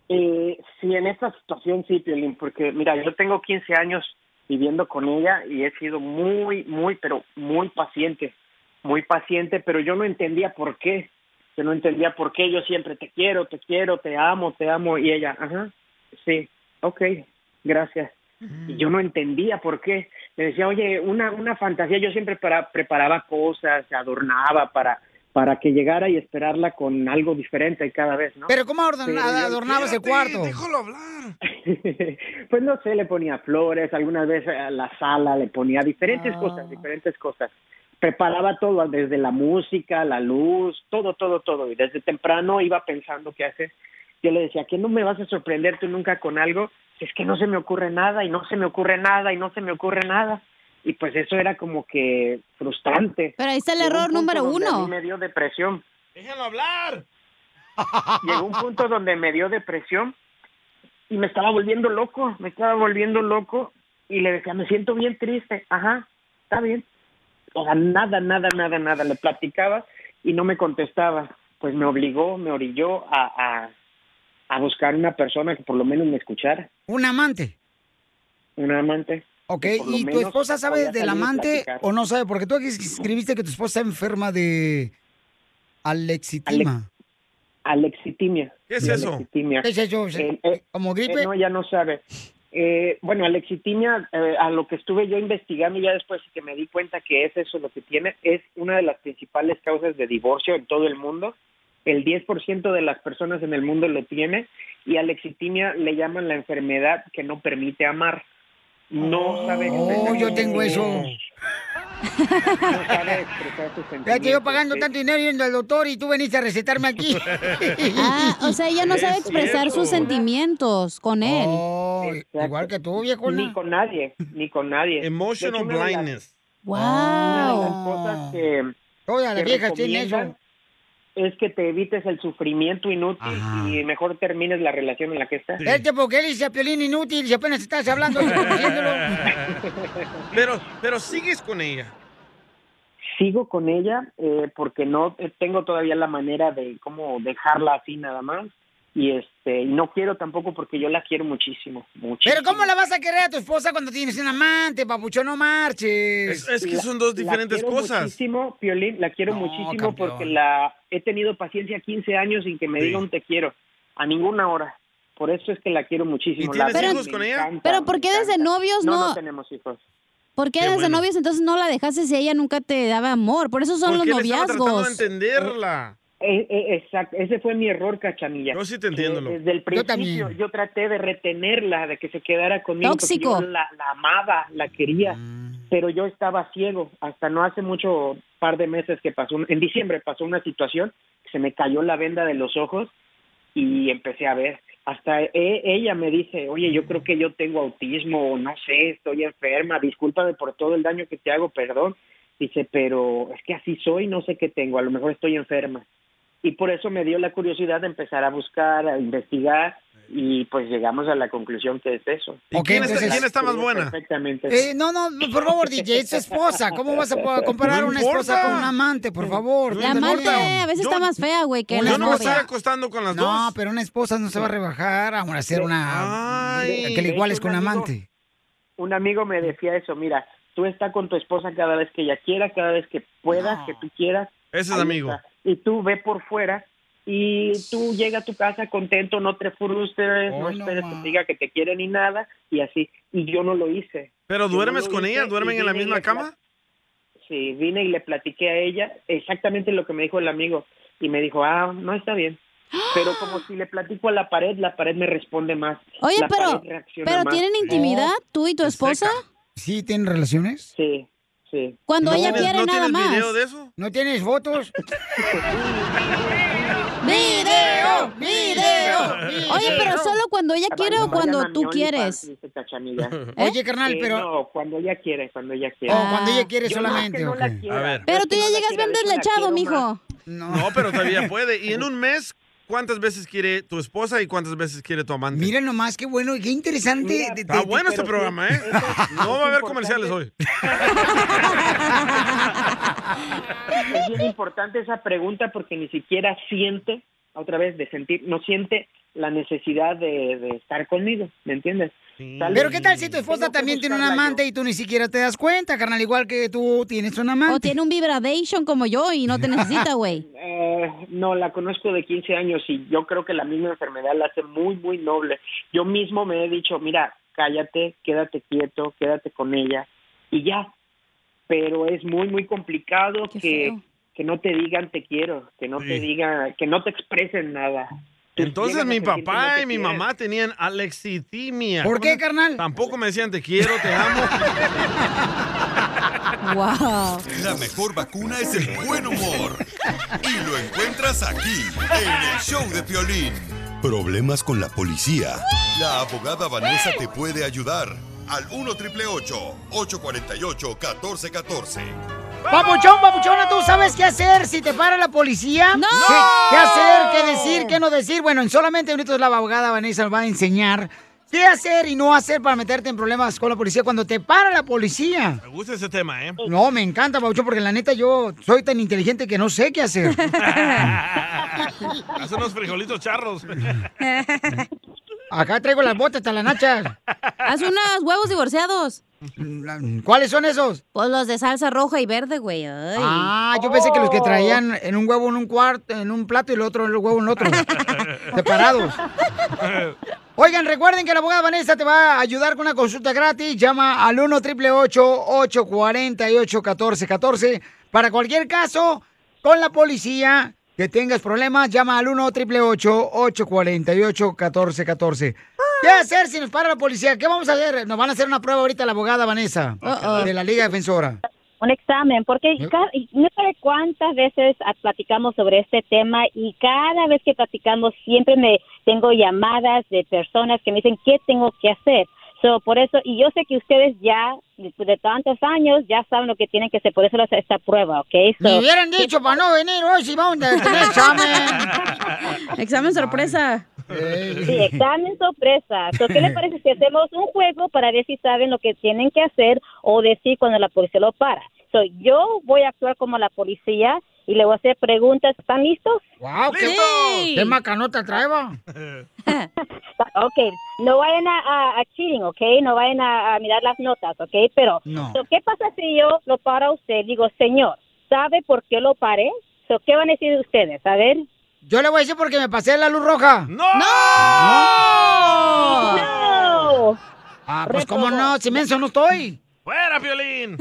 Speaker 26: Eh, sí, en esta situación sí, Piolín, porque mira, yo tengo 15 años viviendo con ella y he sido muy, muy, pero muy paciente, muy paciente, pero yo no entendía por qué, yo no entendía por qué, yo siempre te quiero, te quiero, te amo, te amo, y ella, ajá, sí, ok, gracias. Y [LAUGHS] yo no entendía por qué. Me decía, oye, una, una fantasía, yo siempre para, preparaba cosas, adornaba para, para que llegara y esperarla con algo diferente cada vez, ¿no?
Speaker 2: Pero ¿cómo adorna-
Speaker 26: Pero yo-
Speaker 2: adornabas el cuarto?
Speaker 26: pues no sé, le ponía flores, algunas veces a la sala le ponía diferentes
Speaker 2: Ah.
Speaker 26: cosas, diferentes cosas. Preparaba todo, desde la música, la luz, todo, todo, todo. Y desde temprano iba pensando qué hacer. Yo le decía, ¿qué no me vas a sorprender tú nunca con algo? Es que no se me ocurre nada y no se me ocurre nada y no se me ocurre nada. Y pues eso era como que frustrante.
Speaker 3: Pero ahí está el
Speaker 26: Llegó un
Speaker 3: error
Speaker 26: punto
Speaker 3: número
Speaker 26: donde a mí
Speaker 3: uno.
Speaker 26: me dio depresión.
Speaker 1: Déjenlo hablar.
Speaker 26: Llegó un punto donde me dio depresión y me estaba volviendo loco, me estaba volviendo loco y le decía, me siento bien triste, ajá, está bien. O sea, nada, nada, nada, nada, le platicaba y no me contestaba. Pues me obligó, me orilló a, a, a buscar una persona que por lo menos me escuchara,
Speaker 2: Un amante.
Speaker 26: un amante.
Speaker 2: Ok,
Speaker 26: que por lo
Speaker 2: ¿y tu
Speaker 26: menos
Speaker 2: esposa sabe
Speaker 26: podía
Speaker 2: del
Speaker 26: salir y
Speaker 2: amante
Speaker 26: platicar.
Speaker 2: o no sabe? Porque tú aquí escribiste que tu esposa está enferma de alexitima.
Speaker 26: Alexitimia.
Speaker 2: ¿Qué es eso?
Speaker 26: Alexitimia. Eh,
Speaker 2: ¿Qué es eso? ¿Como gripe?
Speaker 26: no, ya no sabe. Eh, bueno, alexitimia, eh, a lo que estuve yo investigando ya después que me di cuenta que es eso lo que tiene, es una de las principales causas de divorcio en todo el mundo. El 10% de las personas en el mundo lo tiene y alexitimia le llaman la enfermedad que no permite amar. No sabe
Speaker 2: Oh, yo tengo eso.
Speaker 26: No sabe expresar
Speaker 2: Ya te
Speaker 26: sus
Speaker 2: yo
Speaker 26: sentimientos,
Speaker 2: pagando
Speaker 26: sí.
Speaker 2: tanto dinero yendo al doctor y tú veniste a recetarme
Speaker 26: [LAUGHS]
Speaker 2: aquí.
Speaker 3: Ah, o sea, ella no sabe expresar sus sentimientos con él.
Speaker 2: Oh. igual que tú,
Speaker 26: Ni con nadie, ni con nadie.
Speaker 1: Emotional
Speaker 26: De hecho, una de las-
Speaker 1: blindness.
Speaker 26: Una de las cosas que,
Speaker 2: Todas las
Speaker 26: que
Speaker 2: viejas tienen
Speaker 26: recomiendan
Speaker 2: eso.
Speaker 26: es que te evites el sufrimiento inútil y mejor termines la relación en la que estás.
Speaker 2: [LAUGHS] Este porque él dice a Piolín inútil si apenas estás
Speaker 26: [LAUGHS]
Speaker 2: hablando.
Speaker 1: pero, pero sigues con ella.
Speaker 26: Sigo con ella eh, porque no eh, tengo todavía la manera de cómo dejarla así nada más y este y no quiero tampoco porque yo la quiero muchísimo, muchísimo.
Speaker 2: Pero ¿cómo la vas a querer a tu esposa cuando tienes un amante, papuchón? No marches.
Speaker 1: Es- es que son dos diferentes
Speaker 26: quiero
Speaker 1: cosas.
Speaker 26: Muchísimo, Piolín, la quiero muchísimo
Speaker 1: campeón.
Speaker 26: porque la he tenido paciencia 15 años sin que me diga un te quiero a ninguna hora. Por eso es que la quiero muchísimo.
Speaker 3: tienes
Speaker 26: la-
Speaker 3: hijos
Speaker 26: me
Speaker 3: con ella?
Speaker 26: encanta,
Speaker 3: Pero, ¿por
Speaker 26: me
Speaker 3: qué desde
Speaker 26: encanta.
Speaker 3: novios
Speaker 26: No,
Speaker 3: no?
Speaker 26: tenemos hijos.
Speaker 3: ¿Por qué
Speaker 26: Qué
Speaker 3: desde
Speaker 26: bueno.
Speaker 3: novios entonces no la dejaste si ella nunca te daba amor? Por eso son los noviazgos.
Speaker 1: entenderla.
Speaker 26: Eh, exacto, ese fue mi error, cachanilla. Yo sí te entiendo. desde el
Speaker 1: Yo
Speaker 26: principio
Speaker 1: también.
Speaker 26: yo, traté de retenerla, de que se quedara conmigo. porque
Speaker 1: Tóxico.
Speaker 26: yo la, la amaba, la quería, pero yo estaba ciego. Hasta no hace mucho par de meses que pasó, un- en diciembre pasó una situación, que se me cayó la venda de los ojos y empecé a ver. Hasta e- ella me dice, oye, yo creo que yo tengo autismo, o no sé, estoy enferma, discúlpame por todo el daño que te hago, perdón. Dice, pero es que así soy, no sé qué tengo, a lo mejor estoy enferma. Y por eso me dio la curiosidad de empezar a buscar, a investigar, y pues llegamos a la conclusión que es eso.
Speaker 1: ¿Y quién está- quién está más buena?
Speaker 26: Perfectamente.
Speaker 2: Eh, no, no, por favor, DJ, es su esposa. ¿Cómo vas a po- comparar
Speaker 1: Pues No
Speaker 2: una
Speaker 1: importa.
Speaker 2: esposa con un amante, por favor?
Speaker 3: La amante a veces está más fea, güey, que
Speaker 1: Yo
Speaker 3: la
Speaker 1: no me
Speaker 3: novia.
Speaker 1: estoy acostando con las
Speaker 2: No,
Speaker 1: dos.
Speaker 2: pero una esposa no se va a rebajar a una- a ser una... eh,
Speaker 26: Ay.
Speaker 2: que le iguales con un
Speaker 26: Amigo.
Speaker 2: amante.
Speaker 26: Un amigo me decía eso, mira, tú estás con tu esposa cada vez que ella quiera, cada vez que puedas, que tú quieras.
Speaker 1: Ese es
Speaker 26: ahí
Speaker 1: amigo.
Speaker 26: está. Y tú ve por fuera y tú llega a tu casa contento, no te frustres,
Speaker 3: Oh,
Speaker 26: no esperes que te diga que te quiere ni nada y así. Y yo no lo hice.
Speaker 1: ¿Pero
Speaker 26: Yo no
Speaker 1: duermes
Speaker 26: lo
Speaker 1: con
Speaker 26: hice
Speaker 1: ella?
Speaker 26: y
Speaker 1: ¿Duermen en la
Speaker 26: vine y
Speaker 1: misma
Speaker 26: le
Speaker 1: cama?
Speaker 26: plat- Sí, vine y le platiqué a ella exactamente lo que me dijo el amigo y me dijo, ah, no está bien. Pero como si le platico a la pared, la pared me responde más.
Speaker 3: ¡Ah! Oye,
Speaker 26: La
Speaker 3: pero,
Speaker 26: pared reacciona
Speaker 3: pero
Speaker 26: más.
Speaker 1: Pues
Speaker 3: ¿tienen intimidad tú y tu esposa?
Speaker 2: ¿Sí tienen relaciones?
Speaker 26: Sí, sí. sí.
Speaker 3: Cuando ella quiere nada más.
Speaker 26: eso?
Speaker 2: ¿No tienes
Speaker 1: [LAUGHS]
Speaker 2: fotos?
Speaker 3: ¡Video!
Speaker 2: ¡Video! ¡Video!
Speaker 3: Oye, pero solo cuando ella quiere o
Speaker 26: Vayan
Speaker 3: cuando
Speaker 26: a mi
Speaker 3: tú
Speaker 26: OnlyFans,
Speaker 3: quieres.
Speaker 26: dice Cachanilla.
Speaker 2: Oye, carnal,
Speaker 26: Eh,
Speaker 2: pero-
Speaker 26: No, cuando ella quiere, cuando ella quiere.
Speaker 2: O cuando ella quiere
Speaker 26: Yo no,
Speaker 2: solamente.
Speaker 26: que no la
Speaker 2: ok.
Speaker 26: quiera.
Speaker 3: Pero tú ya llegas bien deslechado, mijo.
Speaker 27: No, pero
Speaker 10: [LAUGHS]
Speaker 2: [LAUGHS]
Speaker 27: todavía puede. Y en un mes, ¿cuántas veces quiere tu esposa y cuántas veces quiere tu amante?
Speaker 10: Mira nomás, qué bueno y qué interesante. de-
Speaker 27: Está
Speaker 10: de-
Speaker 27: bueno
Speaker 10: de-
Speaker 27: este
Speaker 10: pero-
Speaker 27: programa, ¿eh? [LAUGHS] No va a haber comerciales hoy.
Speaker 2: Ah.
Speaker 26: Es bien importante esa pregunta porque ni siquiera siente, otra vez de sentir, no siente la necesidad de, de estar conmigo, ¿me entiendes? Tal vez-
Speaker 2: Pero ¿qué tal si tu esposa también tiene un amante y tú ni siquiera te das cuenta, carnal? Igual que tú tienes un amante.
Speaker 3: O tiene un vibradation como yo y no te necesita,
Speaker 26: [LAUGHS]
Speaker 3: güey.
Speaker 26: Eh, no, la conozco de 15 años y yo creo que la misma enfermedad la hace muy, muy noble. Yo mismo me he dicho, mira, cállate, quédate quieto, quédate con ella y ya. Pero es muy, muy complicado que,
Speaker 27: feo.
Speaker 26: que no te digan te quiero, que no te
Speaker 27: Sí.
Speaker 26: digan, que no te expresen nada.
Speaker 27: Entonces
Speaker 26: Llegan a
Speaker 27: mi
Speaker 26: sentir que
Speaker 27: papá
Speaker 26: no te
Speaker 27: y mi
Speaker 26: quieren.
Speaker 27: mamá tenían alexitimia.
Speaker 26: ¿Por
Speaker 27: ¿Cómo
Speaker 26: qué,
Speaker 27: se-
Speaker 2: carnal?
Speaker 27: Tampoco me decían te quiero, te amo.
Speaker 3: Wow.
Speaker 5: [LAUGHS] La mejor vacuna es el buen humor. Y lo encuentras aquí, en el show de Piolín. Problemas con la policía. La abogada Vanessa te puede ayudar. Al 1 848 1414
Speaker 2: Papuchón, papuchona, ¿tú sabes qué hacer si te para la policía? ¡No! ¿Qué, qué hacer? ¿Qué decir? ¿Qué no decir? Bueno, en solamente minutos la abogada Vanessa nos va a enseñar qué hacer y no hacer para meterte en problemas con la policía cuando te para la policía.
Speaker 27: Me gusta ese tema, ¿eh? [LAUGHS]
Speaker 10: [LAUGHS]
Speaker 2: No, me encanta, Papuchón, porque la neta yo soy tan inteligente que no sé qué [LAUGHS] hacer.
Speaker 27: Haz unos frijolitos
Speaker 10: [LAUGHS]
Speaker 27: charros.
Speaker 2: Acá traigo las botas hasta la nacha.
Speaker 3: Haz unos huevos divorciados.
Speaker 2: Mm, ¿Cuáles son esos?
Speaker 3: Pues los de salsa roja y verde, güey. Ay.
Speaker 2: Ah, yo pensé que los que traían en un huevo en un cuarto, en un plato y el otro en el huevo en [LAUGHS] otro. separados. Oigan, recuerden que la abogada Vanessa te va a ayudar con una consulta gratis. Llama al 1 888 848 1414 para cualquier caso con la policía que tengas problemas. Llama al 1 888 848 1414 ¿Qué hacer si nos para la policía? ¿Qué vamos a hacer? Nos van a hacer una prueba ahorita la abogada Vanessa de la Liga Defensora.
Speaker 19: un examen, porque ca- y no sé cuántas veces ah, platicamos sobre este tema y cada vez que platicamos siempre me tengo llamadas de personas que me dicen qué tengo que hacer. So, por eso, y yo sé que ustedes ya, después de tantos años, ya saben lo que tienen que hacer, por eso les- esta prueba, ¿ok? So,
Speaker 2: Me hubieran
Speaker 19: [LAUGHS]
Speaker 2: dicho para no venir hoy si vamos a tener examen.
Speaker 19: [LAUGHS]
Speaker 3: Examen sorpresa.
Speaker 19: Sí, examen sorpresa. So, ¿Qué les parece si hacemos un juego para ver si saben lo que tienen que hacer o decir cuando la policía lo para? So, yo voy a actuar como la policía y le voy a hacer preguntas. ¿Están listos?
Speaker 2: ¡Wow!
Speaker 19: ¡Qué,
Speaker 2: qué macanota traigo!
Speaker 19: ok, no vayan a, a- a cheating, ok? No vayan a, a mirar las notas, ok? Pero,
Speaker 20: No.
Speaker 19: so, ¿qué pasa si yo lo paro a usted? Digo, señor, ¿sabe por qué lo paré? So, ¿Qué van a decir ustedes? A ver.
Speaker 2: Yo le voy a decir porque me pasé la luz roja.
Speaker 27: ¡No!
Speaker 2: ¡No!
Speaker 19: ¡No!
Speaker 2: Ah, pues cómo no, si menso no estoy.
Speaker 27: ¡Fuera, Piolín!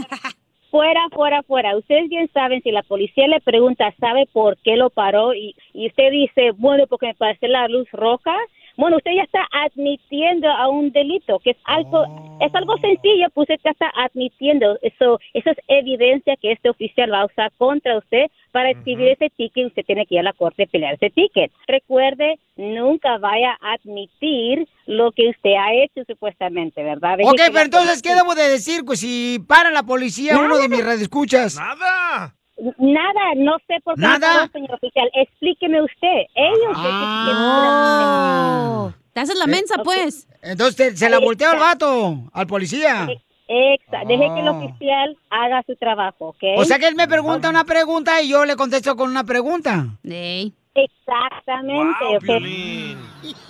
Speaker 19: Fuera, fuera, fuera. Ustedes bien saben, si la policía le pregunta, ¿sabe por qué lo paró? Y, y usted dice, bueno, porque me pasé la luz roja. Bueno, usted ya está admitiendo a un delito, que es algo,
Speaker 2: Oh.
Speaker 19: es algo sencillo, pues usted ya está admitiendo. Eso, eso es evidencia que este oficial va a usar contra usted para escribir ese ticket. Usted tiene que ir a la corte y pelear ese ticket. Recuerde, nunca vaya a admitir lo que usted ha hecho supuestamente, ¿verdad? Deje
Speaker 2: Ok,
Speaker 19: que la
Speaker 2: pero entonces, ¿qué
Speaker 19: policía-
Speaker 2: debo de decir? Pues si para la policía uno de mis radioescuchas.
Speaker 27: ¡Nada!
Speaker 19: Nada, no sé por qué.
Speaker 2: Nada.
Speaker 19: me paró, señor oficial. Explíqueme usted. Ellos.
Speaker 2: Ah.
Speaker 3: Te haces la mensa, pues.
Speaker 2: Entonces, te- se la volteó al vato, al policía.
Speaker 19: Exacto. Deje que el
Speaker 2: Ah.
Speaker 19: oficial haga su trabajo, ¿ok?
Speaker 2: O sea que él me pregunta una pregunta y yo le contesto con una pregunta.
Speaker 19: Exactamente. Wow,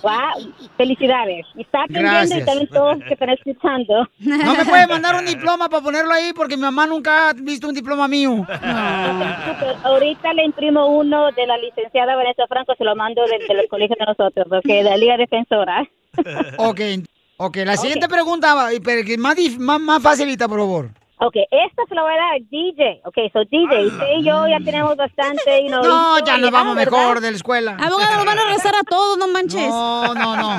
Speaker 19: wow. Felicidades. Y está aprendiendo
Speaker 2: Gracias.
Speaker 19: y también todos que están escuchando.
Speaker 2: No me puede mandar un
Speaker 19: [LAUGHS]
Speaker 2: diploma para ponerlo ahí porque mi mamá nunca ha visto un diploma
Speaker 19: [LAUGHS]
Speaker 2: mío.
Speaker 19: Súper. Ahorita le imprimo uno de la licenciada Vanessa Franco, se lo mando del, de los colegios de nosotros, ¿ok? De la Liga Defensora.
Speaker 2: [LAUGHS] Ok, ok. La siguiente pregunta, pero que más, dif- más, más facilita, por favor.
Speaker 19: Ok, esta se la voy a dar a DJ. Ok, so DJ, usted
Speaker 2: Ah.
Speaker 19: y yo ya tenemos bastante. y
Speaker 2: No, ya nos
Speaker 19: historia,
Speaker 2: vamos
Speaker 19: ¿verdad?
Speaker 2: mejor de la escuela.
Speaker 19: Abogado, lo van a rezar
Speaker 2: a todos, no manches.
Speaker 19: [LAUGHS]
Speaker 2: No, no, no.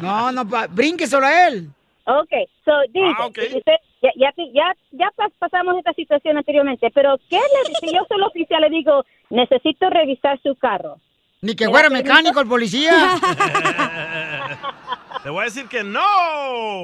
Speaker 2: No, no, pa- brinque solo a él.
Speaker 19: Ok, so DJ,
Speaker 2: Ah, ok.
Speaker 19: usted, Ya, ya, te- ya, ya pas- pasamos esta situación anteriormente, pero ¿qué le, si yo soy el oficial le digo, necesito revisar su carro?
Speaker 2: [LAUGHS] Ni que fuera mecánico el
Speaker 19: [LAUGHS]
Speaker 2: policía.
Speaker 1: Te voy a decir que no.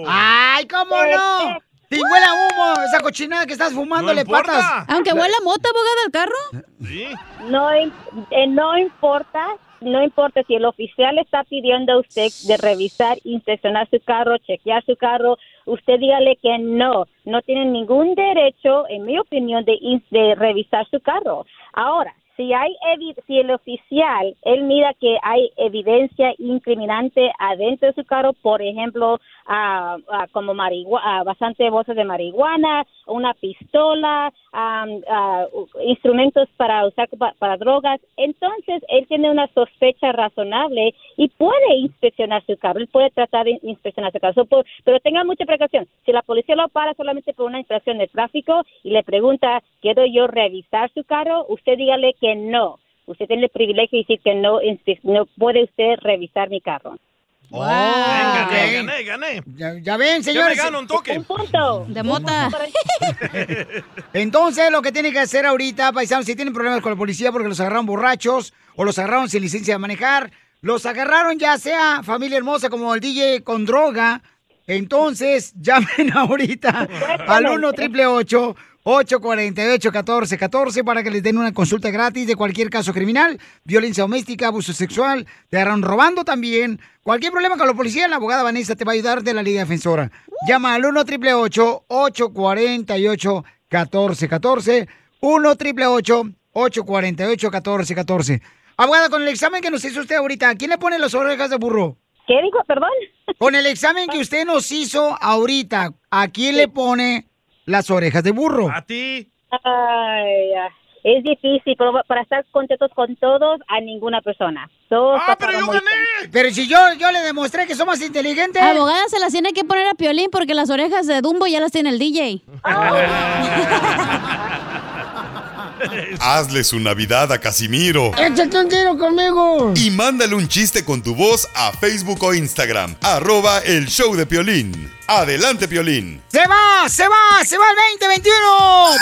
Speaker 10: Ah.
Speaker 2: ¡Ay, cómo no! ¡Te huela humo! Esa cochinada que estás fumándole
Speaker 1: importa.
Speaker 2: patas.
Speaker 3: Aunque huela mota, abogada, el carro.
Speaker 19: No, im- eh, no importa, no importa si el oficial le está pidiendo a usted de revisar, inspeccionar su carro, chequear su carro, usted dígale que no, no tiene ningún derecho, en mi opinión, de, ins- de revisar su carro. Ahora, si hay evi- si el oficial él mira que hay evidencia incriminante adentro de su carro, por ejemplo, ah, ah, como marigua- ah, bastante bolsas de marihuana, una pistola, am, ah, u- instrumentos para usar pa- para drogas, entonces él tiene una sospecha razonable y puede inspeccionar su carro, él puede tratar de inspeccionar su carro, So, por- pero tenga mucha precaución. Si la policía lo para solamente por una infracción de tráfico y le pregunta, ¿quiero yo revisar su carro? Usted dígale que no. Usted tiene el privilegio de decir que no, inspe- no puede usted revisar mi carro.
Speaker 2: Ah,
Speaker 1: Gané,
Speaker 2: ok.
Speaker 1: gané, gané.
Speaker 2: Ya, ya ven, señores.
Speaker 1: Ya me gano un toque.
Speaker 19: Un punto.
Speaker 2: De mota. Entonces, lo que tienen que hacer ahorita, paisanos, si tienen problemas con la policía porque los agarraron borrachos o los agarraron sin licencia de manejar, los agarraron ya sea familia hermosa como el DJ con droga, entonces [LAUGHS] llamen ahorita al 1 triple 848 1414 para que les den una consulta gratis de cualquier caso criminal, violencia doméstica, abuso sexual, te agarraron robando también. Cualquier problema con la policía, la abogada Vanessa te va a ayudar de la Liga Defensora. Llama al 1 triple 848 1414 1 triple 848 1414 Abogada, con el examen que nos hizo usted ahorita, ¿quién le pone las orejas de burro?
Speaker 19: ¿Qué dijo? Perdón.
Speaker 2: Con el examen
Speaker 19: [LAUGHS]
Speaker 2: que usted nos hizo ahorita, ¿a quién le pone las orejas de burro?
Speaker 1: A ti.
Speaker 19: Ay, ah, es difícil, pero va- para estar contentos con todos, a ninguna persona. Todos ¡Ah, pero yo
Speaker 2: Pero si yo, yo le demostré que somos inteligentes.
Speaker 3: Abogada se las tiene que poner a Piolín porque las orejas de Dumbo ya las tiene el DJ.
Speaker 19: [LAUGHS]
Speaker 1: [LAUGHS]
Speaker 19: Ah.
Speaker 2: [LAUGHS]
Speaker 5: Pues, Hazle su Navidad a Casimiro.
Speaker 2: ¡Échate un tiro conmigo!
Speaker 5: Y mándale un chiste con tu voz a Facebook o Instagram. Arroba el show de Piolín. Adelante, Piolín.
Speaker 2: ¡Se va! ¡Se va! ¡Se va el 2021!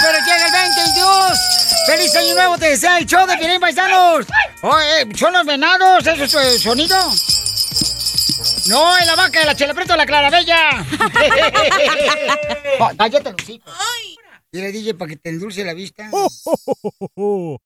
Speaker 2: ¡Pero llega el 2022! ¡Feliz año nuevo! ¡Te desea el show de Piolín Paisanos! Oye, eh, ¿son los venados? ¿Eso es eh, sonido? No, es la vaca de la chelapreto de la clarabella. [LAUGHS] Ah, Cállate, los hijos. Dile, DJ, para que te endulce la vista.